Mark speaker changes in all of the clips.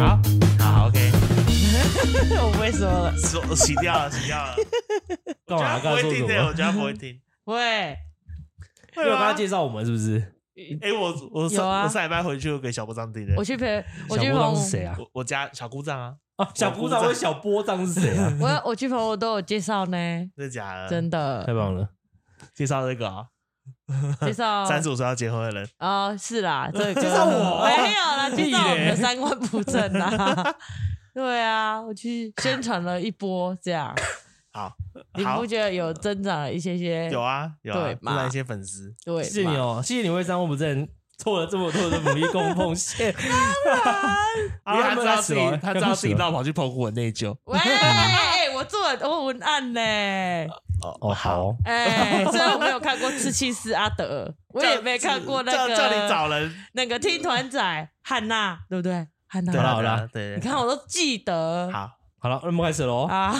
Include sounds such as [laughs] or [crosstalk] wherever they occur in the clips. Speaker 1: 哦
Speaker 2: [laughs]
Speaker 3: 洗掉了，洗掉了。
Speaker 2: 干嘛？
Speaker 3: 我觉得他
Speaker 2: 刚
Speaker 3: 不
Speaker 2: 才
Speaker 3: 会
Speaker 2: 说什
Speaker 3: 听
Speaker 2: 么？
Speaker 3: 的，我觉得他不会听。
Speaker 1: 喂，
Speaker 2: 因为我刚刚介绍我们是不是？
Speaker 3: 哎，我我
Speaker 1: 有啊
Speaker 3: 上我上礼拜回去我给小姑丈听的
Speaker 1: 我，去陪我
Speaker 2: 小
Speaker 1: 去
Speaker 2: 波
Speaker 1: 澎？
Speaker 2: 浪是谁啊？
Speaker 3: 我我家小姑丈啊，
Speaker 2: 啊，小鼓掌或小波掌是谁啊
Speaker 1: 我我去朋友都有介绍呢，
Speaker 3: 真的假
Speaker 2: 呃
Speaker 3: 的？
Speaker 1: 真的
Speaker 2: [laughs] 太棒了！
Speaker 3: 介绍这个啊，
Speaker 1: 介绍
Speaker 3: 三十五岁要结婚的人，
Speaker 1: 哦，是啦，这个
Speaker 2: 呃 [laughs] 介绍我啊
Speaker 1: 没有啦，介绍我们
Speaker 2: 屁
Speaker 1: 的
Speaker 2: 嘞
Speaker 1: 三观不正啦。 [laughs] 对啊，我去宣传了一波，这样
Speaker 3: 好，
Speaker 1: 你
Speaker 3: 好
Speaker 1: 不，觉得有增长了一些些？
Speaker 3: 有啊有啊
Speaker 1: 对，嘛
Speaker 3: 突然一些粉丝，
Speaker 1: 对
Speaker 2: 谢谢
Speaker 1: 嘛
Speaker 2: 你哦，谢谢你为三观不正做了这么多的努力供奉献。
Speaker 3: 因
Speaker 2: 因
Speaker 3: 为
Speaker 2: 为
Speaker 3: 啊他
Speaker 2: 他
Speaker 3: 知
Speaker 2: 们
Speaker 3: 道
Speaker 2: 在
Speaker 3: 自
Speaker 2: 死
Speaker 3: 己
Speaker 2: 亡
Speaker 3: 他
Speaker 2: 要
Speaker 3: 知道
Speaker 2: 快
Speaker 3: 自己
Speaker 2: 死了
Speaker 3: 绕跑去澎湖很内疚。
Speaker 1: 喂，哎我做了我文案呢、
Speaker 2: [laughs] 哦，好，
Speaker 1: 哎、
Speaker 2: [laughs]
Speaker 1: 虽然我没有看过《吃气师阿德》，我也没看过那个
Speaker 3: 叫叫你找人，
Speaker 1: 那个听团仔汉娜，对不对？汉娜，
Speaker 3: 对啦
Speaker 2: 好啦，
Speaker 3: 对，啊
Speaker 1: 你看我都记得
Speaker 3: 好，
Speaker 2: 好了，那么开始喽。
Speaker 1: 啊，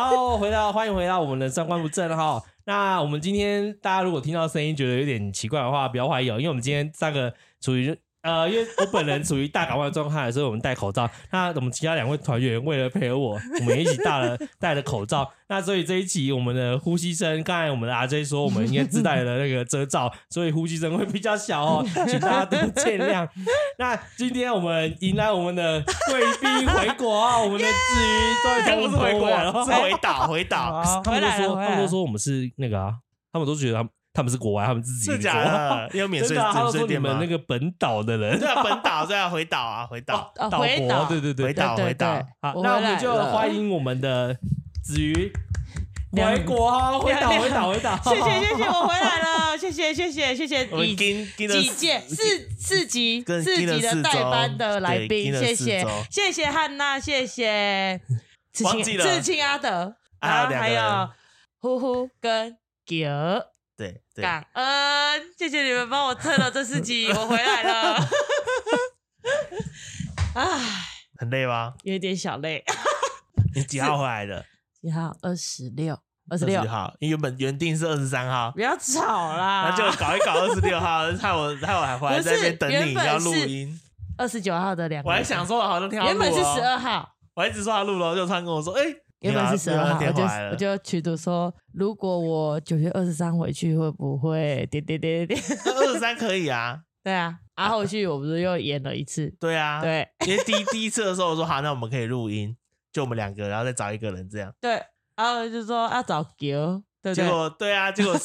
Speaker 2: 好，回到欢迎回到我们的三观不正哈。那我们今天大家如果听到声音觉得有点奇怪的话，不要怀疑哦，因为我们今天三个处于呃，因为我本人处于大感冒的状态，所以我们戴口罩。那我们其他两位团员为了配合
Speaker 1: [laughs]
Speaker 2: 我，我们也一起戴了戴了口罩。那所以这一期我们的呼吸声，刚才我们的 RJ 说我们应该自带了那个遮罩，所以呼吸声会比较小
Speaker 1: [laughs]
Speaker 2: 哦，请大家多见谅。那今天我们迎来我们的贵宾回国啊，我们的至于终于
Speaker 3: 不是
Speaker 2: 从
Speaker 3: 回
Speaker 2: 国
Speaker 3: 国
Speaker 2: [laughs]
Speaker 1: [laughs]
Speaker 2: 来了，哎
Speaker 3: 啊，是回岛，回
Speaker 2: [laughs]
Speaker 3: 岛，
Speaker 1: 好
Speaker 2: 他
Speaker 1: 回
Speaker 2: 们都
Speaker 1: 来了，
Speaker 2: 说，他
Speaker 1: 回来
Speaker 2: 们都
Speaker 1: 了。
Speaker 2: 说我们是那个啊，他们都觉得他们他们是国外，他们自己
Speaker 3: 是假的，也有免
Speaker 2: 真
Speaker 3: 税
Speaker 2: 的啊、他
Speaker 3: 免
Speaker 2: 们
Speaker 3: 税
Speaker 2: 说你
Speaker 3: 店吗
Speaker 2: 们那？个本岛的
Speaker 3: [laughs]
Speaker 2: 人
Speaker 3: 对啊，本岛对啊，回岛啊，回岛，
Speaker 1: 哦
Speaker 2: 岛
Speaker 1: 回
Speaker 2: 国
Speaker 1: 岛
Speaker 2: 对对对
Speaker 3: 回。岛，
Speaker 1: 对对
Speaker 3: 回岛
Speaker 1: 对。
Speaker 2: 好
Speaker 1: 我，
Speaker 2: 那
Speaker 1: 回
Speaker 2: 我们
Speaker 1: 来
Speaker 2: 就
Speaker 1: 了
Speaker 2: 欢迎我们的子瑜
Speaker 1: 两
Speaker 2: 回国啊，回岛
Speaker 1: 两
Speaker 2: 回岛回岛，
Speaker 1: 谢
Speaker 3: [laughs]
Speaker 1: 谢谢谢，我回来了，谢谢谢谢谢谢
Speaker 3: 我们
Speaker 1: 已
Speaker 3: 跟跟了
Speaker 1: 几届四四级
Speaker 3: 跟
Speaker 1: 四
Speaker 3: 跟了
Speaker 1: 级的
Speaker 3: 四
Speaker 1: 代
Speaker 3: 周
Speaker 1: 班的来
Speaker 3: 对
Speaker 1: 宾，
Speaker 3: 跟了
Speaker 1: 谢
Speaker 3: 四
Speaker 1: 谢
Speaker 3: 周
Speaker 1: 谢谢汉娜，
Speaker 3: [laughs]
Speaker 1: 谢谢刺
Speaker 3: 忘
Speaker 1: 青
Speaker 3: 记了
Speaker 1: 刺青阿德，
Speaker 3: 啊
Speaker 1: 然后
Speaker 3: 两
Speaker 1: 还
Speaker 3: 个
Speaker 1: 有
Speaker 3: 人
Speaker 1: 呼呼跟杰儿
Speaker 3: 对对，
Speaker 1: 感恩，谢谢你们帮我撑了这四集，我回来
Speaker 3: [laughs]
Speaker 1: 了。唉，
Speaker 3: 很累吗？
Speaker 1: 有点小累。
Speaker 3: 你几号回来的？
Speaker 1: 几号？二十六，二
Speaker 3: 二
Speaker 1: 十六，
Speaker 3: 号，因为原本原定是二十三号，
Speaker 1: 不要吵啦
Speaker 3: 然后。就搞一搞二十六号， [laughs] 害我害我还回来
Speaker 1: 啊不是
Speaker 3: 在那边等你
Speaker 1: 原本
Speaker 3: 要录
Speaker 1: 是
Speaker 3: 音，
Speaker 1: 二十九号的两个
Speaker 3: 我
Speaker 1: 人，
Speaker 3: 还想说好像挺好
Speaker 1: [laughs] 原
Speaker 3: 录
Speaker 1: 本是十
Speaker 3: 哦，
Speaker 1: 二号，
Speaker 3: 我一直说他录了，就突然跟我说，哎，
Speaker 1: 原本是十二号，
Speaker 3: 你把他
Speaker 1: 我就
Speaker 3: 电话来了
Speaker 1: 我就取赌说，如果我九月二十三回去会不会点点点点 [laughs] 点？
Speaker 3: [laughs] 二十三可以啊，
Speaker 1: 对啊，啊后续我不是又演了一次，
Speaker 3: [laughs] 对啊，，
Speaker 1: [laughs] 对
Speaker 3: 因为第一第一次的时候我说好，那我们可以录音，就我们两个，然后再找一个人这样。
Speaker 1: 对，然后就说要找哥， [laughs] 对不
Speaker 3: 结
Speaker 1: 对？
Speaker 3: 果对啊，结
Speaker 1: [laughs]
Speaker 3: 果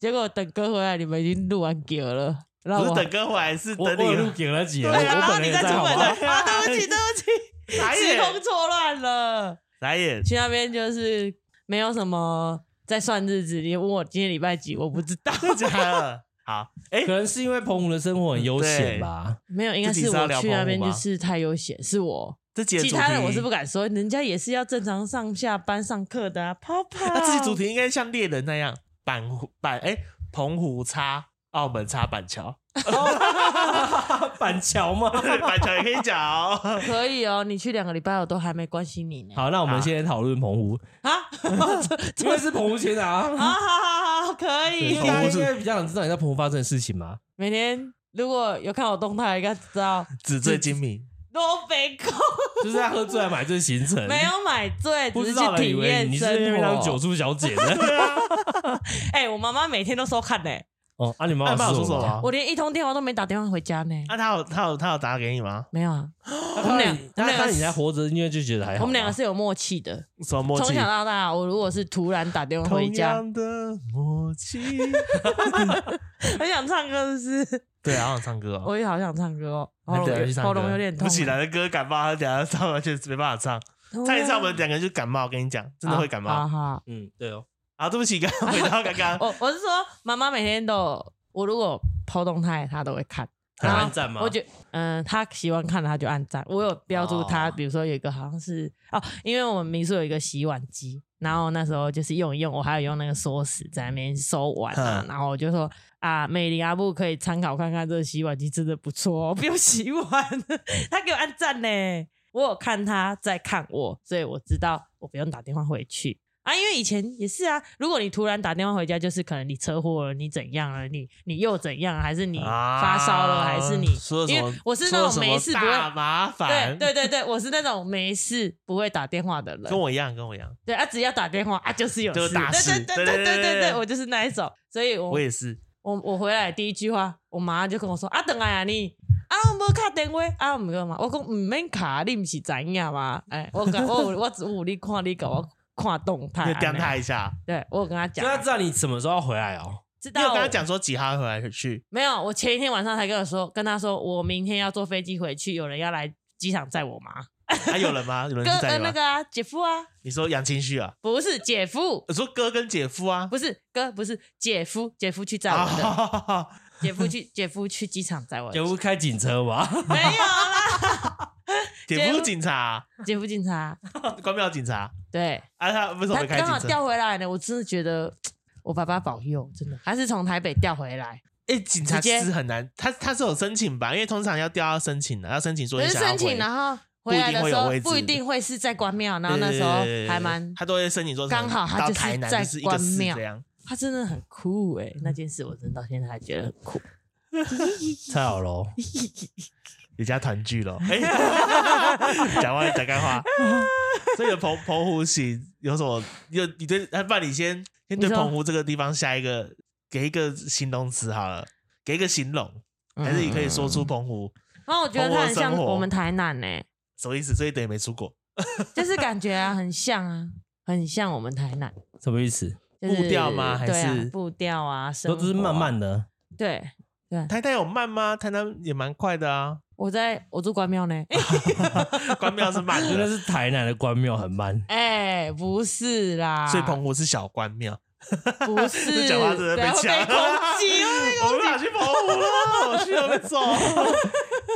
Speaker 1: 结果等哥回来，你们已经录完哥了，然
Speaker 3: 不
Speaker 1: 后
Speaker 3: 是
Speaker 1: 我
Speaker 3: 等哥回来，是
Speaker 2: 我
Speaker 3: 等
Speaker 2: 我
Speaker 3: 你
Speaker 2: 有录给了几，我
Speaker 1: 对啊，然
Speaker 2: 我
Speaker 1: 后
Speaker 2: 本人
Speaker 1: 你
Speaker 2: 也
Speaker 1: 再出
Speaker 2: 在好
Speaker 1: 门
Speaker 2: 吗？
Speaker 1: 了，啊，对不起，
Speaker 3: [laughs]
Speaker 1: 对不起，
Speaker 3: 来
Speaker 1: [laughs] 时
Speaker 3: 也
Speaker 1: 空错乱了。
Speaker 3: 来也
Speaker 1: 去那边就是没有什么在算日子，你问我今天礼拜几，我不知道，
Speaker 3: 真的假的？ [laughs] 好，哎
Speaker 2: 可，能是因为澎湖的生活很悠闲吧，
Speaker 1: 没有，应该
Speaker 3: 自己
Speaker 1: 是
Speaker 3: 是要
Speaker 1: 我
Speaker 3: 聊
Speaker 1: 去
Speaker 3: 澎
Speaker 1: 那
Speaker 3: 湖
Speaker 1: 边就
Speaker 3: 吗
Speaker 1: 是太悠闲，是我。
Speaker 3: 这集的
Speaker 1: 其
Speaker 3: 主
Speaker 1: 他人
Speaker 3: 题
Speaker 1: 我是不敢说，人家也是要正常上下班上课的啊，泡泡。
Speaker 3: 那这集主题应该像猎人那样，板湖板哎，澎湖插澳门插板桥， [laughs]
Speaker 2: 板桥嘛。
Speaker 3: 板桥也可以讲哦。 [laughs]
Speaker 1: 可以哦，你去两个礼拜我都还没关心你呢。
Speaker 2: 好，那我们先讨论澎湖，
Speaker 1: 啊，
Speaker 2: 因为是澎湖县长，
Speaker 1: 好好好好，可以
Speaker 2: 应
Speaker 3: 对。
Speaker 2: 该应该比较想知道你在澎湖发生的事情嘛。
Speaker 1: 每天如果有看我动态，应该
Speaker 2: [laughs]
Speaker 1: 知道
Speaker 3: 纸醉金迷，
Speaker 1: 罗北控
Speaker 2: 就是在喝醉来啊买醉行程，
Speaker 1: 没有
Speaker 2: [laughs]
Speaker 1: 买醉，
Speaker 2: 哎不
Speaker 1: [laughs] 只
Speaker 2: 知
Speaker 1: 是
Speaker 2: 道
Speaker 1: 去
Speaker 2: 的以
Speaker 1: 体
Speaker 2: 为
Speaker 1: 验
Speaker 2: 你是
Speaker 1: 生
Speaker 2: 在那边当酒
Speaker 1: 活。
Speaker 2: 叔小姐
Speaker 3: [laughs]
Speaker 2: 的。
Speaker 1: 哎、我妈妈每天都收看呢、
Speaker 2: 哦，啊，你妈
Speaker 3: 那
Speaker 2: 妈
Speaker 3: 爸
Speaker 2: 说
Speaker 3: 说什
Speaker 2: 么？
Speaker 3: 么？
Speaker 1: 我连一通电话都没打电话回家呢。
Speaker 3: 那
Speaker 2: 啊
Speaker 3: 他有他有他有打给你吗？
Speaker 1: 没有啊，
Speaker 2: 我
Speaker 1: 们俩 [laughs] 我
Speaker 2: 哎他
Speaker 1: 们俩
Speaker 2: 看你还活着，因为就觉得还好吧。
Speaker 1: 我们两个是有默契的。
Speaker 3: 什么默
Speaker 1: 从
Speaker 3: 契？
Speaker 1: 小到大，我如果是突然打电话回
Speaker 3: 同
Speaker 1: 家，
Speaker 3: 样的默契。
Speaker 1: 很想唱歌，
Speaker 3: [laughs]
Speaker 1: 是不是？
Speaker 3: 对啊，好想唱歌哦。
Speaker 1: 我也好想唱歌哦，喉
Speaker 3: 那等下去
Speaker 1: 咙
Speaker 3: 唱
Speaker 1: 喉
Speaker 3: 歌
Speaker 1: 咙有点痛。
Speaker 3: 不起来的歌感冒，他等下唱完全没办法唱。
Speaker 1: 对啊，啊
Speaker 3: 唱一唱，我们两个人就感冒，我跟你讲，真的会感
Speaker 1: 好
Speaker 3: 冒。
Speaker 1: 哦好好
Speaker 2: 嗯，对哦，
Speaker 3: 啊，对不起，刚刚回到刚
Speaker 1: [laughs]
Speaker 3: 刚，
Speaker 1: 我我是说，妈妈每天都有，我如果抛动态，她都会看。
Speaker 3: 啊
Speaker 2: 她
Speaker 1: 然后
Speaker 2: 按赞吗
Speaker 1: 我觉嗯，她喜欢看的，她就按赞。我有标注她，
Speaker 2: 哦
Speaker 1: 比如说有一个好像是哦，因为我们民宿有一个洗碗机，然后那时候就是用一用，我还有用那个锁匙在那边收碗啊，
Speaker 3: 嗯
Speaker 1: 然后我就说啊，美玲阿布可以参考看看，这个洗碗机真的不错、哦，不用洗碗。 [laughs] 她给我按赞呢，我有看她在看我，所以我知道我不用打电话回去。啊，因为以前也是啊，如果你突然打电话回家，就是可能你车祸了，你怎样了，你你又怎样，还是你发烧了，还是你
Speaker 3: 啊说什
Speaker 1: 因
Speaker 3: 么
Speaker 1: 为？我是那
Speaker 3: 说
Speaker 1: 种
Speaker 3: 什么
Speaker 1: 没事不会
Speaker 3: 大麻烦，
Speaker 1: 对对对对，我是那种没事不会打电话的人
Speaker 3: 跟。我一样，跟我一样，
Speaker 1: 对啊，只要打电话啊，就是有
Speaker 3: 就
Speaker 1: 事。
Speaker 3: 是大事
Speaker 1: 对
Speaker 3: 对
Speaker 1: 对
Speaker 3: 对
Speaker 1: 对对
Speaker 3: 对
Speaker 1: 对
Speaker 3: 对
Speaker 1: 对，我就是那一种。所以我
Speaker 3: 我也是。
Speaker 1: 我我回来第一句话，我妈就跟我说：“啊，等下呀你啊，我无卡电话啊，唔干嘛？”我讲唔免卡，你唔是知影吗？哎、我跟我有我只有你看你给我看动态，
Speaker 3: 就刁他一下。
Speaker 1: 这样。对我有跟他
Speaker 2: 就
Speaker 1: 讲，
Speaker 2: 要知道你什么时候要回来哦。
Speaker 1: 知
Speaker 3: 你有
Speaker 1: 道
Speaker 3: 跟他
Speaker 1: 我
Speaker 3: 讲说几哈回来
Speaker 1: [laughs]
Speaker 3: 去？
Speaker 1: 没有？我前一天晚上才跟我说，跟他说我明天要坐飞机回去，有人要来机场载我吗？
Speaker 3: 还啊有人吗？有人
Speaker 1: 跟
Speaker 3: 是在
Speaker 1: 跟
Speaker 3: 吗
Speaker 1: 那？个啊，姐夫啊，
Speaker 3: 你说杨清旭啊？
Speaker 1: 不是姐夫，
Speaker 3: 我说哥跟姐夫啊？
Speaker 1: 不是哥，不是姐夫，姐夫去载我的，
Speaker 3: 啊，
Speaker 1: 姐夫去姐夫去机场载我的，
Speaker 2: 就开警车
Speaker 1: [laughs]
Speaker 2: 吧，
Speaker 1: 没有啦，
Speaker 3: [laughs] 姐夫是警察，啊
Speaker 1: 姐夫警察。啊
Speaker 3: 关庙警察。
Speaker 1: 对，
Speaker 3: 啊，他为什么
Speaker 1: 他
Speaker 3: 没开
Speaker 1: 刚好
Speaker 3: 警车？
Speaker 1: 调回来呢，我真的觉得我爸爸保佑，真的，他是从台北调回来，
Speaker 3: 哎，警察
Speaker 1: 直接
Speaker 3: 其实很难，他他是有申请吧？因为通常要调要申请的，要申请说
Speaker 1: 可
Speaker 3: 你
Speaker 1: 是
Speaker 3: 想要
Speaker 1: 申
Speaker 3: 回
Speaker 1: 请，然后回来的
Speaker 3: 不一定会
Speaker 1: 时
Speaker 3: 有
Speaker 1: 候
Speaker 3: 位置
Speaker 1: 不一定会是在关庙，然后
Speaker 3: 对
Speaker 1: 那
Speaker 3: 对
Speaker 1: 时候
Speaker 3: 对对对
Speaker 1: 还蛮，
Speaker 3: 他都会申请说
Speaker 1: 刚好他
Speaker 3: 到
Speaker 1: 就是
Speaker 3: 台南
Speaker 1: 在
Speaker 3: 就是一个市
Speaker 1: 关庙
Speaker 3: 这样。
Speaker 1: 他真的很酷哎、那件事我真的到现在还觉得很酷。
Speaker 2: 太好哦喽。
Speaker 3: 人家团聚
Speaker 1: [laughs]
Speaker 3: 了，哎、 [laughs] 讲话讲干话。所以澎澎湖喜有什么？有你对，那不然你先先对
Speaker 1: 你说
Speaker 3: 澎湖这个地方下一个给一个形容词好了，给一个形容，
Speaker 1: 嗯
Speaker 3: 还是你可以说出澎湖
Speaker 1: 然后我觉得他很像
Speaker 3: 生活
Speaker 1: 我们台南呢、
Speaker 3: 什么意思？所以等于没出过，
Speaker 1: 就是感觉啊，很像啊，很像我们台南。
Speaker 2: 什么意
Speaker 1: [laughs]
Speaker 2: 思？
Speaker 1: 就是
Speaker 3: 步调吗还
Speaker 1: 对啊
Speaker 3: 是
Speaker 1: 步调啊，生
Speaker 2: 都只是慢
Speaker 1: 活啊
Speaker 2: 慢的，
Speaker 1: 对。
Speaker 3: 台南有慢吗？台南也蛮快的啊， [laughs]
Speaker 1: 我在我住关庙呢，
Speaker 3: 关庙是慢
Speaker 2: [laughs] 真的
Speaker 1: [laughs]
Speaker 3: 的，
Speaker 2: 是台南的关庙很慢。
Speaker 1: 哎、不是啦，
Speaker 3: 所以澎湖是小关庙。
Speaker 1: [laughs] 不啊是，
Speaker 3: 这讲话真的
Speaker 1: 等
Speaker 3: 被
Speaker 1: 下
Speaker 3: 抢，
Speaker 1: 会被攻 [laughs] 击，哦
Speaker 3: [laughs] 我
Speaker 1: 会被攻击
Speaker 3: 不想去澎湖了，我去了被
Speaker 1: [laughs]
Speaker 3: 揍。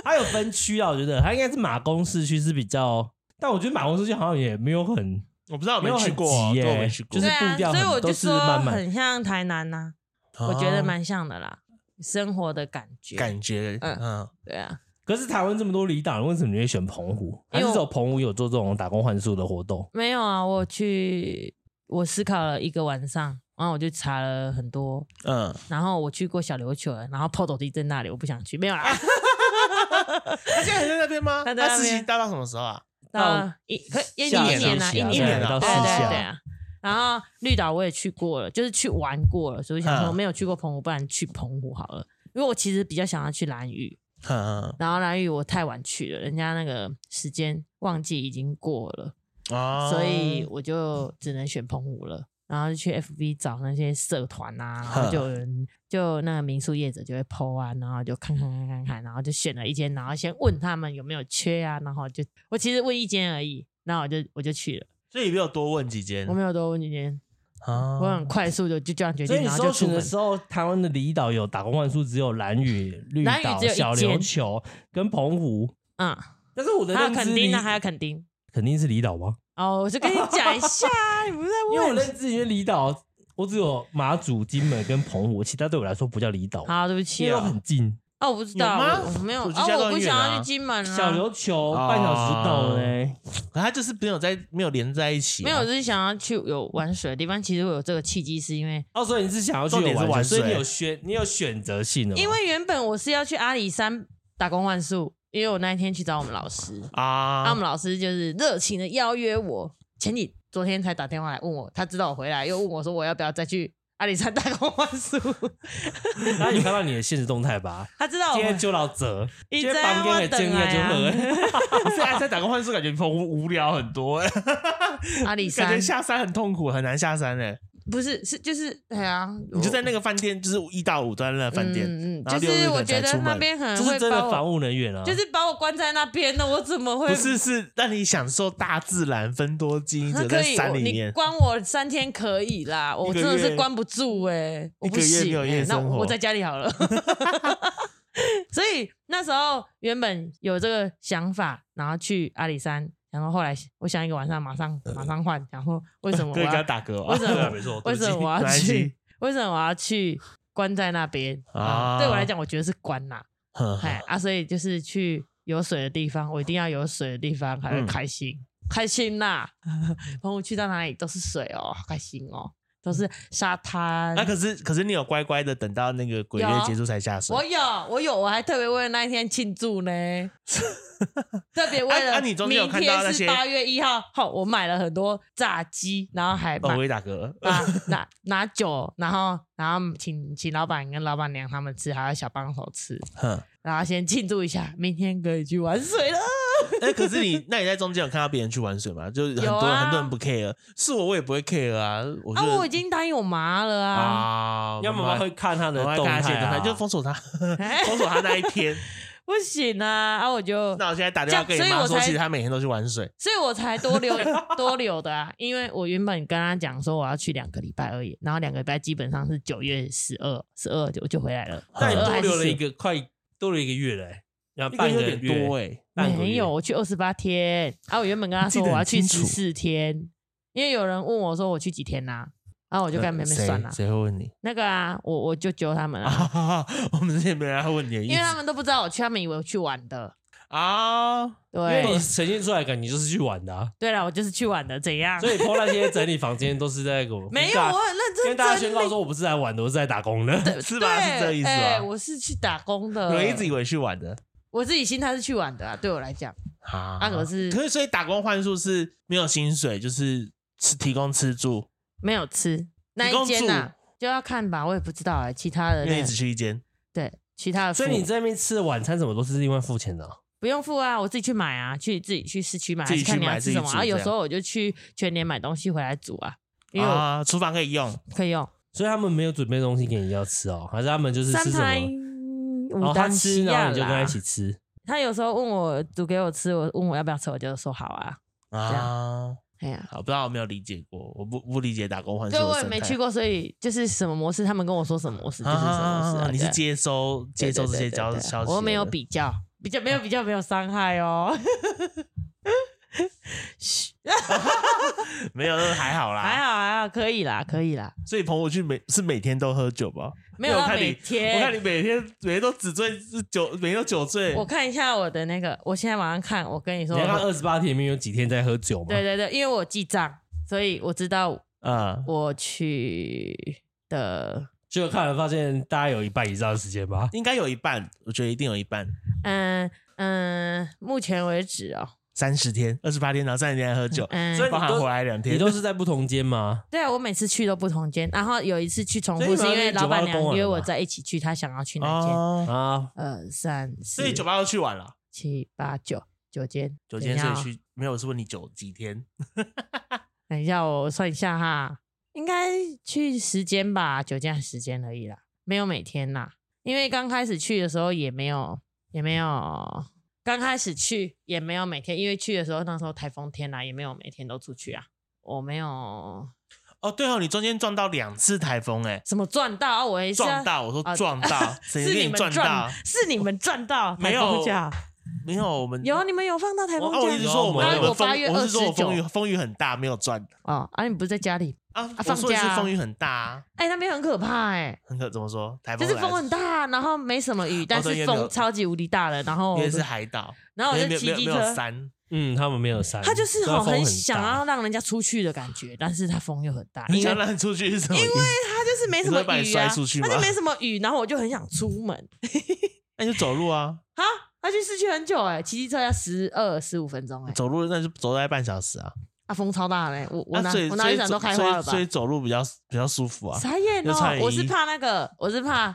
Speaker 2: 它有分区啊，我觉得它应该是马公市区是比较，但我觉得马公市区好像也没有很
Speaker 3: 我不知道，我
Speaker 2: 没有
Speaker 3: 去
Speaker 2: 很
Speaker 3: 过
Speaker 2: 急，耶
Speaker 3: 对我没去过，
Speaker 2: 就是
Speaker 1: 对啊
Speaker 2: 步调
Speaker 1: 所以
Speaker 2: 很
Speaker 1: 我
Speaker 2: 都
Speaker 1: 就是说
Speaker 2: 慢慢
Speaker 1: 很像台南呐、
Speaker 3: 哦
Speaker 1: 我觉得蛮像的啦，生活的感觉，
Speaker 3: 感觉，
Speaker 1: 嗯
Speaker 3: 嗯。
Speaker 1: 对啊，
Speaker 2: 可是台湾这么多离岛，为什么你会选澎湖？还
Speaker 1: 因为
Speaker 2: 是
Speaker 1: 我
Speaker 2: 只有澎湖有做这种打工换宿的活动？
Speaker 1: 没有啊，我去，我思考了一个晚上，然后我就查了很多，
Speaker 3: 嗯，
Speaker 1: 然后我去过小琉球了，然后破斗地在那里，我不想去，没有啦，
Speaker 3: 他现在还在那边吗？
Speaker 1: 他在
Speaker 3: 他
Speaker 1: 那边
Speaker 3: 实习待到什么时候啊？
Speaker 1: 到一可一一
Speaker 2: 下
Speaker 1: 年啊，
Speaker 2: 下
Speaker 1: 一
Speaker 3: 啊
Speaker 1: 年
Speaker 3: 对
Speaker 1: 啊
Speaker 3: 到
Speaker 1: 对
Speaker 3: 下
Speaker 1: 对对啊。然后绿岛我也去过了，就是去玩过了，所以我想说
Speaker 3: 嗯
Speaker 1: 没有去过澎湖，不然去澎湖好了。因为我其实比较想要去蓝屿，
Speaker 3: 嗯
Speaker 1: 然后蓝屿我太晚去了，人家那个时间忘记已经过了，
Speaker 3: 哦
Speaker 1: 所以我就只能选澎湖了。然后就去 FB 找那些社团啊，然后就有人就那个民宿业者就会 PO 啊，然后就看看看看看，然后就选了一间，然后先问他们有没有缺啊，然后就我其实问一间而已，然后我就我就去了，
Speaker 3: 所以没有多问几间
Speaker 2: 嗯
Speaker 1: 我没有多问一间，
Speaker 3: 啊
Speaker 1: 我很快速的就这样决
Speaker 2: 哦所以
Speaker 1: 定，
Speaker 2: 你
Speaker 1: 然后
Speaker 2: 搜
Speaker 1: 就出
Speaker 2: 寻
Speaker 1: 门
Speaker 2: 的。时候，台湾的离岛有打工换宿，只有蓝屿、绿
Speaker 1: 蓝屿
Speaker 2: 岛、
Speaker 1: 只有一
Speaker 2: 小琉
Speaker 1: 间
Speaker 2: 球跟澎湖。
Speaker 1: 嗯，
Speaker 2: 但是我的
Speaker 1: 还有
Speaker 2: 认知
Speaker 1: 垦
Speaker 2: 里
Speaker 1: 丁呢，还有垦丁。
Speaker 2: 肯定是离岛吗？
Speaker 1: 哦，我就跟你讲
Speaker 2: [laughs]
Speaker 1: 一下，你不是在
Speaker 2: 因为我
Speaker 1: 问。
Speaker 2: 认知里面离岛，我只有马祖、金门跟澎湖，其他对我来说不叫离岛，
Speaker 1: 好，对不
Speaker 2: 因
Speaker 1: 起
Speaker 2: 为都
Speaker 1: 哦。
Speaker 2: 很近。
Speaker 1: 哦，我不知道，
Speaker 3: 有吗
Speaker 1: 我我没有，
Speaker 3: 我
Speaker 1: 哦
Speaker 3: 觉得家，都
Speaker 1: 我不
Speaker 3: 很远
Speaker 1: 想
Speaker 3: 啊
Speaker 1: 要去金门啊，
Speaker 2: 小琉球半小时就到了欸嘞，
Speaker 3: 可他就是没有在没有连在一起啊，
Speaker 1: 没有，我就是想要去有玩水的地方。其实我有这个契机，是因为
Speaker 2: 哦，所以你是想要去
Speaker 3: 重点是
Speaker 2: 有
Speaker 3: 玩
Speaker 2: 水，所以
Speaker 3: 水
Speaker 2: 你有选，你有选择性
Speaker 3: 啊
Speaker 2: 的吗，
Speaker 1: 因为原本我是要去阿里山打工换宿，因为我那一天去找我们老师，啊、我
Speaker 3: 啊
Speaker 1: 们老师就是热情的邀约我，前几昨天才打电话来问我，他知道我回来，又问我说我要不要再去阿里山打工换宿， [laughs]
Speaker 2: 然后你看到你的现实动态吧，
Speaker 1: 他知道我
Speaker 2: 今天
Speaker 1: 回
Speaker 2: 就到这，
Speaker 1: 哦你
Speaker 2: 今天
Speaker 1: 知道
Speaker 2: 房间也
Speaker 1: 我等
Speaker 2: 正
Speaker 1: 啊
Speaker 2: 业就喝，
Speaker 1: [laughs]
Speaker 3: 现
Speaker 2: 哎
Speaker 3: 在在打工换宿，感觉澎湖无聊很多欸，
Speaker 1: 阿里
Speaker 3: 感觉，
Speaker 1: 山
Speaker 3: 下山很痛苦，很难下山哎。
Speaker 1: 不是是就是对啊，
Speaker 3: 你就在
Speaker 1: 我
Speaker 3: 那个饭店，就是一到五都在那个饭店，
Speaker 1: 嗯嗯，
Speaker 3: 然后
Speaker 1: 就
Speaker 3: 六日
Speaker 1: 是
Speaker 3: 可
Speaker 1: 我
Speaker 3: 能
Speaker 1: 觉
Speaker 3: 才
Speaker 1: 得
Speaker 3: 出
Speaker 1: 那
Speaker 3: 门。
Speaker 1: 边可能
Speaker 2: 这
Speaker 1: 会
Speaker 2: 是真
Speaker 1: 把
Speaker 2: 的
Speaker 1: 我
Speaker 2: 房务人员啊，
Speaker 1: 就是把我关在那边的，我怎么会
Speaker 3: 不是是让你享受大自然，分多精英
Speaker 1: 那
Speaker 3: 者
Speaker 1: 可
Speaker 3: 在
Speaker 1: 以，
Speaker 3: 山
Speaker 1: 我
Speaker 3: 里
Speaker 1: 你
Speaker 3: 面。
Speaker 1: 关我三天可以啦，我
Speaker 3: 一个
Speaker 1: 真的
Speaker 3: 月
Speaker 1: 是关不住哎、我不
Speaker 3: 一个月没
Speaker 1: 行、
Speaker 3: 有
Speaker 1: 欸
Speaker 3: 夜，
Speaker 1: 那
Speaker 3: 生活
Speaker 1: 我在家里好了。 [laughs] 所以那时候原本有这个想法，然后去阿里山，然后后来我想一个晚上，马上马上换，然后为什么我
Speaker 3: 呃 [laughs] 可以跟他
Speaker 1: 要
Speaker 3: 打嗝哦，
Speaker 1: 为什么
Speaker 3: 对啊没错，对不
Speaker 1: 为
Speaker 3: 起
Speaker 1: 什么我
Speaker 3: 没
Speaker 1: 要
Speaker 3: 关
Speaker 1: 去 [laughs]
Speaker 3: 系？
Speaker 1: 为什么我要去关在那边
Speaker 3: 啊
Speaker 1: 啊？对我来讲，我觉得是关啦、
Speaker 3: [laughs] 哼 [laughs]
Speaker 1: 哎啊，所以就是去有水的地方，我一定要有水的地方才会
Speaker 3: 嗯
Speaker 1: 开心。开心呐、 [laughs] 澎湖去到哪里都是水哦，好开心哦，都是沙滩。
Speaker 3: 那可是可是你有乖乖的等到那个鬼月
Speaker 1: 有啊
Speaker 3: 结束才下水
Speaker 1: 我。有，我有，我还特别为了那一天庆祝
Speaker 3: [laughs]
Speaker 1: 呢，特别为
Speaker 3: 啊啊
Speaker 1: 了。
Speaker 3: 你
Speaker 1: 明
Speaker 3: 中
Speaker 1: 天
Speaker 3: 间有看到那些
Speaker 1: 是八月一号，好，我买了很多炸鸡，然后还
Speaker 3: 哦，
Speaker 1: 买
Speaker 3: 我会打嗝。
Speaker 1: 拿拿拿酒，然后然后请请老板跟老板娘他们吃，还有小帮手吃，
Speaker 3: 哼，
Speaker 1: 然后先庆祝一下，明天可以去玩水了。
Speaker 3: [laughs] 哎，可是你那你在中间有看到别人去玩水吗？就是很
Speaker 1: 有
Speaker 3: 多人
Speaker 1: 啊
Speaker 3: 很多人不 care，是我我也不会 care 啊。我觉
Speaker 1: 啊，
Speaker 3: 得
Speaker 1: 我已经答应我妈了 [laughs] 啊，
Speaker 3: 啊，
Speaker 2: 要么
Speaker 3: 妈妈
Speaker 2: 妈会看他的
Speaker 3: 我还
Speaker 2: 动
Speaker 3: 看他写
Speaker 2: 态、
Speaker 3: 的动
Speaker 2: 啊，
Speaker 3: 态，就封锁
Speaker 1: [laughs]
Speaker 3: 他，封锁他那一天。
Speaker 1: 哎不行啊，啊我就，
Speaker 3: 那我现在打电话
Speaker 1: 这
Speaker 3: 跟你
Speaker 1: 样所以
Speaker 3: 妈
Speaker 1: 我
Speaker 3: 说，
Speaker 1: 才
Speaker 3: 其实她每天都去玩水。
Speaker 1: 所以我才多留多留的啊，因为我原本跟她讲说我要去两个礼拜而已，然后两个礼拜基本上是九月十二十二就就回来了，
Speaker 2: 那你
Speaker 1: 12
Speaker 2: 多
Speaker 1: 还是
Speaker 2: 留了一
Speaker 1: 10。
Speaker 2: 个快多了一个月嘞、欸，然后
Speaker 3: 一个
Speaker 2: 半
Speaker 3: 月
Speaker 2: 个
Speaker 3: 有点多哎、欸，
Speaker 2: 半个月
Speaker 1: 没有，我去二十八天啊！我原本跟她
Speaker 3: 记
Speaker 1: 说
Speaker 3: 得
Speaker 1: 我
Speaker 3: 很
Speaker 1: 要去
Speaker 3: 清楚
Speaker 1: 十四天，因为有人问我说我去几天呐、啊，然后我就跟妹妹
Speaker 3: 呃谁
Speaker 1: 算了、
Speaker 3: 谁会问你？ [laughs]
Speaker 1: 那个啊，我我就揪他们
Speaker 3: 啊
Speaker 1: 啊，
Speaker 3: 哈哈哈，我们之前没人来问你的意
Speaker 1: 因为他
Speaker 3: 思
Speaker 1: 们都不知道我去，他们以为我去玩的。
Speaker 3: 啊。
Speaker 2: 因为你
Speaker 1: 对，
Speaker 2: 呈现出来的感觉就是去玩的、啊，
Speaker 1: 对了，我就是去玩的，怎
Speaker 2: [laughs]
Speaker 1: 样？
Speaker 2: 所以 PO 那些整理房间都是在给我
Speaker 1: 啊没
Speaker 2: 跟
Speaker 1: 有，
Speaker 2: 大
Speaker 1: 我很
Speaker 2: 跟
Speaker 1: 认真
Speaker 2: 大家
Speaker 1: 整
Speaker 2: 宣
Speaker 1: 理。
Speaker 2: 告说我不是来玩的，我是在打工的。
Speaker 1: 对
Speaker 3: 是吧是这意思吧
Speaker 1: 哎我是去打工的，
Speaker 3: 我一直以为去玩的
Speaker 1: 我自己心态是去玩的啊，对我来讲，
Speaker 3: 啊
Speaker 1: 啊可是
Speaker 3: 可是所以打工换宿是没有薪水，就是吃提供吃住，
Speaker 1: 没有吃那
Speaker 3: 你
Speaker 1: 一
Speaker 3: 公
Speaker 1: 间呐、就要看吧，我也不知道哎、其他的
Speaker 3: 因
Speaker 1: 那
Speaker 3: 为
Speaker 1: 个
Speaker 3: 你只去一间
Speaker 1: 对其他的
Speaker 2: [laughs]
Speaker 1: 付，
Speaker 2: 所以你在那边吃的晚餐什么都是另外付钱的哦、
Speaker 1: 不用付啊，我自己去买啊，去自己去市区买，
Speaker 3: 自己去
Speaker 1: 还是看你
Speaker 3: 买
Speaker 1: 要
Speaker 3: 自
Speaker 1: 吃
Speaker 3: 己
Speaker 1: 什么
Speaker 3: 煮
Speaker 1: 啊。有
Speaker 3: 这样
Speaker 1: 时候我就去全年买东西回来煮啊，因为我
Speaker 3: 啊，厨房可以用，
Speaker 1: 可以用
Speaker 2: 所以他们没有准备东西给你要吃哦，还是他们就是
Speaker 1: 三
Speaker 2: 吃什
Speaker 1: 胎
Speaker 2: 么？哦，他
Speaker 1: 五单
Speaker 2: 吃，
Speaker 1: 西
Speaker 2: 然
Speaker 1: 亚
Speaker 2: 后你就跟他
Speaker 1: 啦
Speaker 2: 一。起吃。
Speaker 1: 他有时候问我煮给我吃，我问我要不要吃，我就说好啊。这
Speaker 3: 啊。
Speaker 1: 哎呀，
Speaker 3: 好，不知道我没有理解过，我不不理解打工换宿
Speaker 1: 就
Speaker 3: 的生态。
Speaker 1: 我也没去过，所以就是什么模式，他们跟我说什么模式就是什么模式
Speaker 3: 啊
Speaker 1: 啊。
Speaker 3: 你是
Speaker 1: 对
Speaker 3: 接收接
Speaker 1: 对
Speaker 3: 收
Speaker 1: 对
Speaker 3: 这
Speaker 1: 对
Speaker 3: 些
Speaker 1: 对
Speaker 3: 消
Speaker 1: 对
Speaker 3: 消息，
Speaker 1: 我没有。比较，比较
Speaker 3: [laughs]
Speaker 1: 没有比较没有伤害哦。
Speaker 3: 没有，那还好啦，
Speaker 1: [laughs] 还好
Speaker 3: 啊
Speaker 1: 还好，可以啦，可以啦，
Speaker 3: 所以朋友去每是每天都喝酒吧？
Speaker 1: 没有
Speaker 3: 因为我
Speaker 1: 到
Speaker 3: 看你
Speaker 1: 每天。
Speaker 3: 我看你每天每天都只醉是酒，每天都酒醉。
Speaker 1: 我看一下我的那个，我现在马上看。我跟你
Speaker 2: 你
Speaker 1: 说，
Speaker 2: 要看二十八天里面有几天在喝酒吗？
Speaker 1: 对对对，因为我记账，所以我知道
Speaker 3: 啊、
Speaker 1: 我去的，
Speaker 2: 就看了发现大概有一半以上的时间吧。
Speaker 3: 应该有一半，我觉得一定有一半，
Speaker 1: 嗯嗯，目前为止哦，
Speaker 3: 三十天、二十八天，然后三十天还喝酒，
Speaker 1: 嗯
Speaker 3: 所以包含回来两天
Speaker 2: 你都是在不同间吗？
Speaker 1: 对啊，我每次去都不同间，然后有一次去重
Speaker 2: 所以
Speaker 1: 复
Speaker 2: 你
Speaker 1: 是
Speaker 2: 们要
Speaker 1: 因为
Speaker 2: 去酒
Speaker 1: 老
Speaker 2: 吧都
Speaker 1: 板
Speaker 2: 公
Speaker 1: 娘
Speaker 2: 了
Speaker 1: 约我
Speaker 2: 吧
Speaker 1: 在一起去，她想要去哪间？
Speaker 3: 哦，
Speaker 2: 啊，
Speaker 1: 二三四
Speaker 3: 所以酒吧都去完了，
Speaker 1: 七八九九间，
Speaker 3: 酒间
Speaker 1: 等
Speaker 3: 所
Speaker 1: 一
Speaker 3: 以
Speaker 1: 下哦
Speaker 3: 去没有，我是问你酒几天？
Speaker 1: 等一下哦我算一下哈，应该去十间吧，九间还是十间而已啦，没有每天啦，因为刚开始去的时候也没有也没有。刚开始去也没有每天，因为去的时候那时候台风天啦、啊也没有每天都出去啊。我没有
Speaker 3: 哦，对哦，你中间撞到两次台风、欸，
Speaker 1: 什么赚到啊，我也是啊
Speaker 3: 撞到，我说
Speaker 1: 啊
Speaker 3: 撞
Speaker 1: [laughs]
Speaker 3: 到，谁
Speaker 1: 是
Speaker 3: 给
Speaker 1: 你们
Speaker 3: 撞到？
Speaker 1: 是你们赚到
Speaker 3: 没
Speaker 1: 台
Speaker 3: 有
Speaker 1: 风假，
Speaker 3: 没有，我们
Speaker 1: 有啊你们有放到台风
Speaker 3: 哦，我一直
Speaker 1: 假
Speaker 3: 说我们
Speaker 1: 然后
Speaker 3: 我
Speaker 1: 我
Speaker 3: 们风
Speaker 1: 八月，
Speaker 3: 我是说我风雨
Speaker 1: 29
Speaker 3: 风雨很大，没有转
Speaker 1: 哦啊！你不是在家里？
Speaker 3: 啊。我
Speaker 1: 放
Speaker 3: 说的是
Speaker 1: 假啊
Speaker 3: 风雨很大、啊，
Speaker 1: 哎，那边很可怕哎，
Speaker 3: 很可怎么说？台
Speaker 1: 就
Speaker 3: 风
Speaker 1: 是
Speaker 3: 来
Speaker 1: 风很大，然后没什么雨，但
Speaker 3: 哦对因
Speaker 1: 是
Speaker 3: 为没有
Speaker 1: 风超级无敌大的，然后
Speaker 3: 因为是海岛，
Speaker 1: 然后我
Speaker 3: 因
Speaker 1: 就
Speaker 3: 为没有没
Speaker 1: 骑
Speaker 3: 有
Speaker 1: 机
Speaker 3: 没
Speaker 1: 车
Speaker 3: 有，山，啊
Speaker 2: 嗯，他们没有删，
Speaker 1: 他就是
Speaker 2: 所以
Speaker 1: 吼
Speaker 2: 风很
Speaker 1: 很
Speaker 2: 大
Speaker 1: 想要让人家出去的感觉，但是他风又很大，
Speaker 3: 你
Speaker 1: 啊因为
Speaker 3: 想让你出去是什么意思？
Speaker 1: 他就是没什么
Speaker 3: 你说把你
Speaker 1: 雨
Speaker 3: 摔
Speaker 1: 啊，
Speaker 3: 出去吗
Speaker 1: 他就没什么雨，然后我就很想出门
Speaker 3: 那你就走路啊，
Speaker 1: 啊。他去市区很久哎，骑机车要十二十五分钟哎，
Speaker 3: 走路那就走大概半小时啊。
Speaker 1: 啊风超大嘞，我我
Speaker 3: 那
Speaker 1: 拿
Speaker 3: 所以
Speaker 1: 我拿
Speaker 3: 所以
Speaker 1: 雨伞
Speaker 3: 走
Speaker 1: 都开
Speaker 3: 所以
Speaker 1: 花了吧
Speaker 3: 所？以走路比较比较舒服啊。
Speaker 1: 傻眼
Speaker 3: 又穿
Speaker 1: 哦！
Speaker 3: 雨
Speaker 1: 我是
Speaker 3: 衣
Speaker 1: 怕那个，我是怕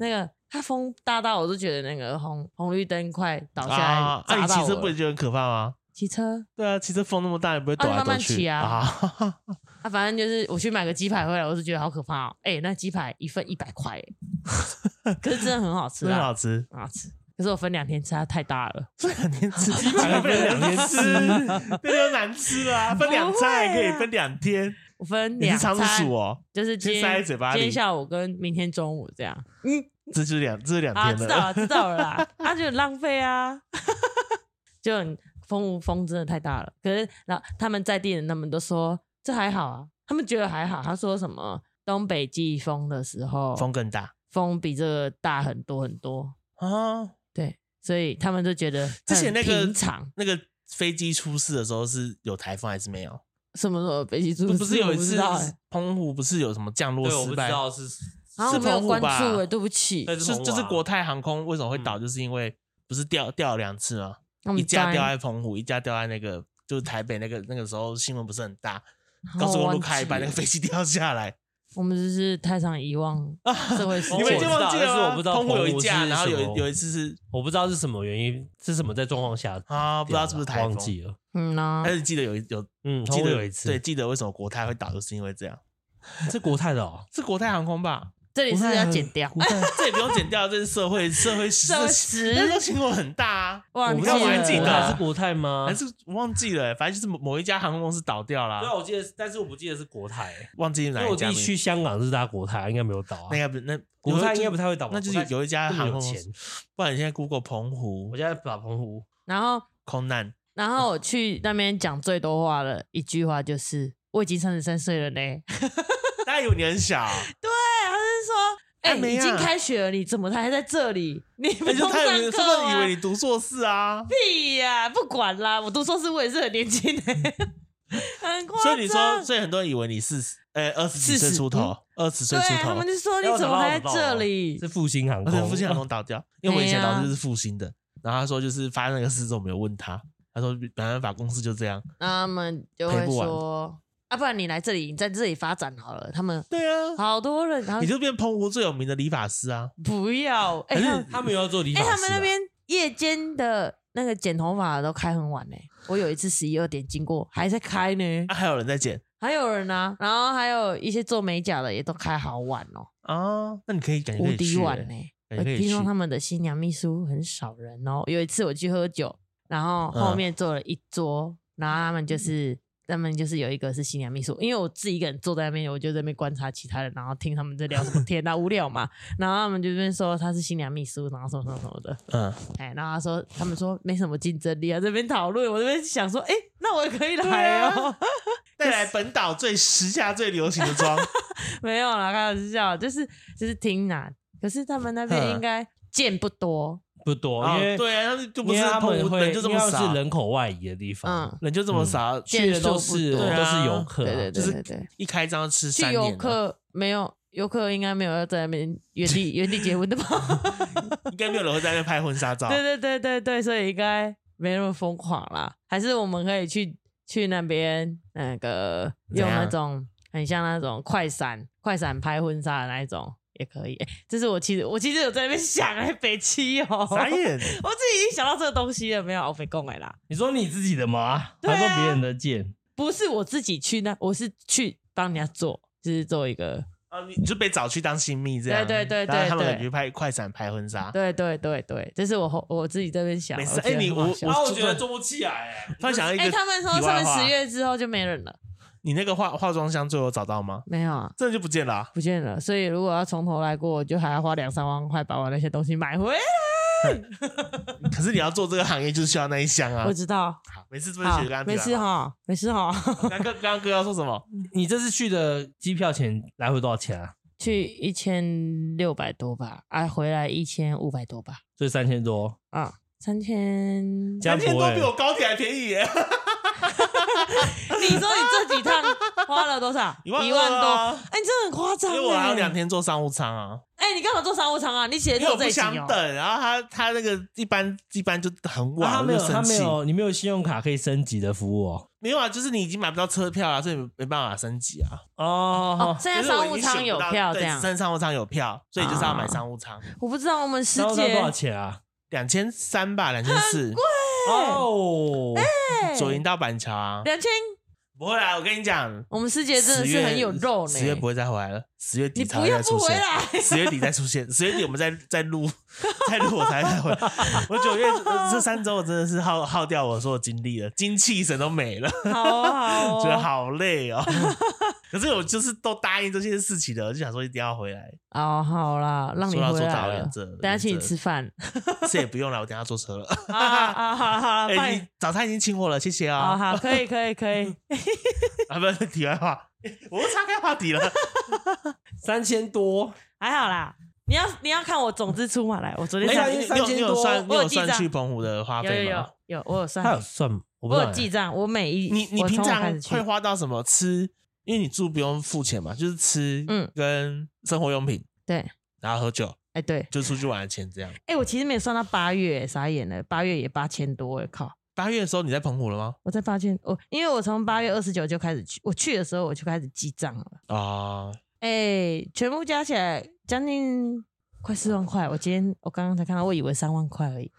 Speaker 1: 那个，它风大到我都觉得那个红红绿灯快倒下来
Speaker 3: 啊，那
Speaker 1: 砸
Speaker 3: 你
Speaker 1: 到
Speaker 3: 骑车
Speaker 1: 我
Speaker 3: 不
Speaker 1: 了。
Speaker 3: 会觉得很可怕吗？
Speaker 1: 骑车
Speaker 3: 对啊，骑车风那么大，你不会
Speaker 1: 啊
Speaker 3: 躲来
Speaker 1: 慢
Speaker 3: 躲
Speaker 1: 慢
Speaker 3: 去
Speaker 1: 骑啊
Speaker 3: 啊？ [laughs]
Speaker 1: 啊，反正就是我去买个鸡排回来，我是觉得好可怕哦。哎，那鸡排一份一百块，
Speaker 3: [laughs]
Speaker 1: 哎可是真的很好吃
Speaker 3: 真的
Speaker 1: 啊
Speaker 3: 好，吃，
Speaker 1: 很好吃。可是我分两天吃，它太大了。
Speaker 3: 这两天 [laughs] 吃鸡
Speaker 2: 排
Speaker 3: 分两天吃
Speaker 2: 分，
Speaker 3: 那就难吃了
Speaker 1: [laughs]
Speaker 3: 啊，分两菜可以分两天。
Speaker 1: 啊我分
Speaker 3: 你
Speaker 1: 两
Speaker 3: 是仓
Speaker 1: 餐，
Speaker 3: 鼠哦，
Speaker 1: 就是今
Speaker 3: 先塞在
Speaker 1: 天
Speaker 3: 嘴巴里
Speaker 1: 今天下午跟明天中午这样。
Speaker 3: 这就是两这是两
Speaker 1: 啊，
Speaker 3: 天
Speaker 1: 知道
Speaker 3: 了。
Speaker 1: 了，知道了啦，
Speaker 3: [laughs]
Speaker 1: 啊，就很浪费啊， [laughs] 就很风无风真的太大了。可是，然后他们在地人他们都说这还好啊，他们觉得还好。他说什么东北季风的时候，
Speaker 3: 风更大
Speaker 1: 风比这个大很多很多，
Speaker 3: 啊！
Speaker 1: 对，所以他们就觉得
Speaker 3: 之前
Speaker 1: 很
Speaker 3: 那个
Speaker 1: 平常
Speaker 3: 那个飞机出事的时候是有台风还是没有？
Speaker 1: 什么时候飞机出
Speaker 3: 不
Speaker 1: 事？
Speaker 3: 不是有一
Speaker 1: 我
Speaker 3: 次
Speaker 1: 知道欸
Speaker 3: 澎湖不是有什么降落
Speaker 2: 对，我
Speaker 3: 失
Speaker 2: 不知
Speaker 3: 败？
Speaker 2: 道是，
Speaker 1: 然后
Speaker 3: 是
Speaker 1: 我没有
Speaker 3: 澎湖
Speaker 1: 关
Speaker 3: 吧
Speaker 1: 注哎，对不起，
Speaker 2: 但
Speaker 3: 是
Speaker 2: 澎湖啊
Speaker 3: 就是国泰航空为什么会倒，就是因为不是掉掉了两次吗？
Speaker 1: 那我
Speaker 3: 一
Speaker 1: 们
Speaker 3: 架
Speaker 1: 家
Speaker 3: 掉在澎湖，一架掉在那个就是台北那个那个时候新闻不是很大，
Speaker 1: 哦
Speaker 3: 高速公路开一半那个飞机掉下来，
Speaker 1: [laughs] 我们就是太常遗忘
Speaker 3: [laughs]
Speaker 1: 社会事
Speaker 3: 你
Speaker 2: 哦我
Speaker 3: 们
Speaker 2: 知
Speaker 3: 已
Speaker 1: 件
Speaker 3: 经
Speaker 2: 道
Speaker 3: 忘
Speaker 1: 了。
Speaker 3: 记了
Speaker 2: 但是
Speaker 3: 吗
Speaker 2: 我不知道
Speaker 3: 澎湖有
Speaker 2: 澎
Speaker 3: 一
Speaker 2: 湖
Speaker 3: 架，
Speaker 2: 是
Speaker 3: 然后
Speaker 2: 什
Speaker 3: 有
Speaker 2: 么
Speaker 3: 有一次是
Speaker 2: 我不知道是什么原因，是什么在状况下掉的，
Speaker 3: 啊，不知道是不是台风
Speaker 2: 忘，记了。
Speaker 1: 嗯呐
Speaker 3: 但，是记得有一有
Speaker 2: 嗯，
Speaker 3: 记
Speaker 2: 记
Speaker 3: 得
Speaker 2: 得有一次，
Speaker 3: 对，，记得为什么国泰会倒，就是因为这样，
Speaker 2: 是国泰的
Speaker 1: [laughs]
Speaker 2: 哦，
Speaker 3: 是国泰航空吧？
Speaker 1: 这里是不是要剪掉。
Speaker 2: 国泰
Speaker 3: [laughs] 这也不用剪掉，这是社会社会实
Speaker 1: 社会
Speaker 3: 事
Speaker 1: 实哦
Speaker 3: 那时候新闻很大啊，
Speaker 1: 忘
Speaker 3: 我
Speaker 1: 记
Speaker 3: 不知道我还记
Speaker 2: 国
Speaker 3: 得
Speaker 2: 泰
Speaker 3: 啊
Speaker 2: 是国泰吗？
Speaker 3: 还是我忘记了欸，反正就是某某一家航空公司倒掉
Speaker 2: 对
Speaker 3: 了
Speaker 2: 啊，，我记得，但是我不记得是国泰，欸
Speaker 3: 忘记
Speaker 2: 因
Speaker 3: 哪
Speaker 2: 为
Speaker 3: 一
Speaker 2: 我
Speaker 3: 家
Speaker 2: 弟
Speaker 3: 名字。
Speaker 2: 去香港是搭国泰，应该没有倒啊
Speaker 3: 那。应该不那
Speaker 2: 国泰应该不
Speaker 3: 太，
Speaker 2: 太会倒吧，
Speaker 3: 那就是
Speaker 2: 国泰
Speaker 3: 有一家
Speaker 2: 这么
Speaker 3: 航
Speaker 2: 有
Speaker 3: 空公
Speaker 2: 钱
Speaker 3: 司。，不然你现在 Google 澎湖
Speaker 2: 我现在把澎湖
Speaker 1: 然后，
Speaker 3: 空难，
Speaker 1: 然后我去那边讲最多话了，一句话就是我已经三十三岁了嘞。
Speaker 3: 大家以为你很小，
Speaker 1: [laughs]
Speaker 3: 啊
Speaker 1: 对，他是说，哎、
Speaker 3: 还没
Speaker 1: 已
Speaker 3: 啊
Speaker 1: 经开学了，你怎么还在这里？ [laughs] 你不
Speaker 3: 那哎就
Speaker 1: 用
Speaker 3: 他以为
Speaker 1: 上
Speaker 3: 是不是
Speaker 1: 课
Speaker 3: 以
Speaker 1: 吗
Speaker 3: 为？你读硕士啊？
Speaker 1: 屁呀、不管啦，我读硕士我也是很年轻的、 [laughs] 很夸张。
Speaker 3: 所以你说，所以很多人以为你四十，呃，二十几岁
Speaker 1: 40
Speaker 3: 出头，二十岁
Speaker 1: 嗯对啊
Speaker 3: 出
Speaker 1: 他
Speaker 3: 头
Speaker 1: 们，就说你怎么还在
Speaker 3: 哦
Speaker 1: 这里
Speaker 2: 是？复兴航
Speaker 3: 而且
Speaker 2: 空，
Speaker 3: 哦复兴
Speaker 2: [laughs]
Speaker 3: 航空倒掉，因为我以前
Speaker 1: 对啊
Speaker 3: 老师是复兴的，然后他说就是发生那个事之后没有问他，他说没办法，公司就这样。
Speaker 1: 那他们就
Speaker 3: 赔
Speaker 1: 会
Speaker 3: 不完
Speaker 1: 说，啊，不然你来这里，你在这里发展好了。
Speaker 3: [laughs]
Speaker 1: 他们
Speaker 3: 对啊，
Speaker 1: 好多人，然后
Speaker 3: 你就变澎湖最有名的理发师啊，
Speaker 1: 不要，哎、
Speaker 3: 还是
Speaker 1: 他们
Speaker 2: 他们有要做理发
Speaker 1: 哎、
Speaker 2: 师啊，
Speaker 1: 他们那边夜间的那个剪头发都开很晚呢、我有一次十一二点经过，还在开呢。
Speaker 3: 啊还有人在剪
Speaker 1: 还有人啊，然后还有一些做美甲的也都开好晚哦，
Speaker 3: 啊，那你可以感觉可
Speaker 1: 无
Speaker 3: 以
Speaker 1: 敌
Speaker 3: 去
Speaker 1: 晚呢、
Speaker 3: 欸，哎
Speaker 1: 我
Speaker 3: 可以
Speaker 1: 听说
Speaker 3: 去
Speaker 1: 他们的新娘秘书很少人哦。有一次我去喝酒，然后后面坐了一桌，然后他们就是
Speaker 3: 嗯
Speaker 1: 他们就是有一个是新娘秘书，因为我自己一个人坐在那边，我就在那边观察其他人，然后听他们在聊什么天啊无聊嘛。然后他们就在那边说她是新娘秘书，然后什么什么什么的，
Speaker 3: 嗯，
Speaker 1: 哎，然后他说他们说没什么竞争力啊，这边讨论，我这边想说，哎，那我也可以来
Speaker 3: 对啊
Speaker 1: 哦。 [laughs]
Speaker 3: 带来本岛最时下最流行的
Speaker 1: [laughs]
Speaker 3: 妆，
Speaker 1: 没有啦，开玩笑，就是就是听啦。可是他们那边
Speaker 3: 嗯
Speaker 1: 应该见不多，
Speaker 2: 不
Speaker 1: 哦
Speaker 2: 多，
Speaker 3: 啊
Speaker 2: 因为
Speaker 3: 对啊，就不
Speaker 2: 因
Speaker 3: 是
Speaker 2: 为他
Speaker 3: 澎
Speaker 2: 们
Speaker 3: 湖
Speaker 2: 会
Speaker 3: 人就这么
Speaker 2: 因为他们
Speaker 3: 少
Speaker 2: 是，人口外移的地方
Speaker 1: 嗯，
Speaker 3: 人就这么少，
Speaker 2: 去的都是
Speaker 1: 见数不多
Speaker 2: 都是游客啊，
Speaker 1: 嗯对对
Speaker 3: 就
Speaker 1: 对
Speaker 3: 是
Speaker 1: 对对。
Speaker 3: 一开张吃
Speaker 1: 去
Speaker 3: 三
Speaker 1: 游
Speaker 3: 年了，
Speaker 1: 客没有，游客应该没有要在那边
Speaker 3: [laughs]
Speaker 1: 原地原地结婚的吧？
Speaker 3: 应该没有人会在那边拍婚纱照。
Speaker 1: 对对对对对，所以应该没那么疯狂啦。还是我们可以去去那边那个
Speaker 3: 怎
Speaker 1: 用
Speaker 3: 样
Speaker 1: 那种很像那种快闪快闪拍婚纱的那一种也可以。欸这是我其实我其实有在那边想哎、欸北七哦、
Speaker 3: 傻眼，
Speaker 1: 我自己已经想到这个东西了，没有我被供哎啦，
Speaker 2: 你说你自己的吗？
Speaker 1: 对啊
Speaker 2: 还说别人的剑？
Speaker 1: 不是我自己去那，我是去帮人家做，就是做一个，
Speaker 3: 啊，你你就被找去当新密这样，
Speaker 1: 对对对
Speaker 3: 然后他们
Speaker 1: 对
Speaker 3: 可能去拍快闪拍婚纱，
Speaker 1: 对对对对，这是我后我自己这边想。
Speaker 3: 哦没事
Speaker 1: 我觉得
Speaker 3: 欸你
Speaker 1: 很好
Speaker 3: 我
Speaker 1: 笑
Speaker 3: 我啊觉得
Speaker 2: 做不起来，
Speaker 3: 突然想到一
Speaker 1: 哎、
Speaker 3: 个，
Speaker 1: 他们说
Speaker 3: 题外
Speaker 1: 他们
Speaker 3: 话
Speaker 1: 十月之后就没人了，
Speaker 3: 你那个化化妆箱最后找到吗？
Speaker 1: 没有啊，
Speaker 3: 真的就不见了
Speaker 1: [laughs]
Speaker 3: 啊、
Speaker 1: 不见了。所以如果要从头来过，我就还要花两三万块把我那些东西买回来。
Speaker 3: 可是你要做这个行业，就是需要那一箱啊
Speaker 1: 我。知道，
Speaker 3: 好没事，不是
Speaker 1: 好
Speaker 3: 学啊刚刚，
Speaker 1: 没事。哈，没事哈。
Speaker 3: [laughs] 刚刚刚刚哥要说什么？
Speaker 2: 你这次去的机票钱来回多少钱啊？
Speaker 1: 去一千六百多吧，啊，回来一千五百多吧，
Speaker 2: 就三千多，
Speaker 1: 啊，三千。
Speaker 2: 这样
Speaker 3: 天
Speaker 2: 不
Speaker 3: 都
Speaker 2: 会
Speaker 3: 比我高铁还便宜耶！
Speaker 1: 你说你这几趟花了
Speaker 3: [laughs]
Speaker 1: 多少？
Speaker 3: 一万
Speaker 1: 一万
Speaker 3: 二
Speaker 1: 多。
Speaker 3: 啊
Speaker 1: 哎、你真的很夸张、
Speaker 3: 因
Speaker 1: 欸。
Speaker 3: 为我还有两。天坐商务舱啊，
Speaker 1: 哎、你干嘛做商务舱啊？你写
Speaker 3: 因为
Speaker 1: 的
Speaker 3: 我
Speaker 1: 就
Speaker 3: 不
Speaker 1: 这一集
Speaker 3: 想
Speaker 1: 哦。
Speaker 3: 等。然后他他那个一般一般就很晚，
Speaker 2: 啊他
Speaker 3: 我
Speaker 2: 没
Speaker 3: 就
Speaker 2: 有，他
Speaker 3: 生
Speaker 2: 没
Speaker 3: 气。
Speaker 2: 有，你没有信用卡可以升级的服务哦。
Speaker 3: 没有啊，就是你已经买不到车票啊，所以没办法升级啊。
Speaker 1: 哦
Speaker 2: 哦，，
Speaker 1: 现在
Speaker 3: 就是我已
Speaker 1: 商务
Speaker 3: 经选
Speaker 1: 舱有
Speaker 3: 不到
Speaker 1: 票这
Speaker 3: 对，
Speaker 1: 样啊
Speaker 3: 只，剩商务舱有票，所以就是要买商务舱，
Speaker 1: 我不知道我们师
Speaker 2: 然后
Speaker 1: 姐
Speaker 2: 多少钱啊？
Speaker 3: 两千三吧，两千四，
Speaker 2: 哦，
Speaker 1: 哎
Speaker 3: 左营到板桥啊。
Speaker 1: 两千，
Speaker 3: 不会啊，我跟你讲，
Speaker 1: 我们师姐真的
Speaker 3: 十
Speaker 1: 是
Speaker 3: 月
Speaker 1: 很有肉呢。
Speaker 3: 十月不会再回来了，十月底
Speaker 1: 你
Speaker 3: 才
Speaker 1: 不
Speaker 3: 会
Speaker 1: 要
Speaker 3: 再
Speaker 1: 不
Speaker 3: 出
Speaker 1: 回
Speaker 3: 现。
Speaker 1: 来，
Speaker 3: 十月底再出现，十月底我们再 [laughs] 再录，再录我才再回来。
Speaker 1: [laughs]
Speaker 3: 我九月这三周我真的是耗耗掉我所有精力了，精气神都没了，
Speaker 1: [laughs] 好哦好哦
Speaker 3: 觉得好累
Speaker 1: [laughs]
Speaker 3: 哦。可是我就是都答应这些事情了，我就想说一定要回来。
Speaker 1: 哦，好啦，让你
Speaker 3: 说到
Speaker 1: 回
Speaker 3: 做
Speaker 1: 来
Speaker 3: 到
Speaker 1: 了
Speaker 3: 原。则，
Speaker 1: 等下请你吃
Speaker 3: 饭，
Speaker 1: 饭
Speaker 3: 这也不用了，我等下坐车了。
Speaker 1: 啊啊，好了好了，
Speaker 3: 哎，
Speaker 1: 拜
Speaker 3: 你。早餐已经请我了，谢谢
Speaker 1: 好
Speaker 3: 啊。
Speaker 1: 好，可以可以可以，
Speaker 3: [laughs] 啊，不是题外话， [laughs] 我又岔开话题 [laughs] 了。
Speaker 2: 三千多，
Speaker 1: 还好啦。你要你要看我总支出嘛？来，我昨天
Speaker 3: 哎
Speaker 2: 呀
Speaker 1: 上
Speaker 3: 你
Speaker 2: 因
Speaker 3: 你
Speaker 2: 为三
Speaker 3: 有
Speaker 2: 千
Speaker 3: 你有
Speaker 2: 多
Speaker 3: 算你
Speaker 1: 我有
Speaker 3: 有
Speaker 1: 记
Speaker 3: 算
Speaker 1: 账
Speaker 3: 去澎湖的花
Speaker 1: 有有
Speaker 3: 费
Speaker 1: 有
Speaker 3: 吗？
Speaker 1: 有我有
Speaker 2: 他有
Speaker 1: 算，
Speaker 2: 算吗，我不
Speaker 1: 哎我
Speaker 2: 知
Speaker 1: 有
Speaker 2: 道
Speaker 1: 记
Speaker 2: 欸。
Speaker 1: 账，我每一
Speaker 3: 你你
Speaker 1: 我从
Speaker 3: 平
Speaker 1: 我开
Speaker 3: 常
Speaker 1: 始去
Speaker 3: 会花到什么吃？因为你住不用付钱嘛，就是吃
Speaker 1: 嗯
Speaker 3: 跟生活用品，
Speaker 1: 对，
Speaker 3: 然后喝酒，
Speaker 1: 哎对，
Speaker 3: 就出去玩的钱这样。
Speaker 1: 哎我其实没有算到八月，傻眼了，八月也八千多，我靠。
Speaker 3: 八月的时候你在澎湖了吗？
Speaker 1: 我在八千，我因为我从八月二十九就开始去，我去的时候我就开始记账了，
Speaker 3: 啊，
Speaker 1: 哎、全部加起来将近快四万块。我今天我刚刚才看到，我以为三万块而已。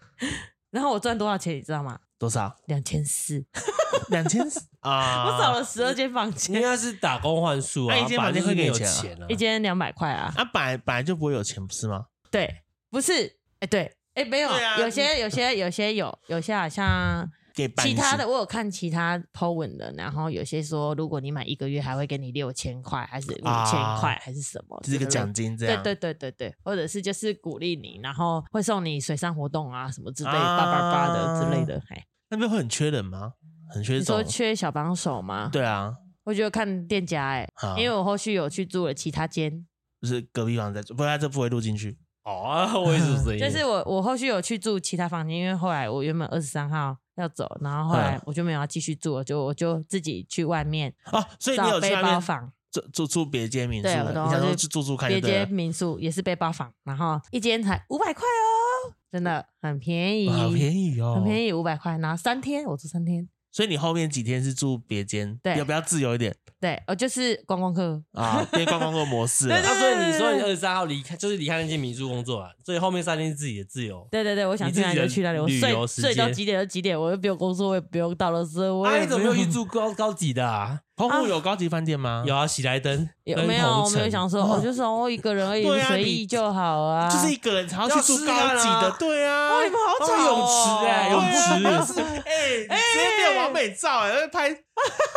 Speaker 1: 然后我赚多少钱，你知道吗？
Speaker 3: 多少？
Speaker 1: 两千四，
Speaker 3: [laughs] 两千 [laughs] 啊！
Speaker 1: 我少了十二间房
Speaker 2: 应
Speaker 1: 间，
Speaker 2: 该是打工换数啊，
Speaker 3: 那一间
Speaker 2: 本来
Speaker 3: 房间
Speaker 2: 就是
Speaker 3: 会给
Speaker 2: 没有
Speaker 3: 钱啊
Speaker 2: 钱啊
Speaker 1: [laughs] 一，间两百块啊。
Speaker 3: 啊，本来本来就不会有钱，不是吗？
Speaker 1: 对，不是，哎、对，哎、没有，
Speaker 3: 对啊
Speaker 1: 有些有些有些有，有些好像
Speaker 3: 给半
Speaker 1: 其他
Speaker 3: 薪
Speaker 1: 的，我有看其他 po 文的，然后有些说，如果你买一个月，还会给你六千块，还是五千
Speaker 3: 啊
Speaker 1: 块，还是什么，
Speaker 3: 就是一个
Speaker 1: 之类的
Speaker 3: 奖金这
Speaker 1: 对
Speaker 3: 样。
Speaker 1: 对对对对，或者是就是鼓励你，然后会送你水上活动啊什么之类，
Speaker 3: 啊
Speaker 1: 叭叭叭的之类的。嘿，
Speaker 3: 那边会很缺人吗？很缺
Speaker 1: 你
Speaker 3: 手
Speaker 1: 说？缺小帮手吗？，
Speaker 3: 对啊，
Speaker 1: 我觉得看店家哎、
Speaker 3: 好
Speaker 1: 因为我后续有去住了其他间，
Speaker 3: 就是隔壁房在做，不然这不会录进去。
Speaker 2: 哦，我也是这意思
Speaker 1: 就是我我后续有去住其他房间，因为后来我原本二十三号要走，然后后来
Speaker 3: 嗯
Speaker 1: 我就没有要继续住了，就我就自己去外面
Speaker 3: 哦，所以你
Speaker 1: 找
Speaker 3: 有去
Speaker 1: 背
Speaker 3: 那
Speaker 1: 包
Speaker 3: 边
Speaker 1: 房。
Speaker 3: 住住住别间民宿
Speaker 1: 对，
Speaker 3: 了，
Speaker 1: 我
Speaker 3: 你
Speaker 1: 都
Speaker 3: 想说
Speaker 1: 是
Speaker 3: 去住住看就
Speaker 1: 别
Speaker 3: 对
Speaker 1: 间
Speaker 3: 了。
Speaker 1: 民宿也是背包房，然后一间才五百块哦，真的很便宜，
Speaker 3: 哇好便宜哦，
Speaker 1: 很便
Speaker 3: 宜。
Speaker 1: 宜，五百块，然后三天我住三天。
Speaker 3: 所以你后面几天是住别间，
Speaker 1: 对
Speaker 3: 要不要自由一点
Speaker 1: 对，我就是观光客。
Speaker 3: 啊？变观光客模
Speaker 1: [laughs]
Speaker 3: 式了。
Speaker 1: 对
Speaker 2: 啊那所以你说你二十三号离开，就是离开那间民宿工作啊，所以后面三天是自己的自由。
Speaker 1: 对对对，我想
Speaker 2: 你
Speaker 1: 去
Speaker 2: 自己
Speaker 1: 哪里就
Speaker 2: 的
Speaker 1: 去哪里，我
Speaker 2: 旅
Speaker 1: 睡
Speaker 2: 游时
Speaker 1: 睡到
Speaker 2: 间
Speaker 1: 几点就几点，我又不用工作，我也不用到了时候，我
Speaker 2: 啊，
Speaker 1: 也
Speaker 2: 你怎么没有
Speaker 1: 不
Speaker 2: 去
Speaker 1: 用？
Speaker 2: 住高高级的啊？
Speaker 3: 澎湖有高级饭店吗？
Speaker 2: 有啊，喜来登
Speaker 1: 有
Speaker 2: 跟
Speaker 1: 嗯没有？
Speaker 2: 同
Speaker 1: 我没有
Speaker 2: 城 [laughs]
Speaker 1: 想说，我哦就说我一个人而已，
Speaker 3: 对啊
Speaker 1: 随
Speaker 3: 你
Speaker 1: 意就好啊。
Speaker 3: 就是一个人才要去住高级
Speaker 2: 要试
Speaker 3: 的
Speaker 2: 啊，
Speaker 3: 对啊。
Speaker 1: 哦，你们好吵
Speaker 2: 哦泳池
Speaker 3: 哎，
Speaker 2: 哎
Speaker 3: 泳
Speaker 2: 泳
Speaker 1: 啊
Speaker 3: 池，
Speaker 2: 池
Speaker 3: 然后是哎，直接变完美照哎，会拍，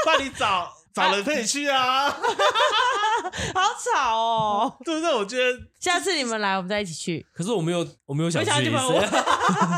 Speaker 3: 帮你找找人可以去啊，
Speaker 1: 好
Speaker 2: [laughs]
Speaker 1: 吵哦！
Speaker 3: 对不对？我觉得
Speaker 1: 下次你们来，我们再一起去。
Speaker 2: 可是我没有，我没有想
Speaker 1: 我想
Speaker 2: 去
Speaker 1: 去
Speaker 2: 一
Speaker 1: 澎
Speaker 2: 次
Speaker 1: 湖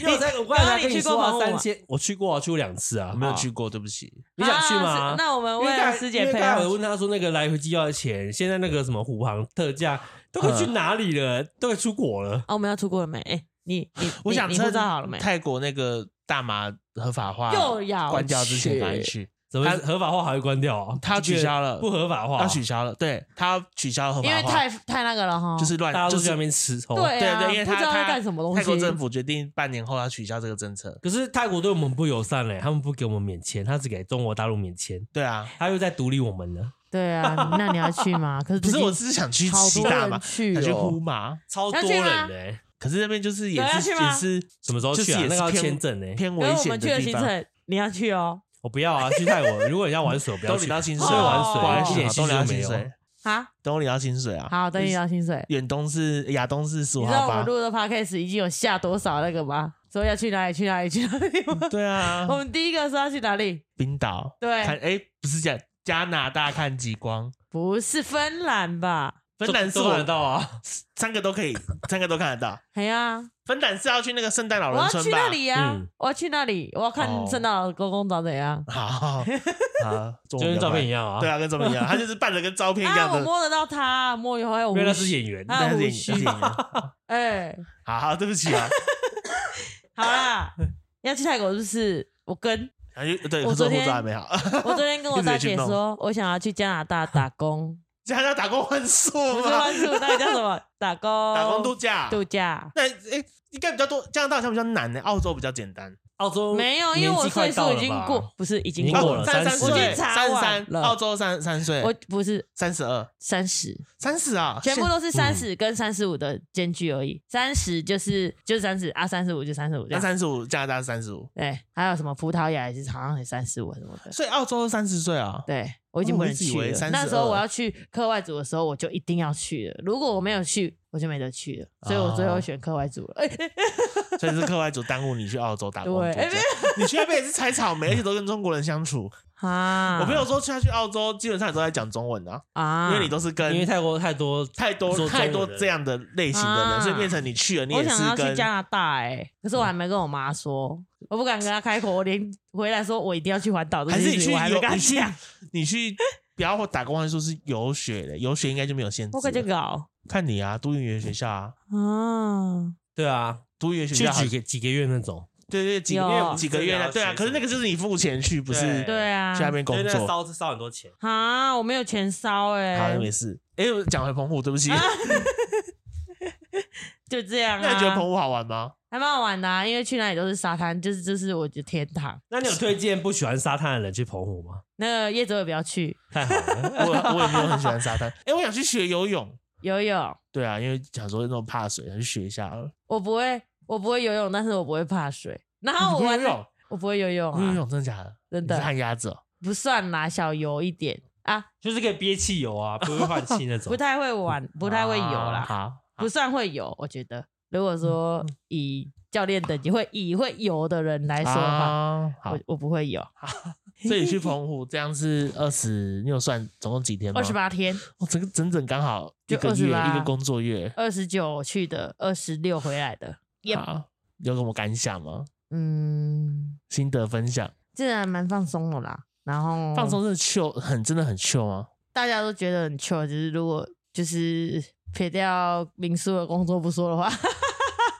Speaker 2: 因为我在我刚才
Speaker 1: 你
Speaker 2: 跟
Speaker 1: 去
Speaker 2: 说
Speaker 1: 过
Speaker 2: [laughs]
Speaker 1: 澎湖
Speaker 2: 啊
Speaker 1: 吗
Speaker 2: 三千，我去过啊，去过两次啊
Speaker 3: 我。没有去过，对不起。
Speaker 2: 你想去
Speaker 1: 啊
Speaker 2: 吗
Speaker 1: 是？那我们
Speaker 2: 因为
Speaker 1: 为
Speaker 2: 刚
Speaker 1: 了
Speaker 2: 才
Speaker 1: 师
Speaker 2: 因
Speaker 1: 姐啊
Speaker 2: 为
Speaker 1: 配
Speaker 2: 刚才我
Speaker 1: 合，
Speaker 2: 问他说那个来回机票的钱，现在那个什么虎航特价都可以去哪里了？都可以出国了。
Speaker 1: 啊，我们要出国了没？哎，你你
Speaker 3: 我
Speaker 1: 你
Speaker 3: 想
Speaker 1: 你护
Speaker 3: 趁
Speaker 1: 照好了没？
Speaker 3: 泰国那个大麻合法化
Speaker 1: 又要
Speaker 3: 关掉之前
Speaker 1: 去
Speaker 3: 赶紧去，
Speaker 2: 怎么
Speaker 3: 他
Speaker 2: 合法化还会关掉啊？
Speaker 3: 他取消了
Speaker 2: 不合法化，啊
Speaker 3: 要取消了，对他要取消合
Speaker 1: 因
Speaker 3: 法
Speaker 1: 为
Speaker 3: 化，
Speaker 1: 太太那个了哈，
Speaker 3: 就是乱
Speaker 2: 大家都
Speaker 3: 就
Speaker 2: 去那
Speaker 3: 是。
Speaker 2: 边吃抽。
Speaker 1: 对
Speaker 3: 对
Speaker 1: 啊
Speaker 3: 对，因为
Speaker 1: 不
Speaker 3: 他
Speaker 1: 知道
Speaker 3: 他
Speaker 1: 在干什么东西。
Speaker 3: 泰国政府决定半年后要取消这个政策。
Speaker 2: 可是泰国对我们不友善嘞，他们不给我们免签，他只给中国大陆免签，
Speaker 3: 对啊，
Speaker 2: 他又在独立我们了，
Speaker 1: 对啊，那你要去吗？可是
Speaker 3: 不是，
Speaker 1: 最近
Speaker 3: 我只是想去
Speaker 1: 好
Speaker 3: 吸
Speaker 1: 多
Speaker 3: 大麻
Speaker 1: 人，去
Speaker 3: 想去呼
Speaker 1: 哦，
Speaker 3: 麻，
Speaker 2: 超
Speaker 1: 要
Speaker 2: 多
Speaker 1: 去吗
Speaker 2: 人嘞。
Speaker 3: 可是那边就是也
Speaker 1: 有要
Speaker 3: 是
Speaker 1: 去吗
Speaker 3: 也是
Speaker 2: 什么时候去
Speaker 3: 就
Speaker 2: 啊
Speaker 3: 是也？是
Speaker 2: 那个要
Speaker 3: 偏
Speaker 2: 签证呢？
Speaker 3: 偏
Speaker 1: 因为
Speaker 3: 危
Speaker 1: 我
Speaker 3: 险
Speaker 1: 们去
Speaker 3: 的
Speaker 1: 的
Speaker 3: 地
Speaker 1: 行
Speaker 3: 方。
Speaker 1: 程你要去哦
Speaker 2: 我不要啊，去泰国。如果你要玩水，我不要
Speaker 3: 都
Speaker 2: 去
Speaker 3: 领。到薪水
Speaker 2: 去
Speaker 3: 啊，
Speaker 2: 玩
Speaker 3: 不
Speaker 2: 水
Speaker 3: 好意思
Speaker 2: 一点
Speaker 3: 都
Speaker 2: 兴
Speaker 3: 领到
Speaker 2: 趣都
Speaker 3: 薪
Speaker 2: 没有
Speaker 3: 水，
Speaker 1: 啊！
Speaker 3: 都领到薪水啊。
Speaker 1: 好，等你到薪水。
Speaker 3: 远东是亚东是十五
Speaker 1: 你知道
Speaker 3: 号
Speaker 1: 我们
Speaker 3: 吧？
Speaker 1: 录的 podcast 已经有下多少那个吗？说要去哪里去哪里去哪里吗？
Speaker 3: 对啊
Speaker 1: [laughs] 我，们第一个说要去哪里？
Speaker 3: 冰岛看
Speaker 1: 对，
Speaker 3: 哎，不是讲加拿大看极光，
Speaker 1: 不是芬兰吧？
Speaker 3: 芬兰是
Speaker 2: 都看得
Speaker 3: 我
Speaker 2: 到啊，
Speaker 3: 三个都可以，三个都看得到。
Speaker 1: 哎呀，
Speaker 3: 芬兰是要去那个圣诞老
Speaker 1: 我
Speaker 3: 人
Speaker 1: 要
Speaker 3: 村
Speaker 1: 去那
Speaker 3: 吧？
Speaker 1: 里呀
Speaker 2: 嗯！
Speaker 1: 我要去那里，我要看
Speaker 3: 哦
Speaker 1: 圣诞老公公长怎样
Speaker 3: 好
Speaker 1: [laughs]
Speaker 3: 好，好
Speaker 2: 就
Speaker 3: 中文
Speaker 2: 跟
Speaker 3: 比较
Speaker 2: 照片
Speaker 3: 快
Speaker 2: 一样啊。
Speaker 3: 对，啊，跟照片一样，他就是扮的跟照片一
Speaker 1: 啊！
Speaker 3: 样
Speaker 1: 我
Speaker 3: 的。
Speaker 1: 摸得到他，摸一会儿
Speaker 2: 因
Speaker 1: 我
Speaker 2: 为
Speaker 1: 呼
Speaker 2: 那是
Speaker 1: 吸。
Speaker 2: 演员。
Speaker 1: 啊
Speaker 3: 但是
Speaker 1: 我
Speaker 3: 演
Speaker 1: 无须
Speaker 3: 是演员
Speaker 1: 哎，
Speaker 3: 好好，对不起
Speaker 1: [laughs]
Speaker 3: 啊，
Speaker 1: 好啦，要去泰国是不是？我
Speaker 3: [laughs]
Speaker 1: 跟
Speaker 3: 然后就哎对，
Speaker 1: 我
Speaker 3: 可是我
Speaker 1: 昨
Speaker 3: 护
Speaker 1: 天
Speaker 3: 照还没好， [laughs]
Speaker 1: 我昨天跟
Speaker 3: 一
Speaker 1: 我
Speaker 3: 直也
Speaker 1: 大
Speaker 3: 去
Speaker 1: 姐
Speaker 3: 弄
Speaker 1: 说，我想要去加拿大打
Speaker 3: [laughs]
Speaker 1: 工，
Speaker 3: 这还要打工换宿
Speaker 1: 不是
Speaker 3: 吗？
Speaker 1: 换宿，那个叫什么？打
Speaker 3: [laughs]
Speaker 1: 工，
Speaker 3: 打工度假，
Speaker 1: 度假。
Speaker 3: 那哎，应该比较多，加拿大好像比较难呢，澳洲比较简单。
Speaker 2: 澳洲
Speaker 1: 没有，因为我岁数已经过，，不是已经
Speaker 2: 已经
Speaker 1: 过
Speaker 2: 过了，
Speaker 1: 了
Speaker 3: 哦三
Speaker 2: 30
Speaker 3: 岁，
Speaker 2: 我
Speaker 1: 去查
Speaker 3: 三三
Speaker 1: 完了
Speaker 3: 澳洲三三岁，
Speaker 1: 我不是
Speaker 3: 三十二，
Speaker 1: 三十，
Speaker 3: 三十啊，
Speaker 1: 全部
Speaker 3: 现
Speaker 1: 都是三十跟三十五的间距而已。三十就是就是三十啊，三十五就三十五这
Speaker 3: 那
Speaker 1: 样。
Speaker 3: 三十五，加拿大是三十五，
Speaker 1: 对，还有什么葡萄牙也是好像也三十五什么的。
Speaker 3: 所以澳洲三十岁啊。
Speaker 1: 对，我已经
Speaker 3: 哦
Speaker 1: 不
Speaker 3: 我一
Speaker 1: 能
Speaker 3: 直以
Speaker 1: 去
Speaker 3: 为
Speaker 1: 了。
Speaker 3: 32
Speaker 1: 那时候我要去课外组的时候，我就一定要去了。如果我没有去，我就没得去了。所以我最后
Speaker 3: 哦
Speaker 1: 选课外组了。 [laughs] 哎、
Speaker 3: 所以是课外组耽误你去澳洲打工度
Speaker 1: 对
Speaker 3: 假
Speaker 1: 哎没有，
Speaker 3: 你去那边也是采草莓，而且都跟中国人相处。
Speaker 1: 啊，
Speaker 3: 我朋友说，去他去澳洲基本上也都在讲中文的啊，
Speaker 1: 啊，
Speaker 3: 因为你都是
Speaker 2: 因为
Speaker 3: 跟
Speaker 2: 泰国太多
Speaker 3: 太多
Speaker 2: 说中文
Speaker 3: 太多
Speaker 2: 的人
Speaker 3: 这样的类型的人，
Speaker 1: 啊
Speaker 3: 所以变成你去了，你
Speaker 1: 我
Speaker 3: 也是
Speaker 1: 想要去
Speaker 3: 跟嗯
Speaker 1: 加拿大哎、可是我还没跟我妈说，我不敢跟她开口，我连回来说我一定要去环岛这
Speaker 3: 还
Speaker 1: 件
Speaker 3: 是你
Speaker 1: 事
Speaker 3: 去
Speaker 1: 情，我还没
Speaker 3: 游
Speaker 1: 跟她
Speaker 3: 你去
Speaker 1: 讲，
Speaker 3: 你去不要打工换宿是游学的，游学应该就没有限制
Speaker 1: 我可就
Speaker 3: 了。
Speaker 1: 搞
Speaker 3: 看你啊，读语言学校啊，
Speaker 1: 啊，
Speaker 2: 对啊，
Speaker 3: 读语言学
Speaker 2: 去
Speaker 3: 校好
Speaker 2: 几个几个月那种，
Speaker 3: 对对，几
Speaker 1: 有
Speaker 3: 月几个月
Speaker 2: 这个
Speaker 3: 的，
Speaker 2: 要
Speaker 3: 对啊。
Speaker 2: 学
Speaker 3: 可是那个就是你付钱去，不是
Speaker 2: 对
Speaker 1: 对啊，
Speaker 3: 去那边工
Speaker 2: 因为那个
Speaker 3: 作。
Speaker 2: 烧烧很多钱，
Speaker 1: 啊，我没有钱烧哎、
Speaker 3: 好，没事。哎，我讲回澎湖，对不起。
Speaker 1: 就这样
Speaker 3: 那你觉得澎
Speaker 1: 啊，
Speaker 3: 湖好玩吗？
Speaker 1: 还蛮好玩的、啊，因为去哪里都是沙滩，就是就是我的天堂。
Speaker 2: 那你有推荐不喜欢沙滩的人去澎湖吗？
Speaker 1: 那个叶子我也不要去
Speaker 2: 太好了，
Speaker 3: 我我也没有很喜欢沙滩。哎，我想去学游泳。
Speaker 1: 游泳，
Speaker 3: 对啊，因为想说那种怕水，想去学一下。
Speaker 1: 我不会，我不会游泳，但是我不会怕水。然后
Speaker 3: 你
Speaker 1: 我
Speaker 3: 不会
Speaker 1: 玩
Speaker 3: 游泳，
Speaker 1: 我不会游泳
Speaker 3: 不会游
Speaker 1: 啊，
Speaker 3: 泳真的假的？你
Speaker 1: 真
Speaker 3: 是
Speaker 1: 的
Speaker 3: 旱鸭子哦。
Speaker 1: 不算啦，小游一点啊，
Speaker 2: 就是可以憋气游啊，不会换气那种
Speaker 1: 不。太会玩，不太会游啦，
Speaker 3: 啊好，嗯
Speaker 1: 不算会游。我觉得，如果说以教练等级会以会游的人来说的话，
Speaker 3: 啊好
Speaker 1: 我，我不会游，
Speaker 3: 所以你去澎湖这样是二十，你有算总共几天吗？
Speaker 1: 二十，八天，
Speaker 3: 我整个整整刚好一
Speaker 1: 就
Speaker 3: 个月
Speaker 1: 28
Speaker 3: 一个工作月。
Speaker 1: 二十九去的，二十六回来的，Yep
Speaker 3: 好，有什么感想吗？
Speaker 1: 嗯，
Speaker 3: 心得分享，
Speaker 1: 这还蛮放松的啦。然后
Speaker 3: 放松是 chill，很真的很 chill 吗？
Speaker 1: 大家都觉得很 chill，就是如果就是撇掉民宿的工作不说的话， [laughs]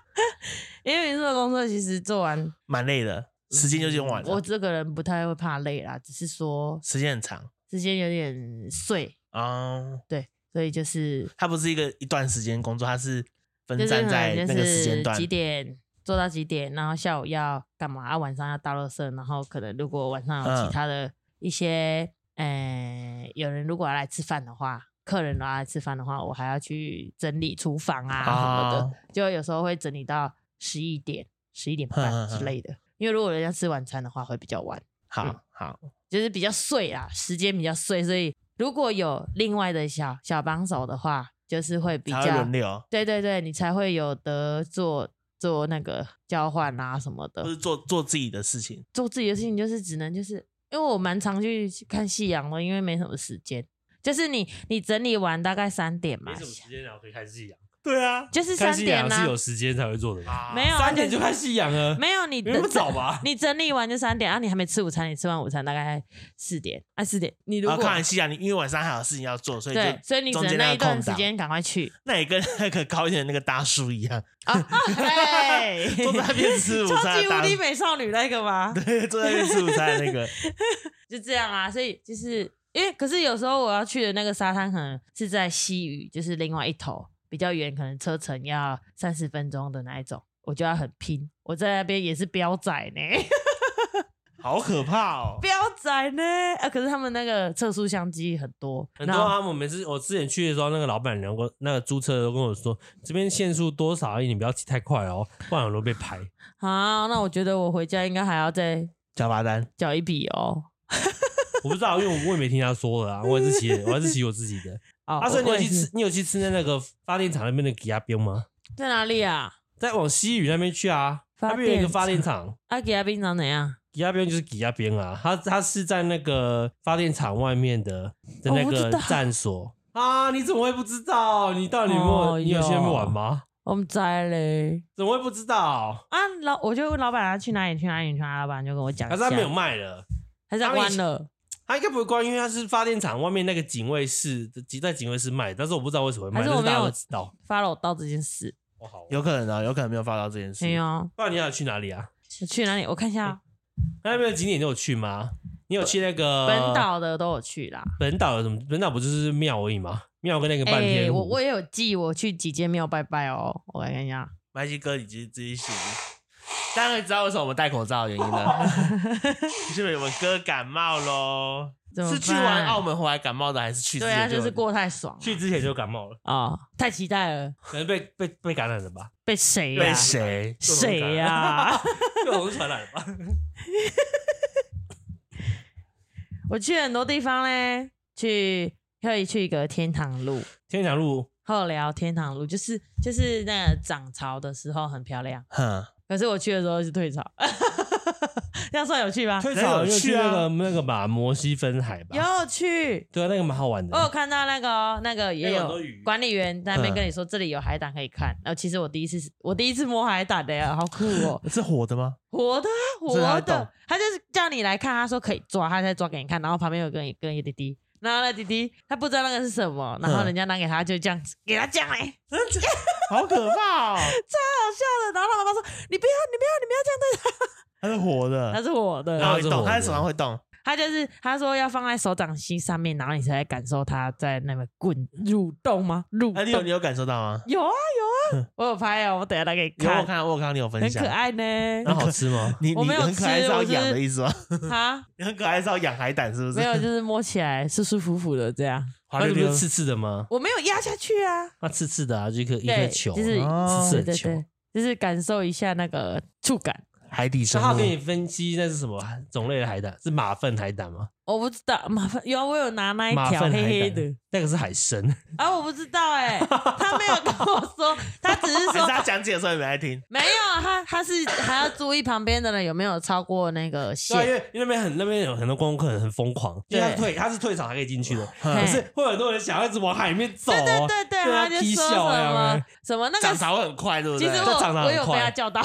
Speaker 1: 因为民宿的工作其实做完，
Speaker 3: 蛮累的，时间有点晚
Speaker 1: 我
Speaker 3: 了，
Speaker 1: 这个人不太会怕累啦，只是说
Speaker 3: 时间很长
Speaker 1: 时间有点碎，
Speaker 3: 啊。
Speaker 1: 对，所以就是
Speaker 3: 它不是一个一段时间工作，它是分
Speaker 1: 就是
Speaker 3: 散
Speaker 1: 可
Speaker 3: 在
Speaker 1: 能
Speaker 3: 那
Speaker 1: 就
Speaker 3: 个时间
Speaker 1: 是
Speaker 3: 段
Speaker 1: 几。点做到几点，然后下午要干嘛，啊晚上要倒垃圾，然后可能如果晚上有
Speaker 3: 嗯
Speaker 1: 其他的一些，呃，有人如果要来吃饭的话，客人如果要来吃饭的话，我还要去整理厨房啊什么的，
Speaker 3: 啊
Speaker 1: 就有时候会整理到十一点、十一点
Speaker 3: 嗯嗯
Speaker 1: 半
Speaker 3: 嗯
Speaker 1: 之类的，因为如果人家吃晚餐的话会比较晚，嗯
Speaker 3: 好好，
Speaker 1: 就是比较碎啦，时间比较碎，所以如果有另外的小小帮手的话，就是会比
Speaker 3: 还要
Speaker 1: 较
Speaker 3: 轮。流，
Speaker 1: 对对对，你才会有得做做那个交换啊什么
Speaker 3: 或
Speaker 1: 的。
Speaker 3: 是做做自己的事情。
Speaker 1: 做自己的事情就是只能就是，因为我蛮常去看夕阳的，因为没什么时间。就是你你整理完大概三点嘛
Speaker 2: 没什，么时间然后可以看夕阳，
Speaker 3: 对啊，
Speaker 1: 就是
Speaker 2: 看
Speaker 1: 三
Speaker 2: 夕
Speaker 1: 点
Speaker 2: 阳
Speaker 1: 呢、
Speaker 2: 是有时间才会做的吧，
Speaker 1: 没有啊
Speaker 2: 三点就看夕阳了，
Speaker 1: 没有你
Speaker 2: 没那么
Speaker 1: 整
Speaker 2: 早吧
Speaker 1: [laughs] 你整理完就三点，啊，你还没吃午餐，你吃完午餐大概四点，啊四点，你如
Speaker 3: 然
Speaker 1: 果
Speaker 3: 后看完夕阳，你因为晚上还有事情要做，所以
Speaker 1: 对，
Speaker 3: 就
Speaker 1: 所以你只
Speaker 3: 中
Speaker 1: 能
Speaker 3: 间
Speaker 1: 那
Speaker 3: 那
Speaker 1: 一
Speaker 3: 个空
Speaker 1: 段
Speaker 3: 档
Speaker 1: 时间赶快去
Speaker 3: 那也跟那个高一点的那个大叔一样， [laughs]
Speaker 1: 啊，啊哎
Speaker 3: 坐在那边吃午
Speaker 1: 超
Speaker 3: 餐的
Speaker 1: 级无
Speaker 3: 大
Speaker 1: 敌
Speaker 3: 叔，
Speaker 1: 美少女那个吗？
Speaker 3: 对，坐在那边吃午餐的那
Speaker 1: [laughs]
Speaker 3: 个，
Speaker 1: 就这样啊，所以就是因为，可是有时候我要去的那个沙滩，可能是在西屿，就是另外一头比较远，可能车程要三十分钟的那一种，我就要很拼。我在那边也是飙仔呢， [laughs]
Speaker 3: 好可怕哦！
Speaker 1: 飙仔呢，啊，可是他们那个测速相机很多，
Speaker 2: 很多
Speaker 1: 然后
Speaker 2: 啊，我每次我之前去的时候，那个老板娘跟我那个租车的都跟我说，这边限速多少而已，你不要骑太快哦，不然很容易被拍。
Speaker 1: 好，那我觉得我回家应该还要再
Speaker 3: 加罚单，
Speaker 1: 缴一笔哦。
Speaker 2: 我不知道，因为我我也没听他说的啊，我也是骑的，我还是骑我自己的。
Speaker 1: [laughs] 哦，
Speaker 2: 阿、啊、所以你
Speaker 1: 我
Speaker 2: 有
Speaker 1: 也
Speaker 2: 去
Speaker 1: 是
Speaker 2: 吃，你有去吃那那个发电厂那边的吉亚冰吗？
Speaker 1: 在哪里啊？
Speaker 2: 再往西屿那边去啊，那边有一个发电厂，
Speaker 1: 阿吉啊亚冰长怎样？
Speaker 2: 吉亚边就是吉亚边啊，它它是在那个发电厂外面的的
Speaker 1: 哦
Speaker 2: 那
Speaker 1: 我知
Speaker 2: 个
Speaker 1: 道
Speaker 2: 站所。啊！你怎么会不知道？你到底有没有、
Speaker 1: 哦
Speaker 2: 你有去那边玩吗？
Speaker 1: 我们在嘞
Speaker 2: 怎么会不知道？
Speaker 1: 啊！老我就问老板他啊去哪里去哪里去哪里，老板就跟我讲一
Speaker 2: 可
Speaker 1: 下，
Speaker 2: 是他没有卖了。
Speaker 1: 还是
Speaker 2: 他
Speaker 1: 他
Speaker 2: 们以
Speaker 1: 关
Speaker 2: 前
Speaker 1: 了。
Speaker 2: 他应该不会关，因为他是发电厂外面那个警卫室，在警卫室卖，但是我不知道为什么会卖，
Speaker 1: 还是
Speaker 2: 但
Speaker 1: 我
Speaker 2: 是
Speaker 1: 没
Speaker 2: 大
Speaker 1: 有
Speaker 2: 家都知道。
Speaker 1: follow 到这件事。
Speaker 2: 哦，好，
Speaker 3: 有可能啊，有可能没有发到这件事
Speaker 1: 没。有，
Speaker 2: 不然你想去哪里啊？
Speaker 1: 去哪里？我看一下啊，
Speaker 2: 那边的景点你有去吗？你有去那
Speaker 3: 呃
Speaker 2: 个
Speaker 1: 本？岛的都有去啦。
Speaker 2: 本岛有什么？本岛不就是庙而已吗？庙跟那个
Speaker 1: 哎、
Speaker 2: 半天湖
Speaker 1: 我我也有记，我去几间庙拜拜哦。我来看一下，
Speaker 3: 麦基哥已经自己醒，大家会知道为什么我们戴口罩的原因了， [laughs] 是因为我们哥感冒喽。
Speaker 1: 怎么
Speaker 3: 是去完澳
Speaker 1: 门？
Speaker 3: 门回来感冒的，还是去之
Speaker 1: 对啊，
Speaker 3: 前就
Speaker 1: 就
Speaker 3: 有
Speaker 1: 是过太爽
Speaker 2: 去之前就感冒了，
Speaker 1: 哦，太期待了，
Speaker 2: 可能被被被感染了吧？
Speaker 1: 被谁呀、
Speaker 3: 被谁？
Speaker 1: 谁啊呀、
Speaker 2: 被红传染了吧？
Speaker 1: [laughs] 我去很多地方嘞，去可以去一个天堂路，
Speaker 2: 天祥路
Speaker 1: 后寮天堂路，就是就是那个涨潮的时候很漂亮，
Speaker 3: 哼，
Speaker 1: 可是我去的时候是退潮， [laughs] 这样算有趣吗？
Speaker 2: 退
Speaker 3: 哪
Speaker 2: 潮
Speaker 3: 有
Speaker 2: 又去
Speaker 3: 去
Speaker 2: 那
Speaker 3: 啊，
Speaker 2: 个那个吧摩西分海吧？
Speaker 1: 有去，
Speaker 2: 对啊，那个蛮好玩
Speaker 1: 我有
Speaker 2: 的。
Speaker 1: 看到那个哦，那个也
Speaker 2: 那有很
Speaker 1: 有
Speaker 2: 多鱼
Speaker 1: 管理员在那边跟你说这里有海胆可以看。然后其实我第一次是，我第一次摸海胆的呀，好酷哦
Speaker 3: [laughs] 是活的吗？
Speaker 1: 活的啊
Speaker 3: 所以他
Speaker 1: 活
Speaker 3: 会动
Speaker 1: 的。他就是叫你来看，他说可以抓，他再抓给你看。然后旁边有个一个一滴滴，然后那弟弟他不知道那个是什么，然后人家拿给他就这样子给他酱嘞，超好
Speaker 3: 好可怕哦！
Speaker 1: 笑的。然后他妈妈说：“你不要，你不要，你不要这样对
Speaker 3: [laughs] 它是活
Speaker 1: 他，那
Speaker 3: 的，
Speaker 1: 是我的。”嗯
Speaker 3: 然后会
Speaker 2: 它是活
Speaker 3: 动，
Speaker 2: 的
Speaker 3: 它在手上会动，
Speaker 1: 他就是他说要放在手掌心上面，然后你才会感受它在那个滚蠕动吗？蠕
Speaker 3: 哎，
Speaker 1: 动
Speaker 3: 你有你有感受到吗？
Speaker 1: 有啊有啊，我有拍哦，我等一下再给你
Speaker 3: 有我
Speaker 1: 看，
Speaker 3: 看，我有看到你有分
Speaker 1: 很
Speaker 3: 享
Speaker 1: 可，爱
Speaker 2: [laughs]
Speaker 1: 呢。
Speaker 2: 那好吃
Speaker 1: [laughs]
Speaker 2: 吗？
Speaker 3: 你
Speaker 1: 我
Speaker 3: 你
Speaker 1: 没有
Speaker 3: 很可爱
Speaker 1: 吃
Speaker 3: 是要
Speaker 1: 我只
Speaker 3: 养
Speaker 1: 是
Speaker 3: 的意思吗？ [laughs]
Speaker 2: [laughs]
Speaker 1: 哈，
Speaker 3: 你很可爱是要养海胆是不是
Speaker 1: 没？有，就是摸起来舒舒服服的这样，
Speaker 3: 滑
Speaker 2: 它
Speaker 3: 溜
Speaker 2: 是不
Speaker 3: 溜
Speaker 2: 是，刺刺的吗？
Speaker 1: 我没有压下去啊。
Speaker 2: 它刺刺的啊，就一个一
Speaker 1: 对，
Speaker 2: 个球，
Speaker 1: 就是
Speaker 3: 哦
Speaker 2: 刺
Speaker 1: 对
Speaker 2: 刺的
Speaker 1: 对
Speaker 2: 球
Speaker 1: 对。，就是感受一下那个触感。
Speaker 3: 海底生
Speaker 2: 那他给
Speaker 3: 物。
Speaker 2: 你分析那是什么种类的海胆？是马粪海胆吗？
Speaker 1: 我不知道，麻烦有啊我有拿那一
Speaker 2: 马
Speaker 1: 条
Speaker 2: 粪
Speaker 1: 黑
Speaker 2: 海
Speaker 1: 黑
Speaker 2: 胆
Speaker 1: 的，
Speaker 2: 那个是海 [laughs] 参。
Speaker 1: 啊，我不知道哎、他没有跟我说，他只是
Speaker 2: [laughs]
Speaker 3: 还是
Speaker 1: 说
Speaker 3: 他讲解的时候你没来听，
Speaker 1: 没有，啊他他是还要注意旁边的人有没有超过那个
Speaker 2: 对啊，因
Speaker 1: 线，
Speaker 2: 为因为那边很那边有很多观光客很很疯狂，因
Speaker 1: 对
Speaker 2: 为他退他是退场才可以进去的，可
Speaker 1: 嘿
Speaker 2: 是会有很多人想要一直往海里面走、哦。
Speaker 1: 对对对对，
Speaker 2: 哎对啊
Speaker 1: 他就
Speaker 2: 踢
Speaker 1: 说什
Speaker 2: 笑啊
Speaker 1: 么什么那
Speaker 3: 涨
Speaker 1: 个
Speaker 3: 潮会很快，对不
Speaker 1: 其
Speaker 3: 对？
Speaker 1: 实
Speaker 2: 这啊长得
Speaker 1: 我我
Speaker 2: 很
Speaker 1: 有被
Speaker 2: 快
Speaker 1: 他叫到，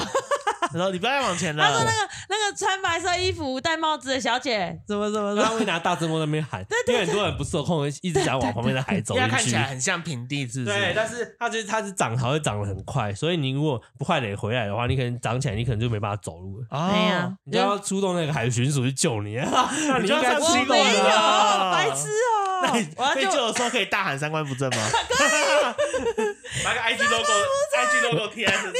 Speaker 3: 然后你不要再往前了。
Speaker 1: 他说那个那个穿白色衣服戴帽子的小姐怎么怎么
Speaker 2: 然
Speaker 1: 了，
Speaker 2: 后他会拿大声公在那边喊，因为很多人不受控，一直想往旁边的海走 [laughs]
Speaker 3: 因为它看
Speaker 2: 进
Speaker 3: 起
Speaker 2: 去。
Speaker 3: 来很像平地，是不是？
Speaker 2: 对，但是它就是它是涨潮会涨得很快，所以你如果不快点回来的话，你可能涨起来，你可能就没办法走路了。
Speaker 1: 哎呀
Speaker 3: 哦，，
Speaker 2: 你就要出动那个海巡署去救你， [laughs] 那
Speaker 3: 你
Speaker 2: 你
Speaker 3: 就要
Speaker 2: 应该
Speaker 3: 上
Speaker 1: 我
Speaker 3: 七
Speaker 2: 出
Speaker 3: 楼
Speaker 2: 动
Speaker 1: 没有
Speaker 3: 了
Speaker 2: 啊
Speaker 3: 啊
Speaker 1: 白痴哦、
Speaker 3: 那你
Speaker 1: 我要
Speaker 3: 被救
Speaker 1: 就
Speaker 3: 的时候可以大喊三观不正吗？
Speaker 1: [laughs]
Speaker 3: [laughs] 把个 IG logo，IG logo 贴在身上。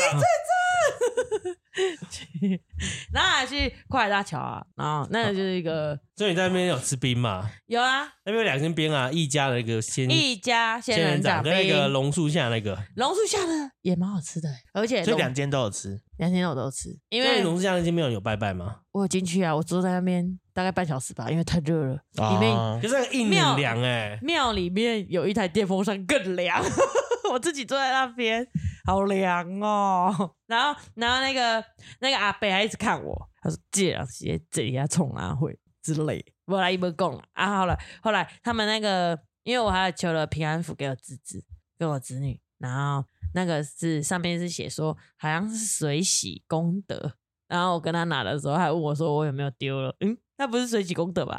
Speaker 1: 然后还去快大桥啊，然后那个就是一个
Speaker 2: 所以你在那边有吃冰嘛？
Speaker 1: 有啊，
Speaker 2: 那边有两间冰啊，一家的一个
Speaker 3: 嗯
Speaker 2: 仙
Speaker 1: 一家仙
Speaker 2: 仙人
Speaker 1: 人掌
Speaker 2: 掌
Speaker 1: 冰
Speaker 2: 跟，那个榕树下那个，
Speaker 1: 榕树下的也蛮好吃的、欸而且
Speaker 3: 所以
Speaker 1: 榕
Speaker 3: 两间都有吃，
Speaker 1: 两天我都有吃，因
Speaker 2: 那
Speaker 1: 为
Speaker 2: 你榕树下那间没有有拜拜吗？
Speaker 1: 我有进去啊，我坐在那边大概半小时吧，因为太热了。里面
Speaker 3: 哦
Speaker 2: 可是那个硬很凉哎，
Speaker 1: 庙里面有一台电风扇更凉， [laughs] 我自己坐在那边，好凉哦。然后，然后那个那个阿伯还一直看我，他说：“这样些这里要冲哪会之类。”我来一波供了啊！后来后来他们那个，因为我还求了平安符给我侄子，给我侄女，然后那个是上面是写说好像是水洗功德。然后我跟他拿的时候，还问我说我有没有丢了？嗯，那不是水洗功德吧？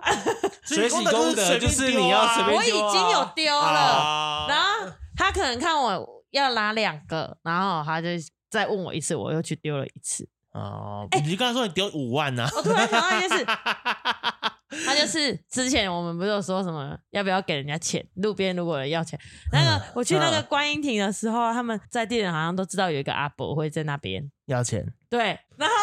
Speaker 2: 水洗功
Speaker 3: 功
Speaker 2: 德
Speaker 3: 德
Speaker 2: 就
Speaker 3: 就是是
Speaker 2: 你要随
Speaker 1: 我
Speaker 2: 便
Speaker 1: 已
Speaker 2: 丢啊
Speaker 1: 经有丢了。
Speaker 3: 啊
Speaker 1: 然后他可能看我要拉两个，然后他就再问我一次，我又去丢了一次。
Speaker 3: 哦，你就刚才说你丢五万啊呢？
Speaker 1: 我突然想到一件事，他就是之前我们不是有说什么要不要给人家钱，路边如果有人要钱，那个我去那个观音亭的时候，他们在地人好像都知道有一个阿伯会在那边，
Speaker 3: 要钱，
Speaker 1: 对，然后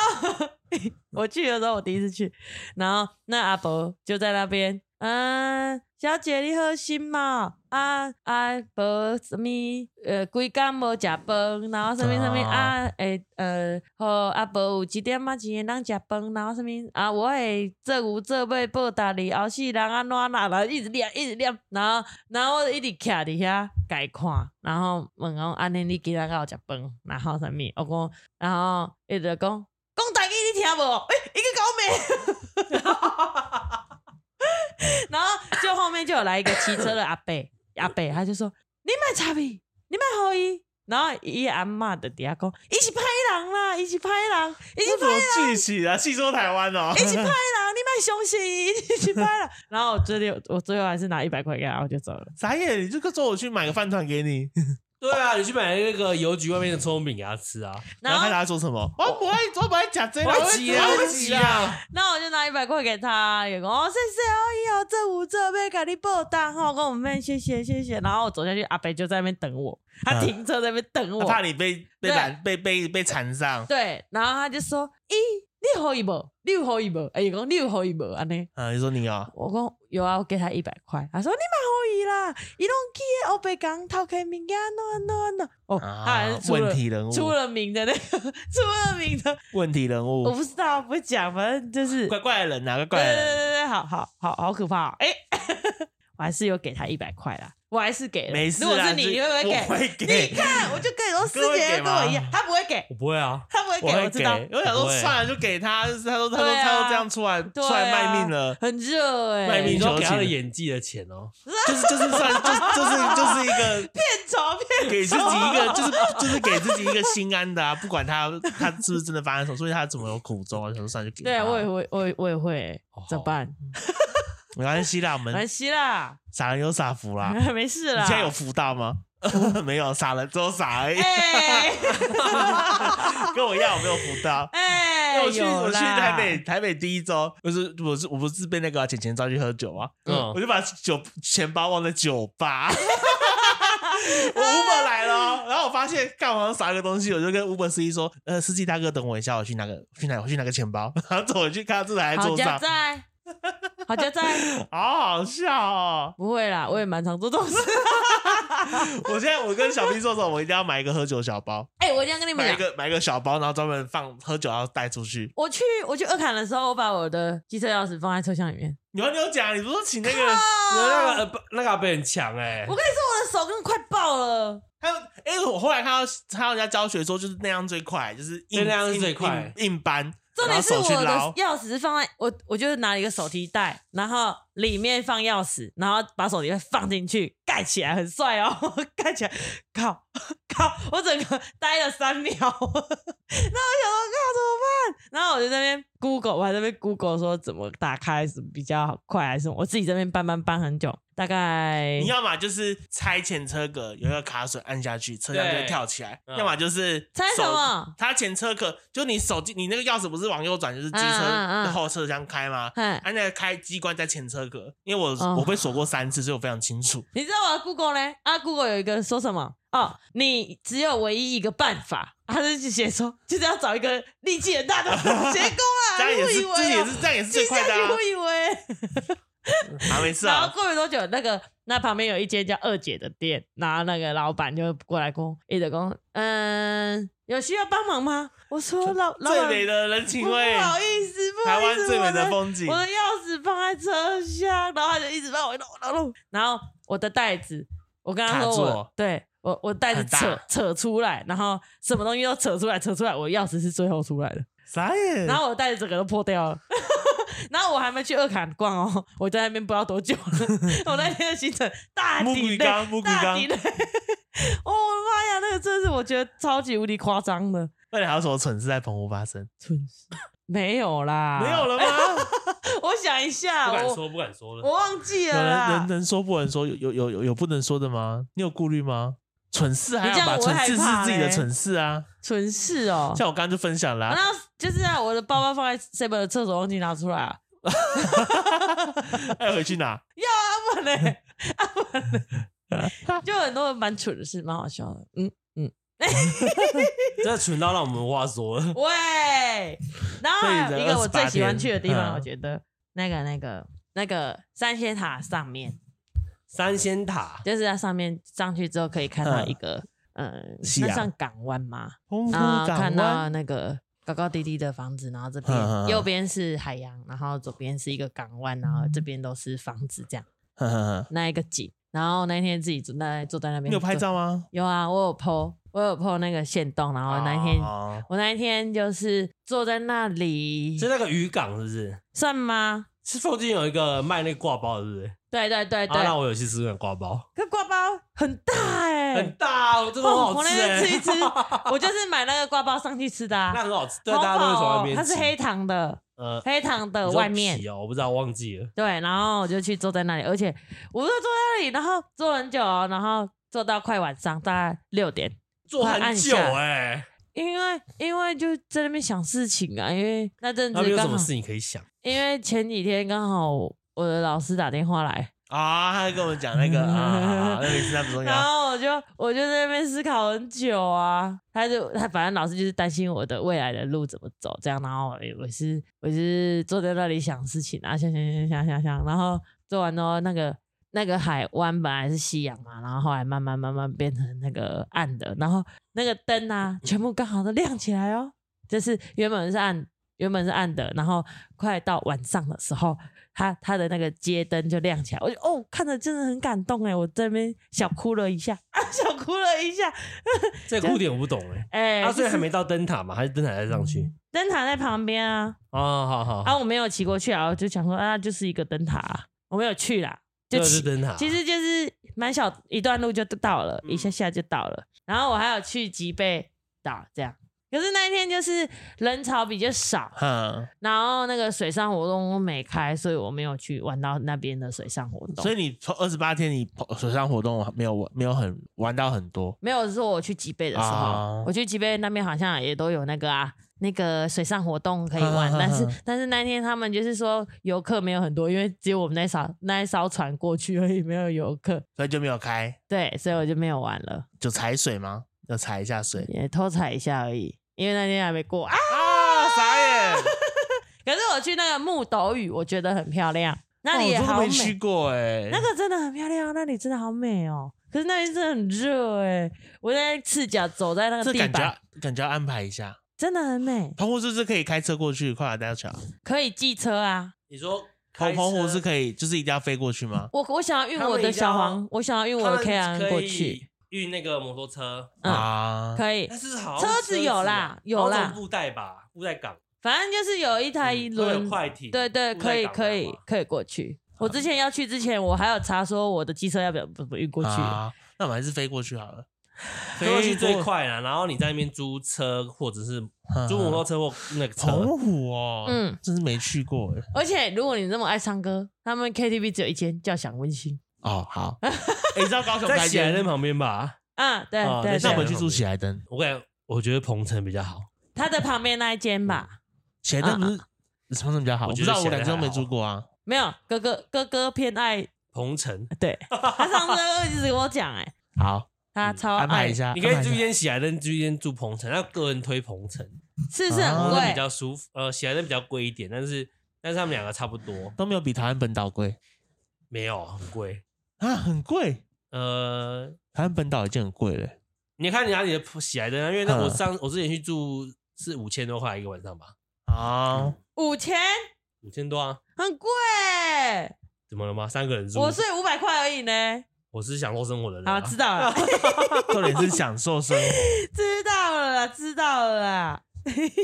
Speaker 1: [laughs] 我去的时候，我第一次去，然后那阿伯就在那边，嗯，小姐你好心嘛，啊啊，无什么，呃，规工无食饭，然后什么什么
Speaker 3: 哦
Speaker 1: 啊，诶，呃，好阿伯有几点仔钱能食饭，然后什么啊，我会做有做尾报答你，后世人安怎啦，然后一直念一直念，然后然后我就一直徛伫遐家看，然后问讲安尼你今仔有食饭，然后什么，我讲。然后伊就讲讲台语你听无？诶、欸，伊去搞咩？ [laughs] 然后就后面就有来一个骑车的阿伯，阿伯他就说：“你卖差比，你卖好伊。”然后伊的阿嬷的底下讲：“伊是歹人啦，伊是歹人，伊是
Speaker 3: 这怎
Speaker 1: 歹
Speaker 3: 么聚起啊？细说台湾哦，
Speaker 1: [laughs] 伊是歹人，你卖相信伊，伊是歹人。” [laughs] 然后我最后我最后还是拿一百块给他，我就走了。
Speaker 3: 傻眼，你就跟说我去买个饭团给你，
Speaker 2: 对啊，你去买那个邮局外面的葱饼给他吃啊，
Speaker 3: 然
Speaker 1: 然
Speaker 3: 后
Speaker 1: 后
Speaker 3: 看他说什么，我不爱，我不爱讲
Speaker 1: 哎
Speaker 3: 这个，
Speaker 2: 我
Speaker 3: 会
Speaker 2: 急啊，
Speaker 3: 我
Speaker 2: 我
Speaker 3: 会
Speaker 2: 急
Speaker 3: 急
Speaker 2: 啊！
Speaker 1: 那我就拿一百块给他，也讲哦，谢谢哦，以后这五这杯给你报单哈，跟我妹谢谢谢谢。然后我走下去，阿北就在那边等我，他停车在那边等我，
Speaker 3: 嗯他怕你被被拦被被被缠上，
Speaker 1: 对，然后他就说，咦，你有给伊无？你有给伊无？哎，伊讲你有给伊无？安尼。
Speaker 3: 啊，你说你哦，
Speaker 1: 我讲有啊，我给他一百块。他说你蛮好伊啦，伊拢去那个北港偷开物件，喏喏喏。哦，他还是
Speaker 3: 啊，
Speaker 1: 出
Speaker 3: 问
Speaker 1: 了
Speaker 3: 题人物，
Speaker 1: 出了名的那个， [laughs] 出了名的，
Speaker 3: 问题人
Speaker 1: 我
Speaker 3: 物，
Speaker 1: 不知道，不会讲，反正就是
Speaker 3: 怪怪的人啊，怪怪的
Speaker 1: 对对
Speaker 3: 人，
Speaker 1: 对对，好好好好可怕、哦！哎、我还是有给他一百块啦，我还是给了。
Speaker 3: 没事
Speaker 1: 如果
Speaker 3: 啦，
Speaker 1: 是你，
Speaker 3: 就
Speaker 1: 你会不
Speaker 3: 我
Speaker 1: 会
Speaker 3: 会
Speaker 1: 给？
Speaker 3: 给
Speaker 1: 你，看，我就跟你说，师
Speaker 3: 哥会
Speaker 1: 姐
Speaker 3: 给
Speaker 1: 跟我
Speaker 3: 吗
Speaker 1: 一样，他不会给，
Speaker 2: 我不会啊，
Speaker 1: 他不会给，我
Speaker 3: 会
Speaker 1: 知
Speaker 3: 给。
Speaker 1: 道。
Speaker 3: 我想
Speaker 2: 我
Speaker 3: 说
Speaker 2: 会
Speaker 3: 算了，就给他，就是他说他说
Speaker 1: 对啊
Speaker 3: 他都这样出来出
Speaker 1: 对啊
Speaker 3: 来卖命了。
Speaker 1: 很热哎、
Speaker 3: 卖
Speaker 2: 你
Speaker 3: 命
Speaker 1: 片
Speaker 3: 球
Speaker 2: 说给他的演技的钱哦，
Speaker 3: 就是就是算就是就是就是一个
Speaker 1: 酬
Speaker 3: [laughs]
Speaker 1: 片
Speaker 3: 给自己一个就是就是给自己一个心安的啊，不管他他是不是真的发生什么，所以他怎么有苦衷啊，想说算了就给他。
Speaker 1: 对我也会，我也我也会、
Speaker 2: 哦
Speaker 1: 怎么办？
Speaker 3: 没关系啦，我
Speaker 1: 没关
Speaker 3: 们
Speaker 1: 系啊啦，
Speaker 3: 傻人有傻福啦。
Speaker 1: 没事
Speaker 3: 你
Speaker 1: 啦。
Speaker 3: 现在有福到吗？没有，傻人只有傻而已。
Speaker 1: 哎
Speaker 3: 跟我一样，我没有福到。因
Speaker 1: 哎，
Speaker 3: 为我去
Speaker 1: 有啦
Speaker 3: 我去台北，台北第一周，我是我是我不是被那个啊浅浅抓去喝酒吗？
Speaker 2: 嗯
Speaker 3: 我就把酒钱包忘在酒吧。我 Uber 来了哦，然后我发现干嘛少一个东西，我就跟 Uber 司机说：“呃，司机大哥，等我一下，我去拿个去拿我去拿个钱包。” [laughs] 然后走回去看到这台在
Speaker 1: 好
Speaker 3: 桌
Speaker 1: 家
Speaker 3: 上，
Speaker 1: 在，好家在，
Speaker 3: 好好笑哦！
Speaker 1: 不会啦，我也蛮常做这种事。
Speaker 3: 我现在我跟小 B 说说，我一定要买一个喝酒小包，
Speaker 1: 哎，我一定要跟你们
Speaker 3: 买一
Speaker 1: 讲，
Speaker 3: 个买一个小包，然后专门放喝酒，然后带出去。
Speaker 1: 我去我去二坎的时候，我把我的机车钥匙放在车厢里面，
Speaker 3: 你要你有讲，你不是说请那
Speaker 1: [laughs]
Speaker 3: 个
Speaker 2: 那个呃不那个阿伯很强哎
Speaker 1: 我，跟你说，我的手根本快爆了。
Speaker 3: 他有，因为我后来看到看到人家教学说，就是那样最快，就是
Speaker 2: 对
Speaker 3: 硬
Speaker 2: 那样是最快
Speaker 3: 硬硬硬搬，
Speaker 1: 重点是
Speaker 3: 然
Speaker 1: 我
Speaker 3: 后手去
Speaker 1: 的
Speaker 3: 捞，
Speaker 1: 钥匙放在我，我就是拿了一个手提袋，然后里面放钥匙，然后把手提袋放进去，盖起来，很帅哦， [laughs] 盖起来，靠靠，我整个呆了三秒， [laughs] 然后我想说靠怎么办？然后我就在那边 Google，我还在那边 Google 说怎么打开是比较快，还是什么我自己这边搬搬搬很久，大概
Speaker 3: 你要么就是拆前车格，有一个卡榫按下去，车厢就会
Speaker 2: 对
Speaker 3: 跳起来；
Speaker 2: 嗯
Speaker 3: 要么就是
Speaker 1: 猜什
Speaker 3: 手
Speaker 1: 么？
Speaker 3: 它前车格就你手机，你那个钥匙不是往右转就是机
Speaker 1: 嗯嗯嗯
Speaker 3: 车的后车厢开吗？啊
Speaker 1: 嗨，
Speaker 3: 按那个开机关在前车格，因为我、
Speaker 1: 哦
Speaker 3: 我被锁过三次，所以我非常清楚。
Speaker 1: 你知道我的 Google 呢？啊，Google 有一个说什么？哦，你只有唯一一个办法，他就写说就是要找一个力气很
Speaker 3: [laughs]
Speaker 1: 大的协工啊，
Speaker 3: 这样也
Speaker 1: 你
Speaker 3: 是，
Speaker 1: 误以
Speaker 3: 这
Speaker 1: 为
Speaker 3: 也
Speaker 1: 啊
Speaker 3: 是，这样也是
Speaker 1: 记
Speaker 3: 最
Speaker 1: 下
Speaker 3: 快的
Speaker 1: 去
Speaker 3: 啊
Speaker 1: 误！以为。
Speaker 3: 啊，没事
Speaker 1: 然后
Speaker 3: 啊，
Speaker 1: 过没多久，那个那旁边有一间叫二姐的店，然后那个老板就过来跟我一直跟我，嗯，有需要帮忙吗？我说老老
Speaker 3: 最
Speaker 1: 板，
Speaker 3: 美的人
Speaker 1: 不
Speaker 3: 情
Speaker 1: 不
Speaker 3: 味，
Speaker 1: 好意思，不
Speaker 3: 台
Speaker 1: 好意思，
Speaker 3: 湾最美
Speaker 1: 我
Speaker 3: 的风景
Speaker 1: 我。的钥匙放在车厢，然后他就一直帮我弄弄弄，然后我的袋子，我跟他
Speaker 3: 卡
Speaker 1: 说
Speaker 3: 住
Speaker 1: 我
Speaker 3: 哦
Speaker 1: 对我我袋子
Speaker 3: 很大
Speaker 1: 扯扯出来，然后什么东西都扯出来，扯出来，我钥匙是最后出来的，
Speaker 3: 啥耶？
Speaker 1: 然后我的袋子整个都破掉了。 [laughs] 然后我还没去二坎逛哦，我在那边不知道多久了。我那天的行程大
Speaker 3: 木鬼
Speaker 1: 底嘞，
Speaker 3: 缸，木鬼
Speaker 1: 大
Speaker 3: 缸
Speaker 1: 底，嘞！ [laughs] 哦，我的妈呀，那个真的是我觉得超级无敌夸张的，
Speaker 3: 那你还有什么蠢事在澎湖发生？
Speaker 1: 蠢死！没有
Speaker 2: 啊
Speaker 1: 啦，
Speaker 3: 没有
Speaker 1: 了。
Speaker 3: 了吗？
Speaker 1: 我想一下，
Speaker 2: 不敢
Speaker 1: 我
Speaker 2: 说不敢说了
Speaker 1: 我，忘记
Speaker 3: 有
Speaker 1: 了
Speaker 3: 人
Speaker 1: 啦。
Speaker 3: 人能说不能说，有有有有有不能说的吗？你有顾虑吗？蠢事还
Speaker 1: 你这
Speaker 3: 好
Speaker 1: 样
Speaker 3: 吧，
Speaker 1: 我
Speaker 3: 蠢
Speaker 1: 会
Speaker 3: 事
Speaker 1: 害怕
Speaker 3: 是自己的
Speaker 1: 嘞
Speaker 3: 蠢事啊。
Speaker 1: 蠢事哦。
Speaker 3: 像我刚刚就分享啦、
Speaker 1: 然后就是啊，我的包包放在 seven 的厕所，忘记拿出来啊。
Speaker 3: 要回去拿。
Speaker 1: 阿本 [laughs] 嘞，
Speaker 3: 啊
Speaker 1: 阿本嘞，就很多人蛮蠢的事，蛮好笑的。嗯，
Speaker 2: 真的蠢到让我们无话说了。
Speaker 1: 喂，然后还有一个我最喜欢去的地
Speaker 3: 嗯
Speaker 1: 方，我觉得那个那个那个三仙塔上面，
Speaker 2: 三仙塔，
Speaker 1: 就是在上面上去之后可以看到一个，嗯，
Speaker 3: 夕
Speaker 1: 那
Speaker 3: 阳
Speaker 1: 算港湾吗？
Speaker 3: 澎湖
Speaker 1: 啊，
Speaker 3: 港
Speaker 1: 看到
Speaker 3: 湾，
Speaker 1: 那个高高低低的房子，然后这
Speaker 3: 嗯嗯
Speaker 1: 边
Speaker 3: 嗯
Speaker 1: 右边是海洋，然后左边是一个港湾，然后这边都是房子，这样
Speaker 3: 呵呵呵
Speaker 1: 那一个景。然后那天自己坐在坐在那边，
Speaker 3: 你有拍？照吗？
Speaker 1: 有啊，我有 PO，我有 PO 那个线洞。然后那一天，
Speaker 3: 哦
Speaker 1: 我那一天就是坐在那里，
Speaker 2: 是那个渔港是不是？
Speaker 1: 算吗？
Speaker 2: 是附近有一个卖那个挂包，是不是？
Speaker 1: 对对对对
Speaker 2: 啊，，那我有去吃那个挂包，
Speaker 1: 可挂包很大哎、
Speaker 2: 很大，哦，真的很
Speaker 1: 哦，
Speaker 2: 好
Speaker 1: 我那
Speaker 2: 吃
Speaker 1: 天
Speaker 2: 欸。
Speaker 1: 吃一吃，我就是买那个挂包上去吃的啊，
Speaker 2: [laughs] 那很好吃，对，
Speaker 1: 好
Speaker 2: 大家都会
Speaker 1: 饱
Speaker 2: 从
Speaker 1: 哦
Speaker 2: 那边
Speaker 1: 它是
Speaker 2: 吃
Speaker 1: 黑糖的，
Speaker 2: 呃
Speaker 1: 黑糖的
Speaker 2: 你说
Speaker 1: 外面
Speaker 2: 皮。哦，我不知道忘记了。
Speaker 1: 对，然后我就去坐在那里，而且我就坐在那里，然后坐很久、哦，然后坐到快晚上，大概六点，
Speaker 2: 做
Speaker 1: 快
Speaker 2: 很
Speaker 1: 按
Speaker 2: 久
Speaker 1: 下
Speaker 2: 哎、
Speaker 1: 因为因为就在那边想事情啊，因为那阵
Speaker 2: 那边
Speaker 1: 子
Speaker 2: 有什
Speaker 1: 刚
Speaker 2: 么
Speaker 1: 好
Speaker 2: 事，情可以想？
Speaker 1: 因为前几天刚好我的老师打电话来，
Speaker 3: 啊，他跟我们讲那个啊，那个是那不重
Speaker 1: 然
Speaker 3: 要。
Speaker 1: 后我就我就在那边思考很久啊，他就他反正老师就是担心我的未来的路怎么走这样，然后我我是我是坐在那里想事情啊，想想想想想想，然后做完之后那个那个海湾本来是夕阳嘛，然后后来慢慢慢慢变成那个暗的，然后那个灯啊全部刚好都亮起来哦，就是原本是暗原本是暗的，然后快到晚上的时候，它它的那个街灯就亮起来，我就哦，看着真的很感动哎，我这边小哭了一下， [laughs] 啊，小哭了一下，
Speaker 2: 这个哭点我不懂哎、
Speaker 1: 哎、
Speaker 2: 啊，所以
Speaker 1: 就是
Speaker 2: 还没到灯塔嘛，还是灯塔在上去？
Speaker 1: 灯塔在旁边啊，
Speaker 2: 啊，好好，
Speaker 1: 啊，我没有骑过去啊，我就想说啊，就是一个灯塔、啊，我没有去啦，
Speaker 2: 这
Speaker 1: 就
Speaker 2: 个
Speaker 1: 骑
Speaker 2: 是灯塔。
Speaker 1: 其实就是蛮小一段路就到了，
Speaker 2: 嗯
Speaker 1: 一下下就到了。然后我还有去吉贝岛这样，可可是那一天就是人潮比较少，
Speaker 3: 哼，
Speaker 1: 然后那个水上活动都没开，所以我没有去玩到那边的水上活动。
Speaker 3: 所以你从二十八天，你水上活动没有玩没有很玩到很多
Speaker 1: 没有是说我去吉贝的时候，
Speaker 3: 啊
Speaker 1: 我去吉贝那边好像也都有那个啊，那个水上活动可以玩，
Speaker 3: 啊
Speaker 1: 但是但是那天他们就是说游客没有很多，因为只有我们那艘那一艘船过去而已，没有游客，
Speaker 3: 所以就没有开，
Speaker 1: 对，所以我就没有玩了，
Speaker 3: 就踩水吗？要踩一下水
Speaker 1: 也偷踩一下而已，因为那天还没过
Speaker 3: 啊！
Speaker 1: 啊。
Speaker 3: 傻眼，
Speaker 1: 可是我去那个木斗屿，我觉得很漂亮，那里
Speaker 3: 哦
Speaker 1: 也
Speaker 3: 我真的
Speaker 1: 好美，
Speaker 3: 没去过哎，
Speaker 1: 那个真的很漂亮，啊那里真的好美哦。可是那里真的很热哎、我在赤脚走在那个
Speaker 3: 这
Speaker 1: 地
Speaker 3: 感觉
Speaker 1: 板，
Speaker 3: 要感觉要安排一下。
Speaker 1: 真的很美，
Speaker 3: 澎湖是不是可以开车过去跨海大桥？
Speaker 1: 可以寄车啊。
Speaker 2: 你说
Speaker 3: 澎澎湖是
Speaker 2: 以，
Speaker 3: 可以，就是一定要飞过去吗？
Speaker 1: 我我想要运
Speaker 2: 他
Speaker 1: 我
Speaker 2: 们
Speaker 1: 的
Speaker 2: 一定
Speaker 1: 小
Speaker 2: 要
Speaker 1: 黄，我想要运
Speaker 2: 他
Speaker 1: 我的
Speaker 2: 们
Speaker 1: K R
Speaker 2: 可
Speaker 1: 过
Speaker 2: 以
Speaker 1: 去，
Speaker 2: 运那个摩托车，
Speaker 1: 嗯
Speaker 3: 啊，
Speaker 1: 可以
Speaker 2: 但。是好
Speaker 1: 车
Speaker 2: 像
Speaker 1: 子有啦有
Speaker 2: 啊好像
Speaker 1: 啦
Speaker 2: 从布袋吧，布袋港，
Speaker 1: 反正就是有一台
Speaker 2: 嗯会
Speaker 1: 轮
Speaker 2: 有，快艇，
Speaker 1: 对对，
Speaker 2: 布
Speaker 1: 可
Speaker 2: 袋
Speaker 1: 以
Speaker 2: 港
Speaker 1: 可以
Speaker 2: 嘛
Speaker 1: 可以过去。我之前要去之前，我还有查说我的机车要不要不不运过去。
Speaker 3: 啊，那我们还是飞过去好了。
Speaker 2: 飞过去最
Speaker 3: 飞过，
Speaker 2: 快啦，然后你在那边租车或者是
Speaker 3: 哼
Speaker 2: 租摩托车或那个
Speaker 3: 嗯
Speaker 2: 车，
Speaker 3: 澎湖哦，嗯
Speaker 1: 嗯，
Speaker 3: 真是没去过哎。
Speaker 1: 而且如果你这么爱唱歌，他们 K T V 只有一间叫享温馨。
Speaker 3: 哦， [laughs]
Speaker 2: [laughs]
Speaker 3: 好，哎你知道高雄
Speaker 2: 在
Speaker 3: 开
Speaker 2: 喜来
Speaker 3: 间
Speaker 2: 登？旁边吧。
Speaker 1: 啊，对
Speaker 2: 哦
Speaker 1: 对
Speaker 3: 那
Speaker 2: 那
Speaker 1: 对
Speaker 3: 我们去住喜来登，
Speaker 2: 我感觉我觉得鹏城比较好，
Speaker 1: 它的旁边那一间吧，
Speaker 3: 喜来登不是什么比较好？我
Speaker 2: 嗯
Speaker 3: 不
Speaker 2: 我觉
Speaker 3: 知
Speaker 2: 得
Speaker 3: 道，我两
Speaker 2: 喜来
Speaker 3: 次都
Speaker 2: 登
Speaker 3: 没
Speaker 2: 还好
Speaker 3: 住过啊。
Speaker 1: 没有哥哥哥哥偏爱，
Speaker 2: 鹏城 [laughs]
Speaker 1: 对他上次一直跟我讲，哎，
Speaker 3: 好，
Speaker 1: 他超
Speaker 3: 嗯安排
Speaker 1: 爱
Speaker 3: 一，下，
Speaker 2: 哎你可
Speaker 3: 安排
Speaker 2: 以
Speaker 3: 一
Speaker 2: 住一
Speaker 3: 下
Speaker 2: 间喜来登，住一间住鹏城，那个人推鹏城，
Speaker 1: 是不是
Speaker 3: 啊
Speaker 1: 很
Speaker 2: 鹏城哦
Speaker 1: 贵
Speaker 2: 比？较舒服，呃，喜来登比较贵一点，但是但是他们两个差不多，
Speaker 3: 都没有比台湾本岛贵
Speaker 2: 没有很贵，
Speaker 3: 啊，很贵。
Speaker 2: 呃，
Speaker 3: 台湾本岛已经很贵了，
Speaker 2: 你看你哪里的喜来登啊？因为那
Speaker 3: 嗯
Speaker 2: 我上我之前去住是五千多块一个晚上吧， [laughs]
Speaker 3: 啊，
Speaker 1: 五千，
Speaker 2: 五千多啊？
Speaker 1: 很贵欸。
Speaker 2: 怎么了吗？三个人住，
Speaker 1: 我睡五百块而已呢。
Speaker 2: 我是享受生活的人、
Speaker 1: 好，
Speaker 2: 啊。
Speaker 1: 知道了，
Speaker 3: 重点是享受生活。
Speaker 1: 知道了啦，知道了啦。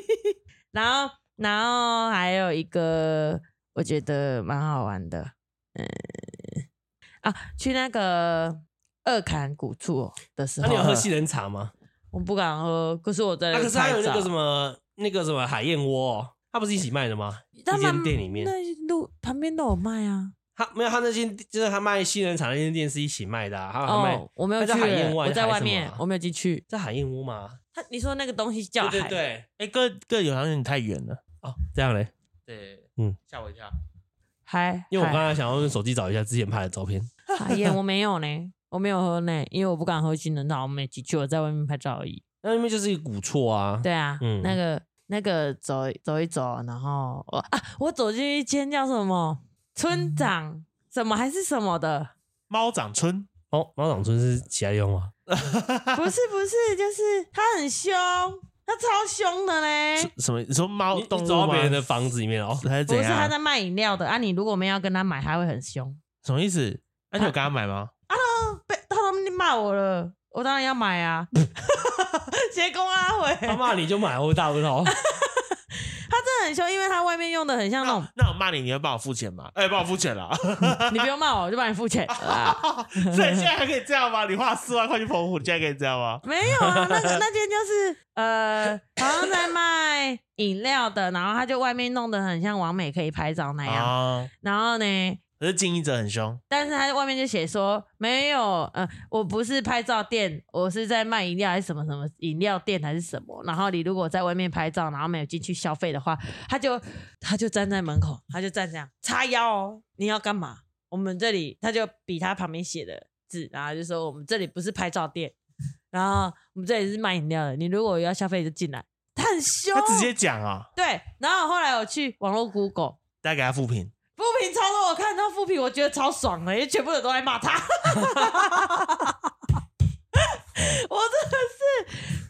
Speaker 1: [laughs] 然后，然后还有一个，我觉得蛮好玩的，嗯，啊，去那个二坎古厝的时
Speaker 2: [laughs] 那、
Speaker 1: 候
Speaker 2: 啊你，有喝杏仁茶 [laughs] 吗？
Speaker 1: 我不敢喝，可是我在
Speaker 2: 啊，
Speaker 1: 那
Speaker 2: 可
Speaker 1: 个
Speaker 2: 是还
Speaker 1: 拍
Speaker 2: 有那
Speaker 1: 照
Speaker 2: 个。什么那个什么海燕窝、哦，它不是一起卖的吗？
Speaker 1: 他
Speaker 2: 一
Speaker 1: 们
Speaker 2: 间店里面，
Speaker 1: 那路旁边都有卖啊。
Speaker 2: 它没有，它那间就是它卖杏仁茶那间店是一起卖的、啊，它有卖、
Speaker 1: 哦，我没有
Speaker 2: 那
Speaker 1: 去
Speaker 2: 叫海燕
Speaker 1: 欸，
Speaker 2: 湾
Speaker 1: 我在
Speaker 2: 还是
Speaker 1: 外
Speaker 2: 什么
Speaker 1: 面
Speaker 2: 啊，
Speaker 1: 我没有进去。
Speaker 2: 在海燕窝嘛。
Speaker 1: 他你说那个东西叫
Speaker 2: 对
Speaker 1: 海
Speaker 2: 对对，
Speaker 3: 哎，各各有好像有点太远了。
Speaker 2: 哦，这样嘞，
Speaker 3: 对，
Speaker 2: 嗯，
Speaker 3: 吓我一跳。
Speaker 1: 海，
Speaker 2: 因为我
Speaker 1: 海
Speaker 2: 刚才想要用手机找一下之前拍的照片。 [laughs]
Speaker 1: 海燕我没有呢，我没有喝呢，因为我不敢喝杏仁茶，我没进去，我在外面拍照而已。
Speaker 2: 那那边就是一个古厝啊，
Speaker 1: 对啊，
Speaker 2: 嗯
Speaker 1: 那个那个走走一走，然后我啊，我走进一间叫什么村长什么还是什么的，
Speaker 3: [laughs] 猫掌村
Speaker 2: 哦，猫掌村是喜来用吗？
Speaker 1: 不是不是，就是他很凶，他超凶的
Speaker 3: 是
Speaker 1: 嘞。
Speaker 3: 什么？你说猫
Speaker 2: 你
Speaker 3: 哦
Speaker 2: 你
Speaker 3: 动
Speaker 2: 走
Speaker 3: 物
Speaker 2: 到
Speaker 3: 吗
Speaker 2: 别人的房子里
Speaker 3: [laughs]
Speaker 2: 面哦，
Speaker 3: 还是
Speaker 1: 不
Speaker 3: 怎
Speaker 1: 是他
Speaker 3: 样？
Speaker 1: 在卖饮料的啊，你如果没有要跟他买，他会
Speaker 3: [laughs]
Speaker 1: 很凶。
Speaker 3: 什么意思？那你有给他买吗？
Speaker 1: 被他都骂我了，我当然要买啊！ [laughs] 结公阿伟，
Speaker 2: 他骂你就买，我大问
Speaker 1: [laughs]
Speaker 2: 号。哦
Speaker 1: 他真的很凶，因为他外面用的很像那种，
Speaker 3: 那我骂你，你会帮我付钱吗？哎、帮我付钱
Speaker 1: [laughs]
Speaker 3: 啦！
Speaker 1: 你不用骂我，我就帮你付钱啊。
Speaker 3: 所以现在还可以这样吗？你花四万块去澎湖，现在可以这样吗？
Speaker 1: [laughs] 没有啊，那个那间就是呃，好像在卖饮料的，然后他就外面弄得很像完美可以拍照那样，
Speaker 3: 啊！
Speaker 1: 然后呢，
Speaker 3: 可是经营者很凶，
Speaker 1: 但是他在外面就写说没有，呃，我不是拍照店，我是在卖饮料还是什么什么饮料店还是什么。然后你如果在外面拍照，然后没有进去消费的话，他就他就站在门口，他就站这样叉腰哦，你要干嘛？我们这里他就比他旁边写的字，然后就说我们这里不是拍照店，然后我们这里是卖饮料的，你如果要消费就进来。他很凶，
Speaker 3: 他直接讲啊、
Speaker 1: 对。然后后来我去网络 Google。
Speaker 3: 大家给他复评。
Speaker 1: 富平超多，我看到富平，我觉得超爽的，因为全部人都在骂他。 [laughs] 我真的是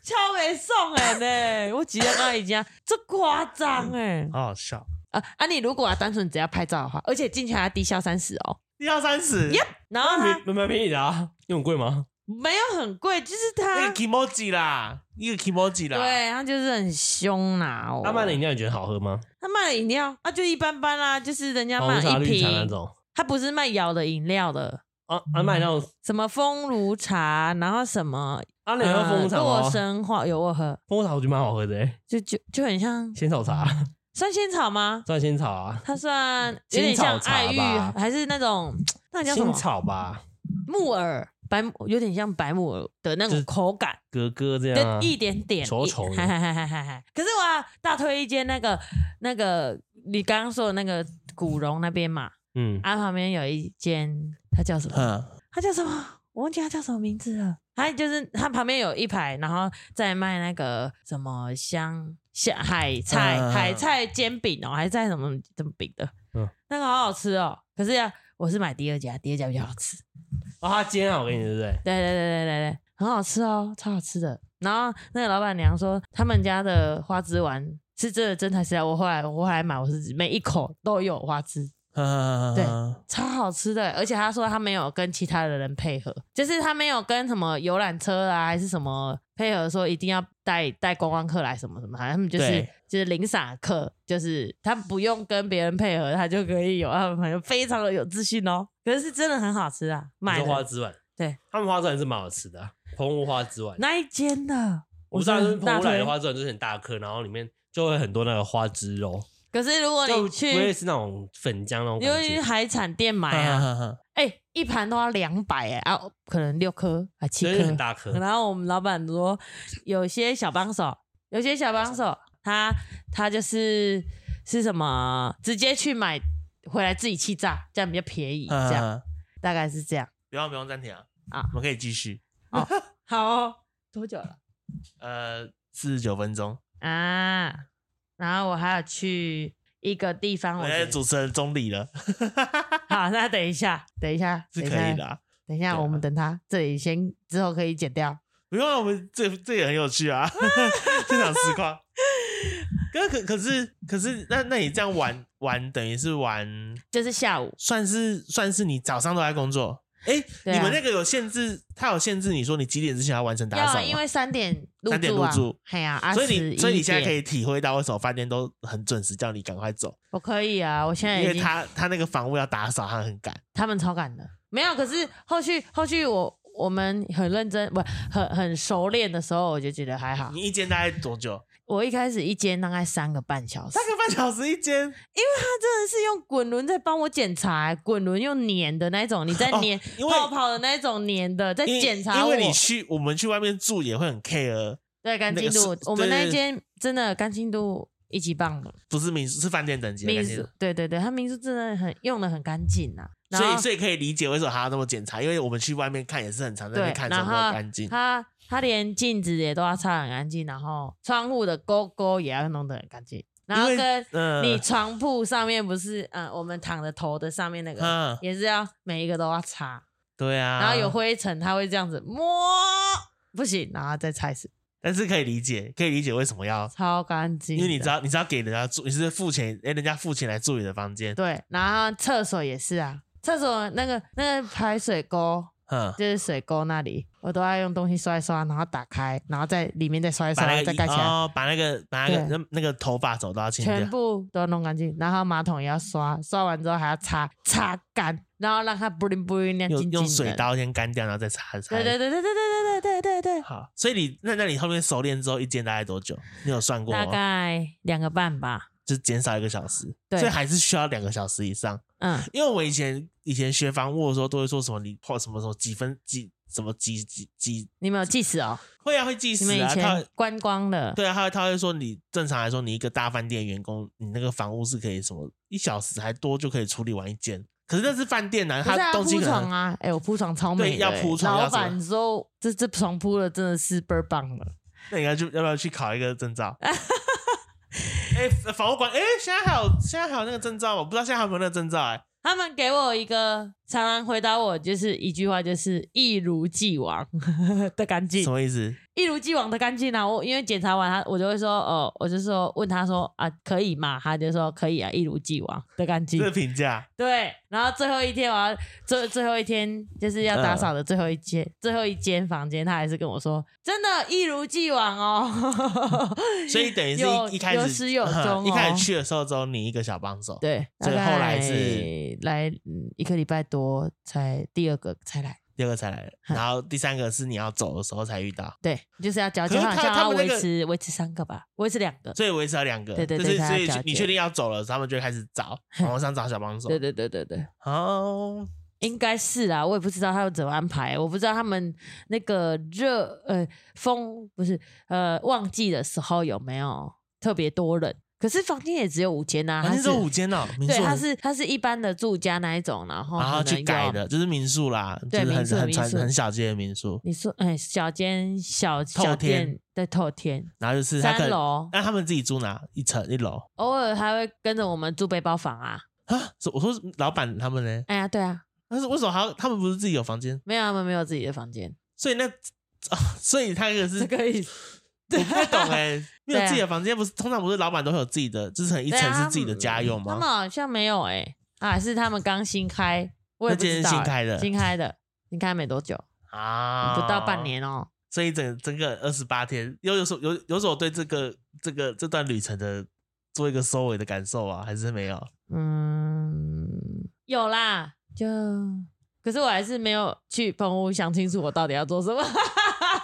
Speaker 1: 超没送人欸呢，我直接跟他已经这夸张哎
Speaker 3: 好好笑。
Speaker 1: 啊啊！你如果啊单纯只要拍照的话，而且进去还要低消三十哦。
Speaker 3: 一到三十，
Speaker 1: Yep，然后
Speaker 2: 那
Speaker 1: 他
Speaker 2: 比蛮蛮便宜的啊，有很贵吗？
Speaker 1: 没有很贵，就是
Speaker 3: 那
Speaker 1: 他
Speaker 3: 个 emoji 啦，一个 emoji 啦。，
Speaker 1: 对他就是很凶啦、哦。
Speaker 2: 他卖的饮料你觉得好喝吗？
Speaker 1: 他卖的饮料啊就一般般啦、就是人家
Speaker 2: 红
Speaker 1: 卖
Speaker 2: 茶、
Speaker 1: 一
Speaker 2: 绿茶那
Speaker 1: 瓶，
Speaker 2: 种。
Speaker 1: 他不是卖摇的饮料的。
Speaker 2: 啊啊卖那种
Speaker 1: 什么风炉茶，然后什么
Speaker 2: 啊，那喝
Speaker 1: 呃
Speaker 2: 蜂窝茶
Speaker 1: 洛
Speaker 2: 吗？
Speaker 1: 神花有我喝，
Speaker 2: 蜂窝茶我觉得蛮好喝的、欸，
Speaker 1: 就就就很像
Speaker 2: 仙草茶 [laughs]
Speaker 1: 算仙草吗？
Speaker 2: 算仙草啊，
Speaker 1: 它算有
Speaker 2: 仙
Speaker 1: 点
Speaker 2: 草
Speaker 1: 像
Speaker 2: 茶
Speaker 1: 爱玉
Speaker 2: 吧，
Speaker 1: 还是那种那叫什
Speaker 2: 仙
Speaker 1: 么
Speaker 2: 草吧，
Speaker 1: 木耳白木，有点像白木耳的那
Speaker 2: 就是
Speaker 1: 种口感。
Speaker 2: 格格这样、啊
Speaker 1: 跟，一点点
Speaker 2: 稠稠的
Speaker 1: 嗨嗨嗨嗨嗨嗨 [laughs] 可是我要大推一间那个那个你刚刚说的那个古榕那边嘛，
Speaker 2: 嗯，
Speaker 1: 啊旁边有一间，它叫什么？
Speaker 3: 嗯，
Speaker 1: 它叫什么？我忘记它叫什么名字了。它就是它旁边有一排，然后再卖那个什么香香海菜、
Speaker 3: 嗯
Speaker 1: 海菜煎饼哦，还是在什么什么饼的，
Speaker 2: 嗯
Speaker 1: 那个好好吃哦。可是、啊、我是买第二家，第二家比较好吃。
Speaker 2: 哦，它煎好给
Speaker 1: 嗯
Speaker 2: 你，对不对？
Speaker 1: 对对对对对对，很好吃哦，超好吃的。然后那个老板娘说，他们家的花枝丸是真的真材实料。我后来我后来买，我是每一口都有花枝，
Speaker 3: 嗯
Speaker 1: 对超好吃的。而且他说他没有跟其他的人配合，就是他没有跟什么游览车啊还是什么配合，说一定要带带观光客来什么什么，好像他们就是
Speaker 2: 对
Speaker 1: 就是零散客，就是他不用跟别人配合，他就可以有啊，反正非常的有自信哦。可是是真的很好吃啊，
Speaker 2: 你
Speaker 1: 买
Speaker 2: 说
Speaker 1: 的
Speaker 2: 花枝丸，
Speaker 1: 对
Speaker 2: 他们花枝丸是蛮好吃的啊、澎湖花枝丸。
Speaker 1: 那一间的。
Speaker 2: 我知道，就是
Speaker 1: 大
Speaker 2: 澎湖来
Speaker 1: 推
Speaker 2: 的花枝丸就是很大颗，然后里面就会很多那个花枝肉，
Speaker 1: 可是如果
Speaker 2: 就
Speaker 1: 你
Speaker 2: 不会
Speaker 1: 去，
Speaker 2: 是那种粉浆那种
Speaker 1: 你会
Speaker 2: 感
Speaker 1: 去
Speaker 2: 觉。嗯
Speaker 1: 海产店买啊，
Speaker 3: 呀，
Speaker 1: 哎、一盘都要两百哎啊，可能六颗啊七
Speaker 2: 就是很
Speaker 1: 颗。
Speaker 2: 大
Speaker 3: 嗯
Speaker 2: 颗，
Speaker 1: 然后我们老板说，有些小帮手，有些小帮手，他他就是是什么，直接去买回来自己气炸，这样比较便宜，这样、
Speaker 3: 嗯
Speaker 1: 大概是这样。
Speaker 3: 不用不用暂停啊，
Speaker 1: 啊
Speaker 3: 我们可以继续。
Speaker 1: 好、哦，多久了
Speaker 3: 呃，四十九分钟，
Speaker 1: 啊？然后我还有去一个地方，
Speaker 3: 我
Speaker 1: 我
Speaker 3: 现
Speaker 1: 觉
Speaker 3: 在
Speaker 1: 得
Speaker 3: 主持人中立了， [laughs]
Speaker 1: 好，那等一下，等一下，
Speaker 3: 哎是
Speaker 1: 等
Speaker 3: 可
Speaker 1: 一
Speaker 3: 以
Speaker 1: 下
Speaker 3: 的啊。
Speaker 1: 等一下，
Speaker 3: 对啊
Speaker 1: 我们等他这里先，之后可以剪掉。
Speaker 3: 不用啊，我们这这也很有趣啊， [laughs] 现场实况。可可可是可是，那那你这样玩玩，等于是玩，
Speaker 1: 就是下午，
Speaker 3: 算是算是你早上都在工作。哎、
Speaker 1: 对啊
Speaker 3: 你们那个有限制，他有限制你说你几点之前要完成打
Speaker 1: 要
Speaker 3: 扫
Speaker 1: 啊，
Speaker 3: 吗
Speaker 1: 因为三点入
Speaker 3: 三点
Speaker 1: 住
Speaker 3: 入
Speaker 1: 啊
Speaker 3: 住，
Speaker 1: 嘿呀、啊，
Speaker 3: 所以你所以你现在可
Speaker 1: 以，
Speaker 3: 以体会到为什么饭店都很准时叫你赶快走，
Speaker 1: 我可以啊，我现在
Speaker 3: 因
Speaker 1: 已
Speaker 3: 为
Speaker 1: 经
Speaker 3: 他他那个房屋要打扫，他很赶。
Speaker 1: 他们超赶的，没有，可是后续后续我我们很认真，不很很熟练的时候，我就觉得还好
Speaker 3: 你。一间大概多久？
Speaker 1: 我一开始一间大概三个半小时
Speaker 3: 三，个半小时一间，
Speaker 1: 他真的是用滚轮在帮我检查、滚轮用粘的那种，你在
Speaker 3: 哦
Speaker 1: 粘、
Speaker 3: 因为
Speaker 1: 泡泡的那种粘的，在
Speaker 3: 因
Speaker 1: 检查
Speaker 3: 因
Speaker 1: 我。
Speaker 3: 为你去我们去外面住也会很 care，
Speaker 1: 对干
Speaker 3: 那
Speaker 1: 净
Speaker 3: 个
Speaker 1: 度，
Speaker 3: 是
Speaker 1: 我们
Speaker 3: 对
Speaker 1: 那
Speaker 3: 对
Speaker 1: 一
Speaker 3: 对
Speaker 1: 间真的干净度一级棒的。
Speaker 3: 不是民宿是饭店等级的
Speaker 1: 民
Speaker 3: 干净
Speaker 1: 宿，对对对，他民宿真的很用的很干净啊。然
Speaker 3: 所以
Speaker 1: 后
Speaker 3: 所以可以理解为什么他要那么检查，因为我们去外面看也是很常在那
Speaker 1: 对
Speaker 3: 边，看
Speaker 1: 然
Speaker 3: 什
Speaker 1: 后
Speaker 3: 么干净。
Speaker 1: 他他连镜子也都要擦得很干净，然后窗户的勾勾也要弄得很干净，然
Speaker 3: 因
Speaker 1: 后
Speaker 3: 为
Speaker 1: 跟
Speaker 3: 嗯
Speaker 1: 你床铺上面不是嗯、呃我们躺着头的上面那个、
Speaker 3: 嗯，
Speaker 1: 也是要每一个都要擦，
Speaker 3: 对啊，
Speaker 1: 然后有，灰尘他会这样子摸。不行，然后再擦一次，
Speaker 3: 但是可以理解，可以理解为什么要，
Speaker 1: 超干净
Speaker 3: 因
Speaker 1: 的。
Speaker 3: 为你知道你知道给人家住，你是付钱，哎，人家付钱来住你的房间，
Speaker 1: 对，然后厕所也是啊，厕所那个那个排水沟，
Speaker 3: 嗯，
Speaker 1: 就是水沟那里，我都要用东西刷一刷，然后打开，然后在里面再刷一
Speaker 3: 把
Speaker 1: 刷，
Speaker 3: 那个
Speaker 1: 再盖起来，
Speaker 3: 哦，把那个把那个
Speaker 1: 对
Speaker 3: 那那个头发手都要清掉
Speaker 1: 全，部都弄干净。然后马桶也要刷，刷完之后还要擦擦干，然后让它布灵布灵亮
Speaker 3: 用
Speaker 1: 晶晶的。
Speaker 3: 用水。刀先干掉，然后再擦擦。
Speaker 1: 对对对对对对对对对对对，
Speaker 3: 好，所以你那那你后面熟练之后，一间大概多久？你有算过
Speaker 1: 大
Speaker 3: 吗？
Speaker 1: 概两个半吧。
Speaker 3: 就减少一个小时，
Speaker 1: 对
Speaker 3: 所以还是需要两个小时以上。
Speaker 1: 嗯，
Speaker 3: 因为我以前以前学房屋的时候，都会说什么你或什么什么几分几什么几几几，
Speaker 1: 你们有计时哦？
Speaker 3: 会啊会计
Speaker 1: 你
Speaker 3: 时
Speaker 1: 们以
Speaker 3: 啊，他
Speaker 1: 前观光的，
Speaker 3: 对啊，他会他会说你正常来说，你一个大饭店员工，你那个房屋是可以什么一小时还多就可以处理完一间，可是那是饭店呐、
Speaker 1: 可是
Speaker 3: 他
Speaker 1: 要
Speaker 3: 东西
Speaker 1: 铺
Speaker 3: 可
Speaker 1: 床
Speaker 3: 能
Speaker 1: 啊，哎，我铺床超美的
Speaker 3: 对要
Speaker 1: 哎
Speaker 3: 铺床要
Speaker 1: 老
Speaker 3: 什么
Speaker 1: 板说这这床铺的真的是倍儿棒了。
Speaker 3: 那你要去要不要去考一个证
Speaker 1: [laughs]
Speaker 3: 照？哎、房屋管哎、现在还有现在还有那个证照吗？我不知道现在还有没有那个证照哎、
Speaker 1: 他们给我一个常常回答我，就是一句话，就是一如既往的干净
Speaker 3: 什，么意思？
Speaker 1: 一如既往的干净啊！我因为检查完他，我就会说，呃，我就说问他说啊，可以吗？他就说可以啊，一如既往的干净
Speaker 3: 这。个评价
Speaker 1: 对，然后最后一天我要最最后一天就是要打扫的最后一间、最后一间房间，他还是跟我说，真的，一如既往哦。
Speaker 3: [laughs] 所以等于是
Speaker 1: 有
Speaker 3: 一一开始
Speaker 1: 有始有
Speaker 3: 嗯
Speaker 1: 终哦
Speaker 3: 一开始去的时候只有你一个小帮手，
Speaker 1: 对，
Speaker 3: 所以
Speaker 1: 大概
Speaker 3: 后来是
Speaker 1: 来嗯一个礼拜多才第二个才来，
Speaker 3: 第二个才来
Speaker 1: [laughs]
Speaker 3: 的，
Speaker 1: 嗯
Speaker 3: 然后第三个是你要走的时候才遇到，
Speaker 1: 对，就是要交接，
Speaker 3: 可是
Speaker 1: 好
Speaker 3: 他
Speaker 1: 像
Speaker 3: 他
Speaker 1: 要
Speaker 3: 们那
Speaker 1: 维
Speaker 3: 个
Speaker 1: 持维持三个吧，维持两个，
Speaker 3: 所以维持了两个，
Speaker 1: 对对对
Speaker 3: 就是
Speaker 1: 他要
Speaker 3: 所以
Speaker 1: 交接
Speaker 3: 你确定要走了，他们就开始找网络上找小帮手
Speaker 1: 对，啊对对对对，
Speaker 3: 哦，
Speaker 1: 应该是啊，我也不知道他们怎么安排，我不知道他们那个热呃风不是呃旺季的时候有没有特别多人，可是房间也只有五间呐、啊，
Speaker 3: 反
Speaker 1: 它
Speaker 3: 正
Speaker 1: 是
Speaker 3: 这五间
Speaker 1: [laughs]
Speaker 3: 哦，民
Speaker 1: 对，
Speaker 3: 宿
Speaker 1: 它是它是一般的住家那一种，然后
Speaker 3: 然后
Speaker 1: 可能
Speaker 3: 啊去
Speaker 1: 有
Speaker 3: 改的，就是民宿啦，就
Speaker 1: 对
Speaker 3: 是很
Speaker 1: 民宿
Speaker 3: 很传
Speaker 1: 民宿
Speaker 3: 很小间的民宿，
Speaker 1: 你说，哎，小间小
Speaker 3: 透
Speaker 1: 小
Speaker 3: 天
Speaker 1: 店对透天，
Speaker 3: 然后就是他可能，
Speaker 1: 三楼，
Speaker 3: 那他们自己住哪一层一楼
Speaker 1: 偶尔还会跟着我们住背包房啊。
Speaker 3: 啊？是我说老板他们呢？
Speaker 1: 哎呀，对啊，
Speaker 3: 但是为什么还要他们不是自己有房间？
Speaker 1: 没有他们没有自己的房间，
Speaker 3: 所以那 [laughs] 啊，所以他那个是
Speaker 1: 这个意思。
Speaker 3: 我不太懂哎、没有
Speaker 1: [laughs] 对啊
Speaker 3: 自己的房间，不是通常不是老板都会有自己的，就是很一
Speaker 1: 对
Speaker 3: 层
Speaker 1: 啊
Speaker 3: 是自己的家用
Speaker 1: 他
Speaker 3: 吗
Speaker 1: 们？好像没有哎，啊，是他们刚新开，我
Speaker 3: 那
Speaker 1: 也不
Speaker 3: 间
Speaker 1: 知
Speaker 3: 是
Speaker 1: 道
Speaker 3: 新
Speaker 1: 哎
Speaker 3: 开的
Speaker 1: 新开的，新开没多久，
Speaker 3: 啊，
Speaker 1: 不到半，年哦。
Speaker 3: 所以整整个二十八天，有有所有有所对这个这个这段旅程的做一个收尾的感受啊，还是没
Speaker 1: [laughs]
Speaker 3: 有？
Speaker 1: 嗯，有啦，就可是我还是没有去棚屋想清楚我到底要做什
Speaker 3: [laughs]
Speaker 1: 么。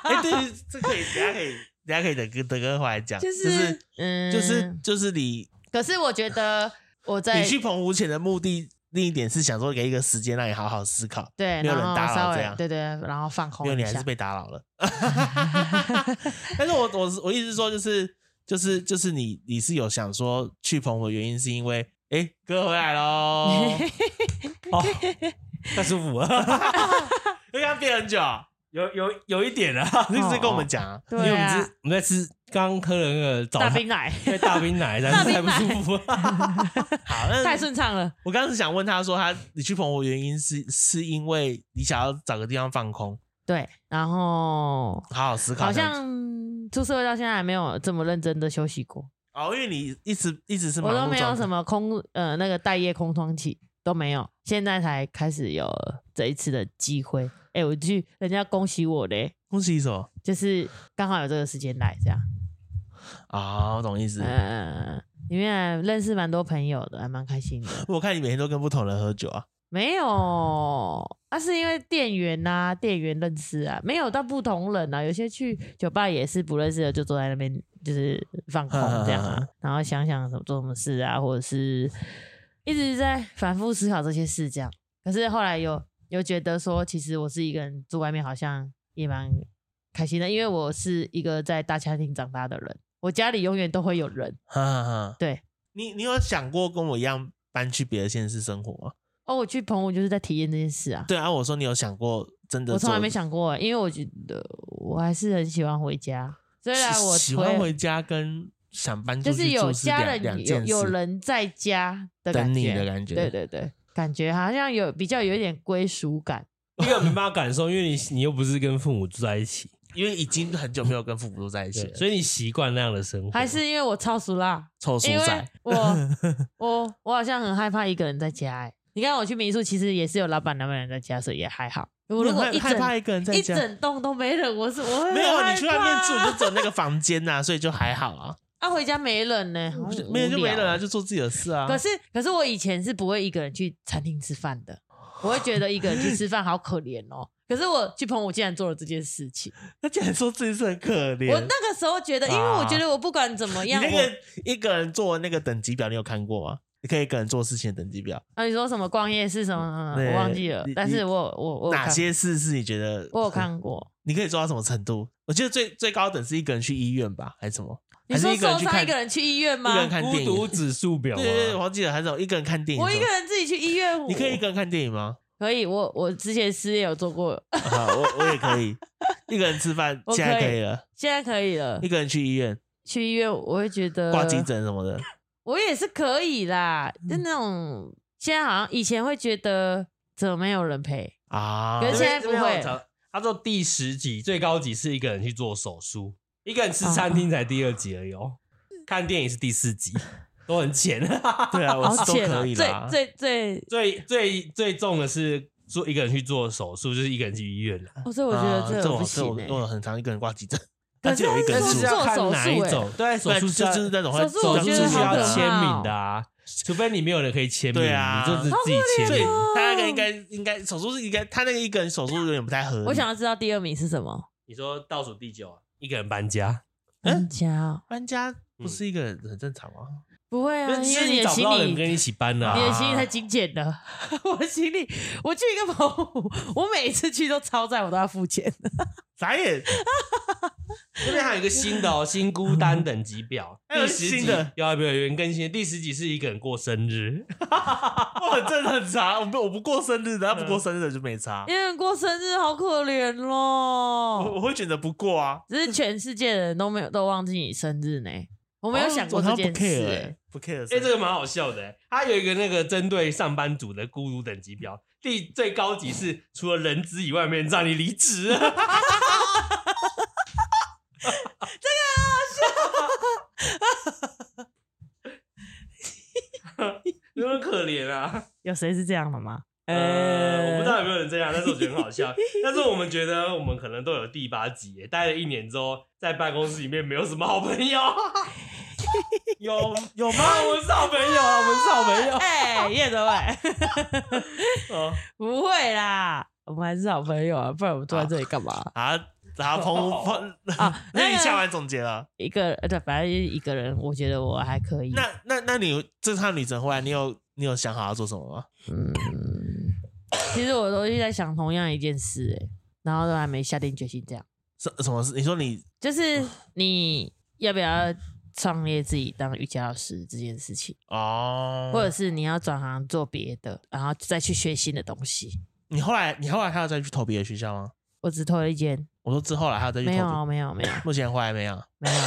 Speaker 3: 哎、对，这可以，等下可以，等下可以等哥等哥回来讲，
Speaker 1: 就是嗯，
Speaker 3: 就是就是你
Speaker 1: 可是我觉得我在
Speaker 3: 你去澎湖前的目的，另一点是想说给一个时间让你好好思考，
Speaker 1: 对，
Speaker 3: 没有
Speaker 1: 然
Speaker 3: 人
Speaker 1: 后
Speaker 3: 打扰
Speaker 1: 稍
Speaker 3: 这
Speaker 1: 微
Speaker 3: 样
Speaker 1: 对对，然后放
Speaker 3: 因
Speaker 1: 空
Speaker 3: 为你
Speaker 1: 一
Speaker 3: 还是
Speaker 1: 下。
Speaker 3: 被打扰
Speaker 1: [laughs]
Speaker 3: 了。但是我我是我意思是说、就是，就是就是你你是有想说去澎湖的原因，是因为哎、诶哥回
Speaker 1: [laughs]
Speaker 3: 来喽，
Speaker 2: 哦，太舒服了，
Speaker 3: [laughs] 因为他憋很久，啊
Speaker 2: 有有有一点啊，
Speaker 3: 你是跟我们讲、啊，
Speaker 2: 因为
Speaker 1: 对
Speaker 2: 我们
Speaker 1: 啊
Speaker 2: 是，我们在吃刚喝了那个早
Speaker 1: 大
Speaker 2: 餐
Speaker 3: [laughs]
Speaker 1: 冰奶
Speaker 2: 对大冰
Speaker 1: [laughs]
Speaker 2: 奶，但是太不舒服了。
Speaker 3: 好，那
Speaker 1: 太顺畅了。
Speaker 3: 我刚刚是想问他说他你去澎湖的原因是是因为你想要找个地方放空，
Speaker 1: 对，然后
Speaker 3: 好好思考
Speaker 1: 好
Speaker 3: 这样子，
Speaker 1: 像出社会到现在还没有这么认真的休息过，
Speaker 3: 哦，因为你一直一直是忙
Speaker 1: 我
Speaker 3: 碌
Speaker 1: 都没有
Speaker 3: 状态
Speaker 1: 什么空呃那个待业空窗期都没有，现在才开始有这一次的机会。哎，我去人家恭喜我嘞，
Speaker 3: 恭喜你什么
Speaker 1: 就是刚好有这个时间来这样。
Speaker 3: 啊、我懂意思。
Speaker 1: 嗯，里面认识蛮多朋友的，还蛮开心的。
Speaker 3: 我看你每天都跟不同人喝酒啊，
Speaker 1: 没有，啊，是因为店员呐、店员认识啊，没有到不同人啊。有些去酒吧也是不认识的，就坐在那边就是放空这样啊，然后想想什么做什么事啊，或者是一直在反复思考这些事这样。可是后来有有觉得说，其实我是一个人住外面，好像也蛮开心的，因为我是一个在大餐厅长大的人，我家里永远都会有人。
Speaker 3: 哈哈哈。
Speaker 1: 对，
Speaker 3: 你你有想过跟我一样搬去别的县市生活吗？
Speaker 1: 哦，我去澎湖就是在体验这件事啊。
Speaker 3: 对啊，我说你有想过真的？
Speaker 1: 我从来没，想过欸，因为我觉得我还是很喜欢回家。虽然啊我
Speaker 3: 喜喜欢
Speaker 1: 回
Speaker 3: 回家跟想搬出
Speaker 1: 就
Speaker 3: 去
Speaker 1: 是有
Speaker 3: 住
Speaker 1: 家
Speaker 3: 两两
Speaker 1: 人有
Speaker 3: 件
Speaker 1: 有
Speaker 3: 事
Speaker 1: 人在家的感
Speaker 3: 等你
Speaker 1: 觉，
Speaker 3: 的感觉，
Speaker 1: 对对对，感觉好像有比较有一点归属感。
Speaker 2: 一个没办法感受，因为你你又不是跟父母住在一起，
Speaker 3: 因为已经很久没有跟父母住在一起
Speaker 2: 对
Speaker 1: [laughs]
Speaker 3: 了，
Speaker 2: 所以你习惯那样的生活。
Speaker 1: 还是因为我超熟啦，
Speaker 3: 臭
Speaker 1: 因
Speaker 3: 蔬
Speaker 1: 为
Speaker 3: 菜
Speaker 1: 我
Speaker 3: [laughs]
Speaker 1: 我我好像很害怕一个人在家、欸。你看我去民宿，其实也是有老板、老板娘在家，所以也还好。我如
Speaker 3: 你
Speaker 1: 果
Speaker 3: 很
Speaker 1: 一
Speaker 3: 害怕
Speaker 1: 整
Speaker 3: 一个人在
Speaker 1: 一
Speaker 3: 家，
Speaker 1: 整栋都没人，我是我会
Speaker 3: 没有啊，
Speaker 1: 很害
Speaker 3: 你去外面住
Speaker 1: 怕
Speaker 3: 你就走那个房间呐，所以就还好啊，
Speaker 1: 啊，回家没人呢、好像很
Speaker 3: 没人就
Speaker 1: 无
Speaker 3: 没
Speaker 1: 聊
Speaker 3: 人
Speaker 1: 欸
Speaker 3: 啊，就做自己的事啊。
Speaker 1: 可是可是我以前是不会一个人去餐厅吃饭
Speaker 3: [laughs]
Speaker 1: 的，我会觉得一个人去吃饭好可怜哦。可是我去澎湖竟然做了这件
Speaker 3: [laughs]
Speaker 1: 事情，
Speaker 3: 他竟然说自己是很可怜，
Speaker 1: 我那个时候觉得，因为我觉得我不管怎
Speaker 3: [laughs]
Speaker 1: 么
Speaker 3: 你
Speaker 1: 样，
Speaker 3: 那
Speaker 1: 我
Speaker 3: 个一个人做那个等级表，你有看过吗？你可以一个人做事情的等级表，
Speaker 1: 啊，你说什么逛夜市什么，嗯
Speaker 3: 对
Speaker 1: 我忘记了
Speaker 3: 你，
Speaker 1: 但是我有我我有
Speaker 3: 哪
Speaker 1: 看
Speaker 3: 些事是你觉得
Speaker 1: 我有看过，
Speaker 3: 你可以做到什么程度？我记得最最高等是一个人去医院吧，还是什么？
Speaker 1: 你
Speaker 3: 还
Speaker 1: 说
Speaker 3: 是一个人
Speaker 1: 受
Speaker 3: 去
Speaker 1: 伤
Speaker 3: 看
Speaker 1: 一个人去医院
Speaker 3: 一个
Speaker 1: 吗
Speaker 3: 人？看
Speaker 2: 孤
Speaker 3: 电影？
Speaker 2: 独指数表
Speaker 3: 对
Speaker 2: 啊，
Speaker 3: 对对，我忘记了，还是有一个人看电影
Speaker 1: 我
Speaker 3: 的时候。
Speaker 1: 一个人自己去医院，
Speaker 3: 你可以一
Speaker 1: 我
Speaker 3: 个人看电影
Speaker 1: [laughs]
Speaker 3: 吗？
Speaker 1: 可以，我我之前失业有做过， [laughs]
Speaker 3: 啊，我我也可以一个人吃饭，
Speaker 1: 我
Speaker 3: 现在
Speaker 1: 可
Speaker 3: 可
Speaker 1: 以
Speaker 3: 以了。
Speaker 1: 现在可以了
Speaker 3: 一，个人去医院
Speaker 1: 去医院我会觉得
Speaker 3: 挂急诊什么
Speaker 1: [laughs]
Speaker 3: 的，
Speaker 1: 我也是可以啦，就那种现在好像以前会觉得怎么没有人陪，
Speaker 3: 啊，
Speaker 1: 可是现在不会。
Speaker 2: 他做第十集最高级是一个人去做手术，一个人
Speaker 1: 嗯
Speaker 2: 吃餐厅才第二集而已哦，看电影是第四集， [laughs] 都很浅。 [laughs]
Speaker 3: 对啊，我
Speaker 1: 好
Speaker 3: 是都
Speaker 1: 浅啊
Speaker 3: 可以！啦。
Speaker 1: 最最最，
Speaker 2: 最最最重的是做一个人去做手术，就是一个人去医院了。
Speaker 1: 哦所以我觉得
Speaker 3: 啊
Speaker 1: 这
Speaker 3: 这
Speaker 1: 个不
Speaker 3: 我这
Speaker 1: 行
Speaker 3: 我
Speaker 1: 欸
Speaker 3: 我很常一个人挂急
Speaker 1: [laughs]
Speaker 3: 诊，
Speaker 1: 可
Speaker 3: 而且
Speaker 1: 是
Speaker 3: 有一个
Speaker 1: 但
Speaker 3: 人
Speaker 1: 是
Speaker 3: 住
Speaker 1: 做手
Speaker 2: 看
Speaker 1: 术
Speaker 2: 哪一种？对，手
Speaker 3: 对
Speaker 2: 术
Speaker 3: 就就是那种会
Speaker 1: 手术
Speaker 2: 手
Speaker 1: 我
Speaker 2: 术
Speaker 1: 觉得
Speaker 2: 是
Speaker 1: 好
Speaker 2: 要
Speaker 1: 可怕
Speaker 2: 签名的啊，除非你没有人可以签名，
Speaker 3: 对啊
Speaker 2: 你就只自己
Speaker 3: 所
Speaker 2: 签
Speaker 3: 以
Speaker 2: 名。
Speaker 1: 哦
Speaker 3: 他那个应该应该手术是应该他那个一个人手术有点不太合理。
Speaker 1: 我想要知道第二名是什么。
Speaker 2: 你说倒数第九啊，一个人搬家，
Speaker 3: 嗯
Speaker 1: 搬家哦
Speaker 3: 搬家不是一个人很正常吗？
Speaker 1: 不会啊，
Speaker 2: 但
Speaker 1: 因
Speaker 2: 是
Speaker 1: 为你
Speaker 2: 你
Speaker 1: 的
Speaker 2: 找不
Speaker 1: 行
Speaker 2: 到
Speaker 1: 李
Speaker 2: 人，跟你一起搬
Speaker 3: 啊
Speaker 2: 啊
Speaker 1: 你。的行李太精简了。 [laughs] 我的行李，我去一个澎湖，我每一次去都超载，我都要付钱。
Speaker 3: 眨眼，
Speaker 2: 这边还有一个新的哦，新孤单等级表，
Speaker 3: [laughs] 还有
Speaker 2: 第十
Speaker 3: 新
Speaker 2: 集
Speaker 3: 的
Speaker 2: 要不要有人更新？第十集是一个人过生
Speaker 3: [laughs]
Speaker 2: 日，
Speaker 3: 我很正哦很差，我不我不过生日的，他不过生日的就没差。
Speaker 1: 因为过生日好可怜
Speaker 3: 啊我
Speaker 1: 咯，
Speaker 3: 我会选择不过啊。
Speaker 1: 只是全世界的人都没有都忘记你生日呢。我没有想过
Speaker 3: 哦我
Speaker 1: 这
Speaker 3: 好像
Speaker 1: 件
Speaker 3: 不
Speaker 1: 事
Speaker 3: care
Speaker 1: 欸、
Speaker 3: 欸，不 care
Speaker 2: 哎、
Speaker 3: 生日。
Speaker 2: 这个蛮好笑的、欸。它有一个那个针对上班族的孤独等级表，第最高级是除了人资以外，没人让你离职。这 [laughs] 个好笑，有点可怜啊。
Speaker 1: 有谁是这样的吗？
Speaker 2: 呃，我不知道有没有人这样，但是我觉得很好笑。但是我们觉得我们可能都有第八集耶，待了一年之后，在办公室里面没有什么好朋 [laughs] 友。
Speaker 3: 有有吗？
Speaker 2: 啊，我们是好朋友啊，我们是好朋友。
Speaker 1: [laughs] 哎、叶德伟，
Speaker 2: 哦，
Speaker 1: [laughs] 不会啦，我们还是好朋友啊，不然我们坐在这里干嘛？
Speaker 2: [laughs]
Speaker 3: 啊啊，
Speaker 1: [laughs]
Speaker 3: 澎湖澎，
Speaker 1: 啊
Speaker 3: [laughs] 那你
Speaker 1: 那个
Speaker 3: 下完总结了。
Speaker 1: 一个呃对，反正就是一个人，我觉得我还可以。
Speaker 3: 那那那你这趟旅程回来，你有你有想好要做什么吗？
Speaker 1: 嗯，其实我都一直在想同样一件事、哎，然后都还没下定决心。这样
Speaker 3: 什什么事？你说你
Speaker 2: [laughs]
Speaker 1: 就是你要不要创业自己当瑜伽老师这件事情，
Speaker 3: 哦，
Speaker 2: 嗯
Speaker 1: 或者是你要转行做别的，然后再去学新的东西。
Speaker 3: 你后来你后来还有再去投别的学校吗？
Speaker 1: 我只投了一间，
Speaker 3: 我说之后来还有再去投
Speaker 1: 没有
Speaker 3: 别，
Speaker 1: 啊，没有，没有，
Speaker 3: 目前回来没有，
Speaker 1: 没
Speaker 2: [laughs]
Speaker 1: 有，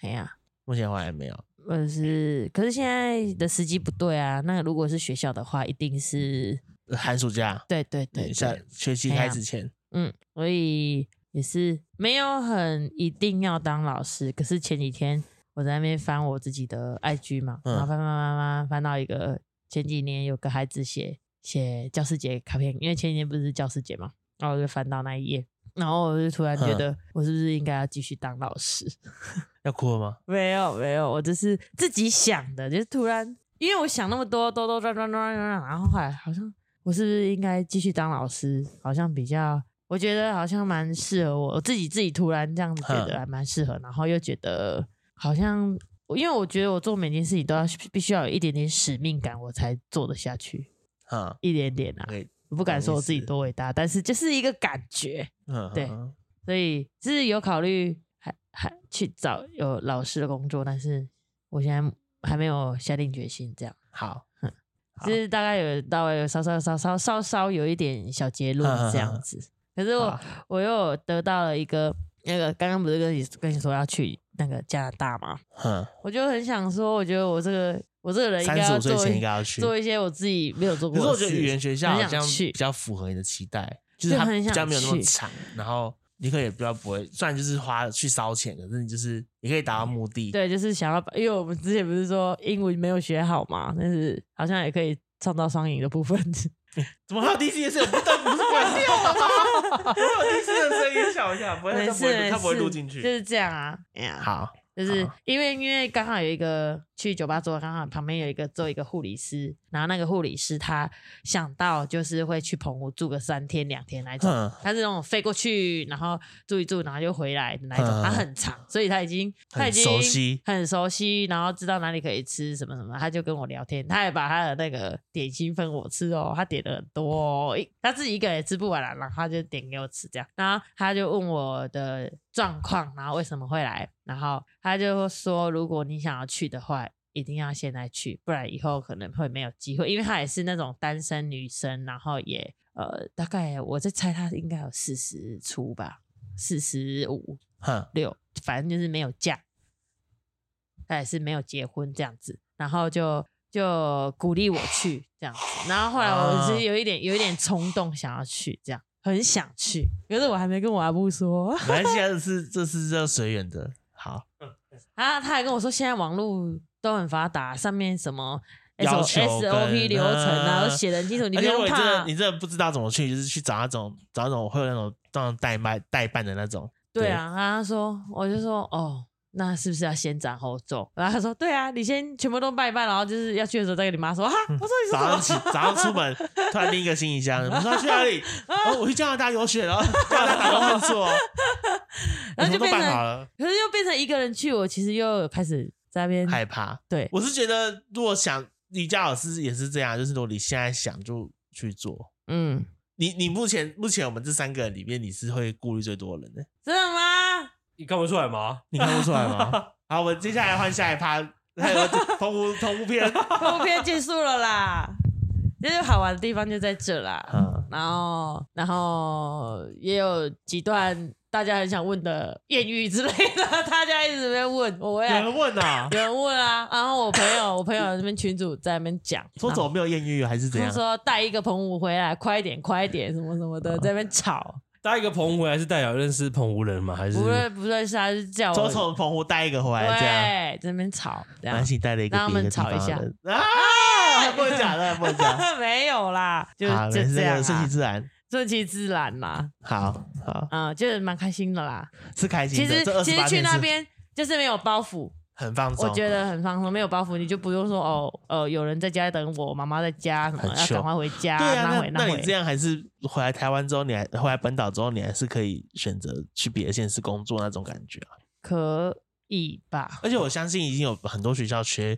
Speaker 1: 哎呀、
Speaker 3: 目前回来没有。
Speaker 1: 或者是，可是现在的时机不对啊。那如果是学校的话，一定是
Speaker 3: 寒暑假
Speaker 1: 对对对对
Speaker 3: 下学期开始前，
Speaker 1: 嗯，所以也是没有很一定要当老师。可是前几天我在那边翻我自己的 IG 嘛，
Speaker 3: 嗯
Speaker 1: 然后翻翻翻翻翻到一个前几年有个孩子写写教师节卡片，因为前几年不是教师节嘛，然后我就翻到那一页，然后我就突然觉得我是不是应该要继续当老师？
Speaker 3: 要哭了吗？
Speaker 1: 没有没有，我只是自己想的，就是突然因为我想那么多兜兜转转转转转，然后后来好像我是不是应该继续当老师？好像比较，我觉得好像蛮适合我，我自己自己突然这样子觉得
Speaker 3: 哼
Speaker 1: 还蛮适合，然后又觉得好像。因为我觉得我做每件事情都要必须要有一点点使命感，我才做得下去，
Speaker 3: 嗯，
Speaker 1: 一点点啊，
Speaker 3: 可以，
Speaker 1: 我不敢说我自己
Speaker 3: 懂意思
Speaker 1: 多伟大，但是就是一个感觉，
Speaker 3: 嗯，
Speaker 1: 对
Speaker 3: 嗯
Speaker 1: 所以是有考虑还还去找有老师的工作，但是我现在还没有下定决心。这样，
Speaker 3: 好，好
Speaker 1: 就是大概有到有稍稍稍稍稍稍有一点小结论
Speaker 3: 嗯嗯嗯
Speaker 1: 这样子。可是我
Speaker 3: 好啊
Speaker 1: 我又有得到了一个那个刚刚不是跟你跟你说要去那个加拿大吗？
Speaker 3: 嗯，
Speaker 1: 我就很想说，我觉得我这个我这个呃人应
Speaker 3: 三
Speaker 1: 该
Speaker 3: 十
Speaker 1: 要
Speaker 3: 五岁
Speaker 1: 做
Speaker 3: 前应
Speaker 1: 一
Speaker 3: 该要去。
Speaker 1: 做一些我自己没有做
Speaker 3: 可
Speaker 1: 过
Speaker 3: 是
Speaker 1: 的事。
Speaker 3: 我觉得语言学校好
Speaker 1: 很想
Speaker 3: 像
Speaker 1: 去
Speaker 3: 比较符合你的期待，就是它
Speaker 1: 就很
Speaker 3: 比
Speaker 1: 想
Speaker 3: 较没有那么
Speaker 1: 去
Speaker 3: 长，然后你可以比较不会，虽然就是花去烧钱，可是你就是你可以达到目的。
Speaker 1: 对，就是想要把，因为我们之前不是说英文没有学好嘛，但是好像也可以创造双赢的部分。
Speaker 3: 怎么还有 D C 的声音？不但不是关掉了吗？ [laughs] 怎么有 D C 的声音？想一下，不会，
Speaker 1: [laughs] 没
Speaker 3: 它不
Speaker 1: 事
Speaker 3: 会，
Speaker 1: 没
Speaker 3: 它不会
Speaker 1: 事
Speaker 3: 录进
Speaker 1: 就
Speaker 3: 去。
Speaker 1: 是这样啊。哎呀，
Speaker 3: 好，
Speaker 1: 就是
Speaker 3: 好
Speaker 1: 因为因为刚好有一个去酒吧做，刚好旁边有一个做一个护理师，然后那个护理师他想到就是会去澎湖住个三天两天那一种，
Speaker 3: 嗯
Speaker 1: 他是那种飞过去，然后住一住，然后就回来的那一种。
Speaker 3: 嗯
Speaker 1: 他很长，所以他已经他已经
Speaker 3: 很熟悉
Speaker 1: 很熟悉，然后知道哪里可以吃什么什么。他就跟我聊天，他也把他的那个点心分我吃哦，他点了很多、哦，一他自己一个人也吃不完了、然后他就点给我吃这样。然后他就问我的状况，然后为什么会来，然后他就说，如果你想要去的话。一定要现在去，不然以后可能会没有机会。因为她也是那种单身女生，然后也呃，大概我在猜她应该有四十出吧，四十五
Speaker 3: 哼，
Speaker 1: 六，反正就是没有嫁，她也是没有结婚这样子，然后就就鼓励我去这样子，然后后来我
Speaker 3: 啊
Speaker 1: 是有一点有一点冲动想要去这样。很想去，可是我还没跟我阿布说 [laughs]
Speaker 3: 马来西亚是啊这是这随缘的。好，
Speaker 1: 啊，他还跟我说现在网络都很发达，上面什么 S
Speaker 3: 要
Speaker 1: O
Speaker 3: 求
Speaker 1: S O
Speaker 3: 跟
Speaker 1: P 流程啊
Speaker 3: 呃
Speaker 1: 都写的很清楚，你
Speaker 3: 而
Speaker 1: 不
Speaker 3: 且如果
Speaker 1: 用
Speaker 3: 你真
Speaker 1: 怕
Speaker 3: 的。你真的不知道怎么去，就是去找那种找那
Speaker 1: [laughs]
Speaker 3: 种会有那种那种代卖代办的那种。
Speaker 1: 对啊，然后他说，我就说哦，那是不是要先斩后奏？然后他说对啊，你先全部都拜一拜，然后就是要去的时候再跟你妈说啊，我说你说
Speaker 3: 早
Speaker 1: 什
Speaker 3: 上
Speaker 1: 么？ [laughs]
Speaker 3: 起，早上出门，突然拎一个行李箱，我说要去哪里？哦，我去加拿大游
Speaker 1: [laughs]
Speaker 3: 学，然后加拿大打工换宿哦，
Speaker 1: 然后
Speaker 3: 我什么都
Speaker 1: 就变
Speaker 3: 办好
Speaker 1: 成，
Speaker 3: 了，
Speaker 1: [laughs] 可是又变成一个人去，我其实又有开始在那边
Speaker 3: 害怕。
Speaker 1: 对
Speaker 3: 我是觉得，如果想离家老师也是这样，就是如果你现在想就去做。
Speaker 1: 嗯，
Speaker 3: 你你目前目前我们这三个人里面，你是会顾虑最多的人的，
Speaker 1: 真的
Speaker 3: [laughs]
Speaker 1: 吗？
Speaker 2: 你看不出来吗？
Speaker 3: 你看不出来
Speaker 1: [laughs]
Speaker 3: 吗？好，我们接下来换下一趴，还有澎湖澎湖篇，
Speaker 1: 恐怖片结束了啦，就是好玩的地方就在这啦。
Speaker 3: 嗯，
Speaker 1: 然后，然后也有几段大家很想问的艳遇之类的， [laughs] 大家一直在那边问，我
Speaker 3: 有
Speaker 1: 也有
Speaker 3: 人问啊，
Speaker 1: 人问啊。然后我朋友，我 [laughs] 朋友那边群主在那边讲，
Speaker 3: 说怎么没有艳遇还是怎
Speaker 1: 然后
Speaker 3: 样
Speaker 1: 他？说带一个澎湖回来，快一点，快一点，什么什么
Speaker 3: 啊
Speaker 1: 的，在那边吵。
Speaker 2: 搭一个澎湖还是代表认识澎湖人吗？还是
Speaker 1: 不认不认识他，是叫
Speaker 3: 说
Speaker 1: 我
Speaker 3: 从澎湖带一个回来这样。
Speaker 1: 对，在那边吵这样
Speaker 3: 蛮。喜带了一个
Speaker 1: 让
Speaker 3: 别
Speaker 1: 他们
Speaker 3: 的地
Speaker 1: 吵一
Speaker 3: 方
Speaker 1: 下
Speaker 3: 的人啊！不能讲了，不能讲。
Speaker 1: 没有啦， [laughs] 就
Speaker 3: 好，
Speaker 1: 就
Speaker 3: 没事
Speaker 1: 这样啊
Speaker 3: 那个顺
Speaker 1: 啦
Speaker 3: 其，自然。
Speaker 1: 顺其自然啦。
Speaker 3: 好好，
Speaker 1: 啊、就是蛮开心的啦。
Speaker 3: 是开心
Speaker 1: 其
Speaker 3: 的。
Speaker 1: 实
Speaker 3: 这
Speaker 1: 其实
Speaker 3: 28
Speaker 1: 去
Speaker 3: 天
Speaker 1: 那
Speaker 3: 是
Speaker 1: 边就是没有包袱，
Speaker 3: 很放松，
Speaker 1: 我觉得很放松，没有包袱，你就不用说哦，呃，有人在家等我，妈妈在家什么
Speaker 3: 很，
Speaker 1: 要
Speaker 3: chill
Speaker 1: 赶快回家，
Speaker 3: 对啊。
Speaker 1: 那
Speaker 3: 那
Speaker 1: 回
Speaker 3: 那
Speaker 1: 回
Speaker 3: 你这样还是回来台湾之后，你还回来本岛之后，你还是可以选择去别的县市工作那种感觉啊。
Speaker 1: 可以吧？
Speaker 3: 而且我相信已经有很多学校缺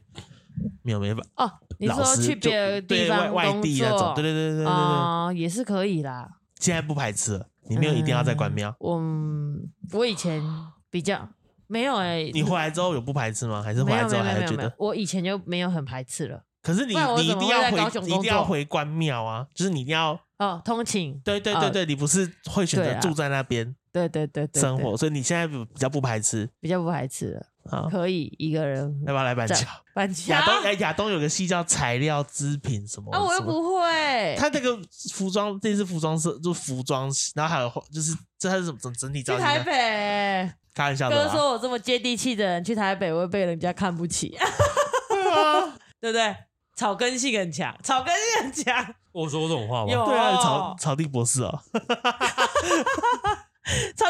Speaker 3: 没有没法
Speaker 1: 哦，你
Speaker 3: 老
Speaker 1: 说
Speaker 3: 师
Speaker 1: 去
Speaker 3: 就
Speaker 1: 别的地
Speaker 3: 对
Speaker 1: 方
Speaker 3: 外外地那种，对对对对对对对，
Speaker 1: 啊、也是可以啦。
Speaker 3: 现在不排斥了，你没有一定要在关庙。
Speaker 1: 我嗯我以前比较没有哎、
Speaker 3: 你回来之后有不排斥吗？还是回
Speaker 1: 没
Speaker 3: 来
Speaker 1: 有
Speaker 3: 之
Speaker 1: 没
Speaker 3: 后
Speaker 1: 有没
Speaker 3: 还
Speaker 1: 有
Speaker 3: 是觉
Speaker 1: 没有没有
Speaker 3: 得，？
Speaker 1: 我以前就没有很排斥了。
Speaker 3: 可是你
Speaker 1: 不然我
Speaker 3: 你一
Speaker 1: 怎么
Speaker 3: 定
Speaker 1: 会
Speaker 3: 要
Speaker 1: 在高
Speaker 3: 回，
Speaker 1: 雄
Speaker 3: 你一
Speaker 1: 工
Speaker 3: 定要
Speaker 1: 作
Speaker 3: 回关庙啊！就是你一定要，
Speaker 1: 哦，通勤，
Speaker 3: 对对对
Speaker 1: 呃
Speaker 3: 对，你不是会选
Speaker 1: 对
Speaker 3: 择
Speaker 1: 啊
Speaker 3: 住在那边
Speaker 1: 对对对对，
Speaker 3: 生
Speaker 1: 对
Speaker 3: 活，所以你现在比较不排斥
Speaker 1: 比较不排斥了，
Speaker 3: 啊。
Speaker 1: 可以一个人
Speaker 3: 要不要来板
Speaker 1: 这
Speaker 3: 桥 [laughs]
Speaker 1: 样？搬家
Speaker 3: 亚东哎，亚东有个系叫材料织品什么
Speaker 1: [laughs] 啊，我又
Speaker 3: 什么
Speaker 1: 不会，
Speaker 3: 他那个服装，这是服装设，就服装，然后还有就是这它是整整体造
Speaker 1: 去
Speaker 3: 型
Speaker 1: 台
Speaker 3: 的，
Speaker 1: 北。
Speaker 3: 开玩笑的
Speaker 1: 哥
Speaker 3: 啦。
Speaker 1: 说我这么接地气的人去台北，我会被人家看不起，
Speaker 3: 对啊，
Speaker 1: [laughs] 对不对？草根性很强，草根性很强，
Speaker 2: 我说过这种话吗？
Speaker 1: 有
Speaker 3: 对啊，草草地博士哦，
Speaker 1: 草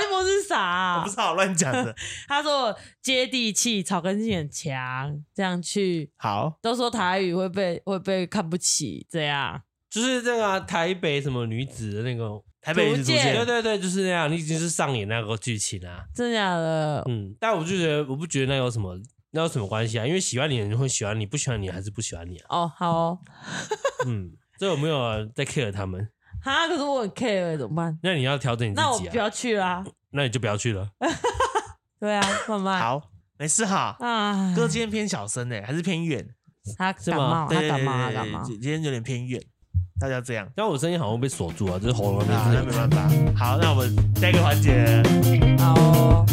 Speaker 1: 地博士傻啊、
Speaker 3: 我不是好乱讲
Speaker 1: [laughs]
Speaker 3: 的。
Speaker 1: 他说我接地气，草根性很强，这样去
Speaker 3: 好，
Speaker 1: 都说台语会被会被看不起，这样
Speaker 2: 就是那个啊、台北什么女子的那个，
Speaker 3: 台北女子
Speaker 1: 逐
Speaker 3: 出
Speaker 1: 渐
Speaker 2: 对
Speaker 3: 现，
Speaker 2: 对对，就是那样。你已经是上演那个剧情啊，
Speaker 1: 真的假的？。
Speaker 2: 嗯，但我就觉得我不觉得那有什么。那有什么关系啊？因为喜欢你的人会喜欢你，不喜欢你还是不喜欢你啊
Speaker 1: 哦，好哦，
Speaker 2: 嗯，这有没有在 care 他们？
Speaker 1: 哈，可是我很 care 欸怎么办？
Speaker 2: 那你要调整你自
Speaker 1: 那我
Speaker 2: 己啊。
Speaker 1: 不要去啦。
Speaker 2: 那你就不要去了。
Speaker 1: 对啊，慢慢。
Speaker 3: 好，没事哈。
Speaker 1: 啊，
Speaker 3: 哥今天偏小声欸诶，还是偏远？
Speaker 1: 他
Speaker 2: 是
Speaker 1: 感
Speaker 2: 吗
Speaker 1: 冒，
Speaker 3: 对
Speaker 1: 哦他
Speaker 3: 对
Speaker 1: 感
Speaker 3: 对
Speaker 1: 冒，他
Speaker 3: 对
Speaker 1: 感冒
Speaker 3: 对，。今天有点偏远，大家这样。
Speaker 2: 但我声音好像被锁住啊，就是喉咙那
Speaker 3: 啊，
Speaker 2: 边
Speaker 3: 那
Speaker 2: 是
Speaker 3: 没办法。好，那我们下一个环节。
Speaker 1: 好哦。